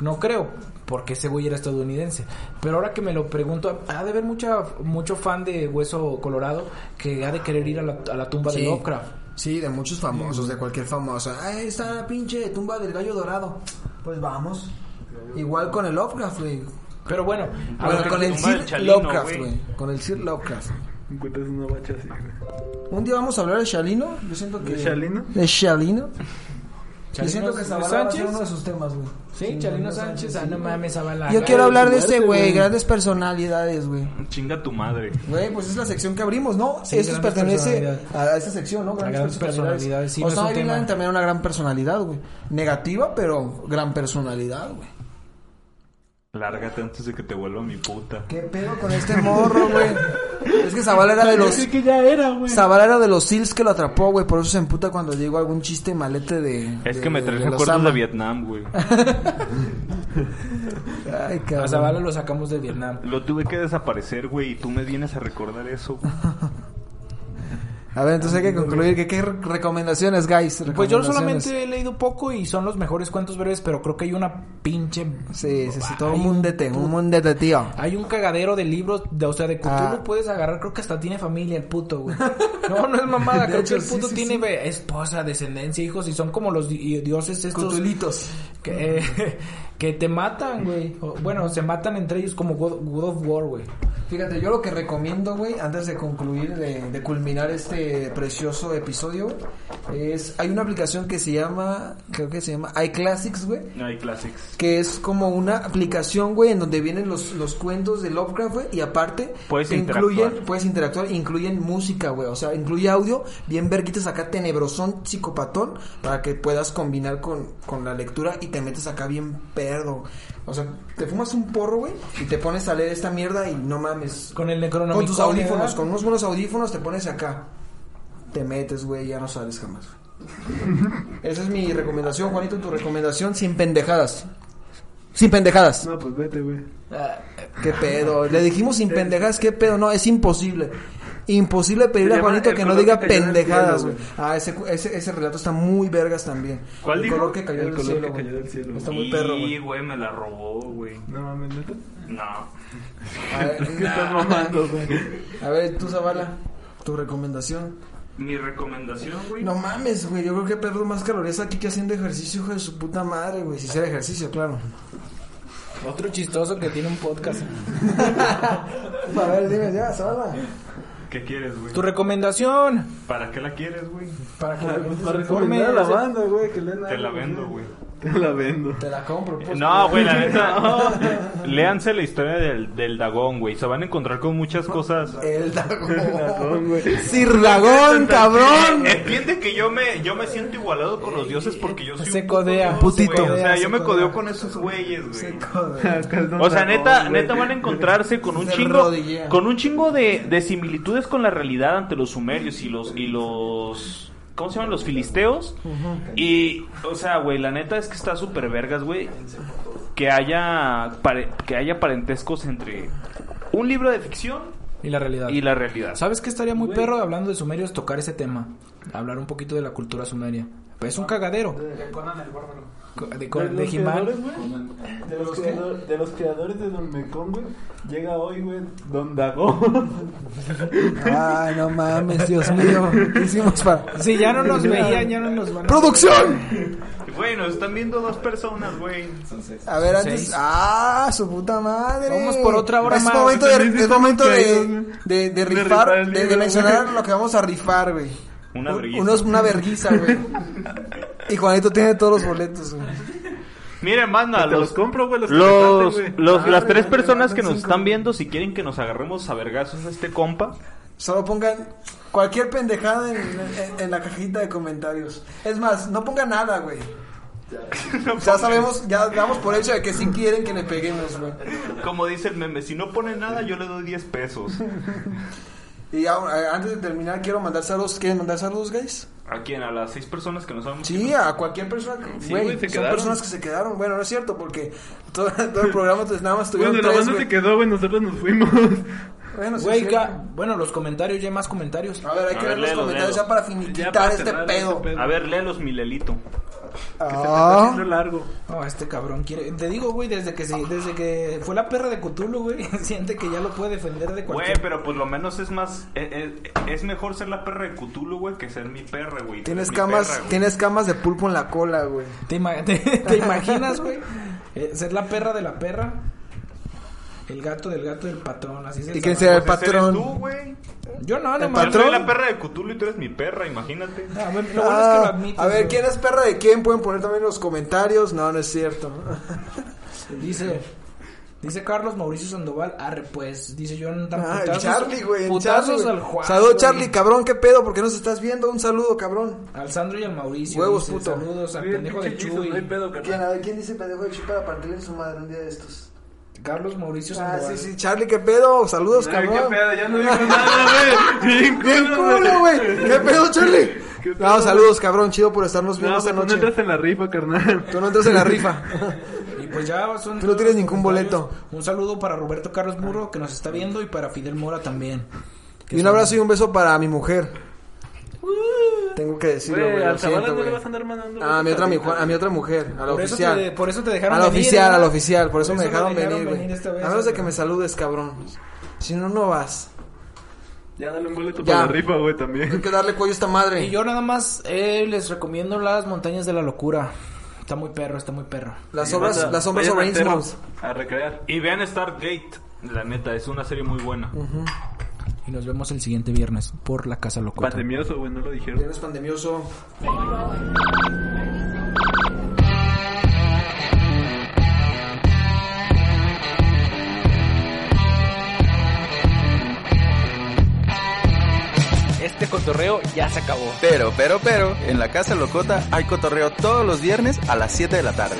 [SPEAKER 2] No creo, porque ese güey era estadounidense. Pero ahora que me lo pregunto, ha de haber mucha, mucho fan de Hueso Colorado que ha de querer ir a la, a la tumba de
[SPEAKER 4] Sí.
[SPEAKER 2] Lovecraft.
[SPEAKER 4] Sí, de muchos famosos, de cualquier famoso. Ahí está la pinche tumba del gallo dorado. Pues vamos. Igual con el Lovecraft, güey.
[SPEAKER 2] Pero bueno, ah, a
[SPEAKER 4] Bueno,
[SPEAKER 2] ver,
[SPEAKER 4] con el
[SPEAKER 3] tumba del
[SPEAKER 4] Sir
[SPEAKER 3] Chalino,
[SPEAKER 4] Lovecraft,
[SPEAKER 3] güey.
[SPEAKER 4] güey. Con el Sir Lovecraft.
[SPEAKER 5] Encuentras una bacha así, güey.
[SPEAKER 4] Un día vamos a hablar de Shalino. Yo siento que...
[SPEAKER 5] ¿De Shalino?
[SPEAKER 4] ¿De Shalino? Yo
[SPEAKER 2] Chalino
[SPEAKER 4] siento que Zavala va a ser
[SPEAKER 2] Sánchez.
[SPEAKER 4] uno de sus temas, güey.
[SPEAKER 2] Sí, Chalino Sánchez. Ah, no mames, Zavala.
[SPEAKER 4] Yo quiero hablar de este ese,
[SPEAKER 6] muerte,
[SPEAKER 4] güey.
[SPEAKER 6] güey.
[SPEAKER 4] Grandes personalidades, güey.
[SPEAKER 3] Chinga tu madre.
[SPEAKER 4] Güey, pues es la sección que abrimos, ¿no?
[SPEAKER 2] Sí,
[SPEAKER 4] Eso
[SPEAKER 2] grandes
[SPEAKER 4] pertenece
[SPEAKER 2] personalidades.
[SPEAKER 4] a esa sección, ¿no? Grandes,
[SPEAKER 2] grandes personalidades, sí, no es
[SPEAKER 4] Osama
[SPEAKER 2] un
[SPEAKER 4] Bin Laden
[SPEAKER 2] tema.
[SPEAKER 4] también era una gran personalidad, güey. Negativa, pero gran personalidad, güey.
[SPEAKER 3] Lárgate antes de que te vuelva mi puta.
[SPEAKER 4] ¿Qué pedo con este morro, güey? es que Zavala era de los...
[SPEAKER 6] Pensé que ya era, güey.
[SPEAKER 4] Zavala era de los SEALs que lo atrapó, güey. Por eso se emputa cuando digo algún chiste malete de...
[SPEAKER 3] Es
[SPEAKER 4] de-
[SPEAKER 3] que me
[SPEAKER 4] de-
[SPEAKER 3] traes
[SPEAKER 4] de los
[SPEAKER 3] recuerdos
[SPEAKER 4] ama.
[SPEAKER 3] de Vietnam, güey.
[SPEAKER 4] Ay,
[SPEAKER 2] A
[SPEAKER 4] cabrón.
[SPEAKER 2] Zavala lo sacamos de Vietnam.
[SPEAKER 3] Lo tuve que desaparecer, güey, y tú me vienes a recordar eso.
[SPEAKER 4] A ver, entonces hay que concluir. ¿Qué, qué re- recomendaciones, guys?
[SPEAKER 2] Pues yo
[SPEAKER 4] Recomendaciones.
[SPEAKER 2] solamente he leído poco y son los mejores cuentos breves, pero creo que hay una pinche...
[SPEAKER 4] Sí, sí, sí, todo
[SPEAKER 2] Hay
[SPEAKER 4] un mundete, un mundete, tío.
[SPEAKER 2] Hay un cagadero de libros, de, o sea, de Cthulhu
[SPEAKER 4] Ah.
[SPEAKER 2] puedes agarrar, creo que hasta tiene familia el puto,
[SPEAKER 4] (laughs)
[SPEAKER 2] güey. No, no es mamada,
[SPEAKER 4] De
[SPEAKER 2] creo
[SPEAKER 4] hecho,
[SPEAKER 2] que el
[SPEAKER 4] sí,
[SPEAKER 2] puto
[SPEAKER 4] sí,
[SPEAKER 2] tiene
[SPEAKER 4] sí.
[SPEAKER 2] ve, esposa, descendencia, hijos, y son como los di- dioses estos
[SPEAKER 4] Cutulitos.
[SPEAKER 2] que, (laughs) eh, que te matan, güey. O, Bueno, se matan entre ellos como God, God of War, güey.
[SPEAKER 4] Fíjate, yo lo que recomiendo, güey, antes de concluir, de, de culminar este precioso episodio, güey, es. Hay una aplicación que se llama. Creo que se llama iClassics, güey.
[SPEAKER 3] Hay classics.
[SPEAKER 4] Que es como una aplicación, güey, en donde vienen los, los cuentos de Lovecraft, güey, y aparte
[SPEAKER 3] Puedes
[SPEAKER 4] te
[SPEAKER 3] interactuar.
[SPEAKER 4] incluyen, puedes interactuar, incluyen música, güey, o sea, incluye audio, bien verguitas acá, tenebrosón, psicopatón, para que puedas combinar con, con la lectura y te metes acá bien perdo. O sea, te fumas un porro, güey, y te pones a leer esta mierda y no mames,
[SPEAKER 2] Con el Necronomicon.
[SPEAKER 4] con tus audífonos,
[SPEAKER 2] ¿verdad?
[SPEAKER 4] con unos buenos audífonos te pones acá. Te metes, güey, ya no sales
[SPEAKER 5] (laughs)
[SPEAKER 4] jamás. Esa es mi recomendación, Juanito, tu recomendación sin pendejadas. Sin pendejadas.
[SPEAKER 5] No, pues vete, güey.
[SPEAKER 2] Ah,
[SPEAKER 4] ¿Qué pedo? Le dijimos
[SPEAKER 5] (laughs)
[SPEAKER 4] sin pendejadas, ¿qué pedo? No, es imposible. Imposible pedirle a
[SPEAKER 5] Se llama
[SPEAKER 4] Juanito
[SPEAKER 5] El
[SPEAKER 4] que no
[SPEAKER 5] color
[SPEAKER 4] diga
[SPEAKER 5] que cayó del
[SPEAKER 4] pendejadas, güey.
[SPEAKER 5] cielo,
[SPEAKER 4] Ah, ese, ese, ese relato está muy vergas también.
[SPEAKER 3] ¿Cuál
[SPEAKER 4] El
[SPEAKER 3] dijo?
[SPEAKER 4] color que cayó
[SPEAKER 5] El
[SPEAKER 4] del
[SPEAKER 5] color
[SPEAKER 4] cielo,
[SPEAKER 5] que
[SPEAKER 4] güey.
[SPEAKER 5] cayó del cielo.
[SPEAKER 4] Está muy perro,
[SPEAKER 3] Y,
[SPEAKER 5] (laughs)
[SPEAKER 4] güey.
[SPEAKER 3] güey, me la robó, güey.
[SPEAKER 5] No mames, neta.
[SPEAKER 3] No.
[SPEAKER 4] A ver,
[SPEAKER 5] ¿Qué estás
[SPEAKER 3] (laughs)
[SPEAKER 5] mamando, güey? Pues
[SPEAKER 4] a ver, tú, Zavala, tu recomendación.
[SPEAKER 3] Mi recomendación, güey.
[SPEAKER 4] No mames, güey. Yo creo que perro más calorías aquí que haciendo ejercicio, hijo de su puta madre, güey. Si hiciera ejercicio, claro.
[SPEAKER 2] otro chistoso que tiene un podcast. (laughs)
[SPEAKER 4] A ver, dime, ya, sola.
[SPEAKER 3] ¿Qué quieres, güey?
[SPEAKER 2] Tu recomendación
[SPEAKER 3] ¿Para qué la quieres, güey?
[SPEAKER 2] para que la
[SPEAKER 5] Para
[SPEAKER 2] gente se
[SPEAKER 5] para
[SPEAKER 2] informe,
[SPEAKER 5] recomendar a la
[SPEAKER 2] o sea,
[SPEAKER 5] banda, güey, que lean
[SPEAKER 3] Te la
[SPEAKER 5] algo,
[SPEAKER 3] vendo, güey.
[SPEAKER 5] Te la vendo.
[SPEAKER 4] Te la compro, pues.
[SPEAKER 3] No, güey,
[SPEAKER 4] (laughs)
[SPEAKER 3] la neta. no. Léanse la historia del, del Dagón, güey. Se van a encontrar con muchas cosas.
[SPEAKER 4] El Dagón.
[SPEAKER 5] Dagón, güey.
[SPEAKER 4] Sir Dagón, cabrón.
[SPEAKER 3] Entiende que yo me, yo me siento igualado con los dioses porque yo soy
[SPEAKER 2] Se
[SPEAKER 3] un
[SPEAKER 2] codea.
[SPEAKER 3] puto dios,
[SPEAKER 4] Putito.
[SPEAKER 3] güey. O sea,
[SPEAKER 4] Se
[SPEAKER 3] yo me
[SPEAKER 4] codea.
[SPEAKER 3] codeo con esos güeyes, güey.
[SPEAKER 4] Seco de-
[SPEAKER 3] O sea, neta, neta van a encontrarse con un
[SPEAKER 4] Se
[SPEAKER 3] chingo,
[SPEAKER 4] rodillea.
[SPEAKER 3] con un chingo de, de similitudes con la realidad ante los sumerios y los y los ¿cómo se llaman? los filisteos. Y o sea, güey, la neta es que está súper vergas, güey, que haya pare- que haya parentescos entre un libro de ficción
[SPEAKER 2] Y la realidad.
[SPEAKER 3] y la realidad.
[SPEAKER 2] ¿Sabes qué estaría muy perro hablando de sumerios? Tocar ese tema. Hablar un poquito de la cultura sumeria. Pues es un cagadero. Co- De,
[SPEAKER 5] De
[SPEAKER 2] con- de
[SPEAKER 5] los
[SPEAKER 2] He-Man.
[SPEAKER 5] creadores, güey. De los creador- de los creadores de Don Mekong, güey. Llega hoy, güey, Don Dago.
[SPEAKER 4] Ay, no mames, Dios mío. ¿Qué hicimos para...?
[SPEAKER 2] Si ya no nos veían, ya no nos van a...
[SPEAKER 4] ¡Producción!
[SPEAKER 3] Bueno, están viendo dos personas, güey.
[SPEAKER 4] A ver,
[SPEAKER 2] Son
[SPEAKER 4] antes...
[SPEAKER 2] seis.
[SPEAKER 4] ¡Ah, su puta madre!
[SPEAKER 2] Vamos por otra hora
[SPEAKER 4] es
[SPEAKER 2] más.
[SPEAKER 4] Momento de, es momento de,
[SPEAKER 5] También
[SPEAKER 4] de, de
[SPEAKER 5] rifar
[SPEAKER 4] rifar,
[SPEAKER 5] el
[SPEAKER 4] de, de
[SPEAKER 5] libro,
[SPEAKER 4] mencionar
[SPEAKER 5] güey.
[SPEAKER 4] lo que vamos a rifar, güey.
[SPEAKER 3] Una
[SPEAKER 4] Un-
[SPEAKER 3] vergüenza.
[SPEAKER 4] unos- Una vergüenza, güey. Y Juanito tiene todos los boletos, güey.
[SPEAKER 3] Miren, manda,
[SPEAKER 5] Te los
[SPEAKER 3] los,
[SPEAKER 5] compro, güey, los que
[SPEAKER 3] Los,
[SPEAKER 5] prestaste, güey.
[SPEAKER 3] los-
[SPEAKER 4] Ah,
[SPEAKER 3] las
[SPEAKER 4] güey,
[SPEAKER 3] tres
[SPEAKER 4] me
[SPEAKER 3] personas que
[SPEAKER 4] mandan
[SPEAKER 3] nos
[SPEAKER 4] cinco,
[SPEAKER 3] están
[SPEAKER 4] güey.
[SPEAKER 3] viendo, si quieren que nos agarremos a vergazos a este compa,
[SPEAKER 4] Solo pongan cualquier pendejada en, en- en la cajita de comentarios. Es más, no pongan nada,
[SPEAKER 5] (laughs)
[SPEAKER 4] güey. Ya sabemos, ya damos por hecho de que sí quieren que le peguemos, güey.
[SPEAKER 3] como dice el meme, si no pone nada, yo le doy 10 pesos.
[SPEAKER 4] Y ya, eh, antes de terminar, quiero mandar saludos. ¿Quieren mandar saludos, guys?
[SPEAKER 3] ¿A quién? ¿A las seis personas que nos han
[SPEAKER 4] Sí, a cualquier persona. que-
[SPEAKER 5] Sí,
[SPEAKER 4] Güey,
[SPEAKER 5] güey, se
[SPEAKER 4] son
[SPEAKER 5] quedaron.
[SPEAKER 4] personas que se quedaron. Bueno, no es cierto, porque todo, todo el programa entonces, nada más
[SPEAKER 5] Güey,
[SPEAKER 4] tuvieron
[SPEAKER 5] de la
[SPEAKER 4] tres,
[SPEAKER 5] banda
[SPEAKER 4] güey.
[SPEAKER 5] se quedó, güey. Nosotros nos fuimos. (laughs)
[SPEAKER 4] Bueno, sí,
[SPEAKER 2] Güey,
[SPEAKER 4] sí.
[SPEAKER 2] ca- bueno, los comentarios, ya hay más comentarios.
[SPEAKER 4] A ver, hay
[SPEAKER 3] A
[SPEAKER 4] que
[SPEAKER 3] ver,
[SPEAKER 4] ver los
[SPEAKER 3] léelo,
[SPEAKER 4] comentarios
[SPEAKER 3] léelo.
[SPEAKER 4] ya para
[SPEAKER 5] Ya
[SPEAKER 4] finiquitar
[SPEAKER 5] para
[SPEAKER 4] este
[SPEAKER 5] cerrar
[SPEAKER 4] pedo.
[SPEAKER 5] este pedo.
[SPEAKER 3] A ver, léelos, mi Lelito.
[SPEAKER 5] Está
[SPEAKER 4] Ah,
[SPEAKER 5] haciendo largo.
[SPEAKER 2] No, este cabrón quiere... Te digo, güey, desde que, se- desde que fue la perra de Cthulhu, güey, (laughs) siente que ya lo puede defender de
[SPEAKER 3] Güey,
[SPEAKER 2] cualquier...
[SPEAKER 3] pero pues lo menos es más. eh, eh, Es, mejor ser la perra de Cthulhu, güey, que ser mi perra, güey. Tú eres
[SPEAKER 4] tienes
[SPEAKER 3] mi
[SPEAKER 4] camas,
[SPEAKER 3] perra, güey.
[SPEAKER 4] tienes camas de pulpo en la cola, güey.
[SPEAKER 2] ¿Te, ima- (laughs) te- te imaginas, güey? Eh, ser la perra de la perra. El gato del gato del patrón, así se
[SPEAKER 4] Y que sea el
[SPEAKER 3] Pues ese eres
[SPEAKER 4] patrón.
[SPEAKER 3] tú, güey.
[SPEAKER 2] Yo no, no
[SPEAKER 4] El
[SPEAKER 2] mames.
[SPEAKER 3] Yo soy
[SPEAKER 4] ¿Patrón?
[SPEAKER 3] la perra de Cthulhu y tú eres mi perra, imagínate.
[SPEAKER 2] Ah, bueno, lo bueno es que lo
[SPEAKER 4] Ah,
[SPEAKER 2] admites,
[SPEAKER 4] a ver,
[SPEAKER 2] güey.
[SPEAKER 4] ¿quién es perra de quién? Pueden poner también en los comentarios. No, no es cierto. (laughs)
[SPEAKER 2] Dice, dice Carlos Mauricio Sandoval, arre pues, dice yo no
[SPEAKER 4] Ah, el Charlie, güey. el
[SPEAKER 2] putazos
[SPEAKER 4] Charlie, güey.
[SPEAKER 2] al Juan.
[SPEAKER 4] Saludos,
[SPEAKER 2] güey.
[SPEAKER 4] Charlie, cabrón. ¿Qué pedo? ¿Por qué nos estás viendo? Un saludo, cabrón.
[SPEAKER 2] Al Sandro y al Mauricio.
[SPEAKER 4] Huevos,
[SPEAKER 2] dice,
[SPEAKER 4] puto.
[SPEAKER 2] Saludos al
[SPEAKER 5] Güey,
[SPEAKER 2] pendejo de
[SPEAKER 5] pinche Jesus, No hay
[SPEAKER 2] Chuy.
[SPEAKER 5] pedo, carnal.
[SPEAKER 4] ver, ¿quién dice pendejo de chupa para partirle su madre un día de estos?
[SPEAKER 2] Carlos Mauricio
[SPEAKER 4] Ah,
[SPEAKER 2] Sandoval.
[SPEAKER 4] sí, sí, Charlie, ¿qué pedo? Saludos,
[SPEAKER 5] Ay,
[SPEAKER 4] cabrón.
[SPEAKER 5] qué pedo,
[SPEAKER 2] (laughs)
[SPEAKER 5] ya no digo nada, güey. Bien
[SPEAKER 4] Bien
[SPEAKER 5] culo,
[SPEAKER 4] culo, güey. ¿Qué pedo, Charlie?
[SPEAKER 5] (laughs) ¿Qué pedo?
[SPEAKER 4] No, saludos, cabrón. Chido por estarnos
[SPEAKER 5] No,
[SPEAKER 4] viendo esta
[SPEAKER 5] güey, tú no
[SPEAKER 4] noche.
[SPEAKER 5] entras en la rifa, carnal.
[SPEAKER 4] Tú no entras en la rifa.
[SPEAKER 2] Y pues ya son...
[SPEAKER 4] Tú no tienes ningún
[SPEAKER 2] comentarios.
[SPEAKER 4] boleto.
[SPEAKER 2] Un saludo para Roberto Carlos Muro, que nos está viendo, y para Fidel Mora también. Que
[SPEAKER 4] Y un
[SPEAKER 2] son-
[SPEAKER 4] abrazo y un beso para mi mujer. Tengo que decirlo,
[SPEAKER 5] (laughs) Uh. Güey,
[SPEAKER 4] güey.
[SPEAKER 5] al
[SPEAKER 4] Lo
[SPEAKER 5] Zavala
[SPEAKER 4] siento,
[SPEAKER 5] no le
[SPEAKER 4] güey.
[SPEAKER 5] vas a andar mandando.
[SPEAKER 4] Ah, A mi, otra, mi,
[SPEAKER 5] carnal.
[SPEAKER 4] a mi otra mujer, a la
[SPEAKER 2] Por eso,
[SPEAKER 4] oficial.
[SPEAKER 2] te, por eso te
[SPEAKER 4] A
[SPEAKER 2] dejaron
[SPEAKER 4] la
[SPEAKER 2] venir,
[SPEAKER 4] oficial,
[SPEAKER 2] ¿verdad?
[SPEAKER 4] a la oficial, por eso me
[SPEAKER 2] lo
[SPEAKER 4] dejaron venir, güey.
[SPEAKER 2] esta vez,
[SPEAKER 4] A menos de
[SPEAKER 2] güey.
[SPEAKER 4] que me saludes, cabrón. Si no, no vas.
[SPEAKER 5] Ya dale un boleto
[SPEAKER 4] Ya.
[SPEAKER 5] para la rifa, güey,
[SPEAKER 4] Hay
[SPEAKER 5] también.
[SPEAKER 4] que darle cuello a esta madre.
[SPEAKER 2] Y yo nada más eh, les recomiendo las montañas de la locura. Está muy perro, está muy perro.
[SPEAKER 4] Las obras,
[SPEAKER 5] Banda,
[SPEAKER 4] las obras
[SPEAKER 5] vayan
[SPEAKER 4] sobre
[SPEAKER 5] al cerro
[SPEAKER 4] Innsmouth.
[SPEAKER 5] A recrear.
[SPEAKER 3] Y vean Stargate. La neta, es una serie muy buena.
[SPEAKER 2] Y nos vemos el siguiente viernes por la Casa Locura.
[SPEAKER 5] Pandemioso, güey, no lo dijeron.
[SPEAKER 4] Viernes pandemioso.
[SPEAKER 7] Este cotorreo ya se acabó.
[SPEAKER 8] Pero, pero, pero, en la Casa Locota hay cotorreo todos los viernes a las 7 de la tarde.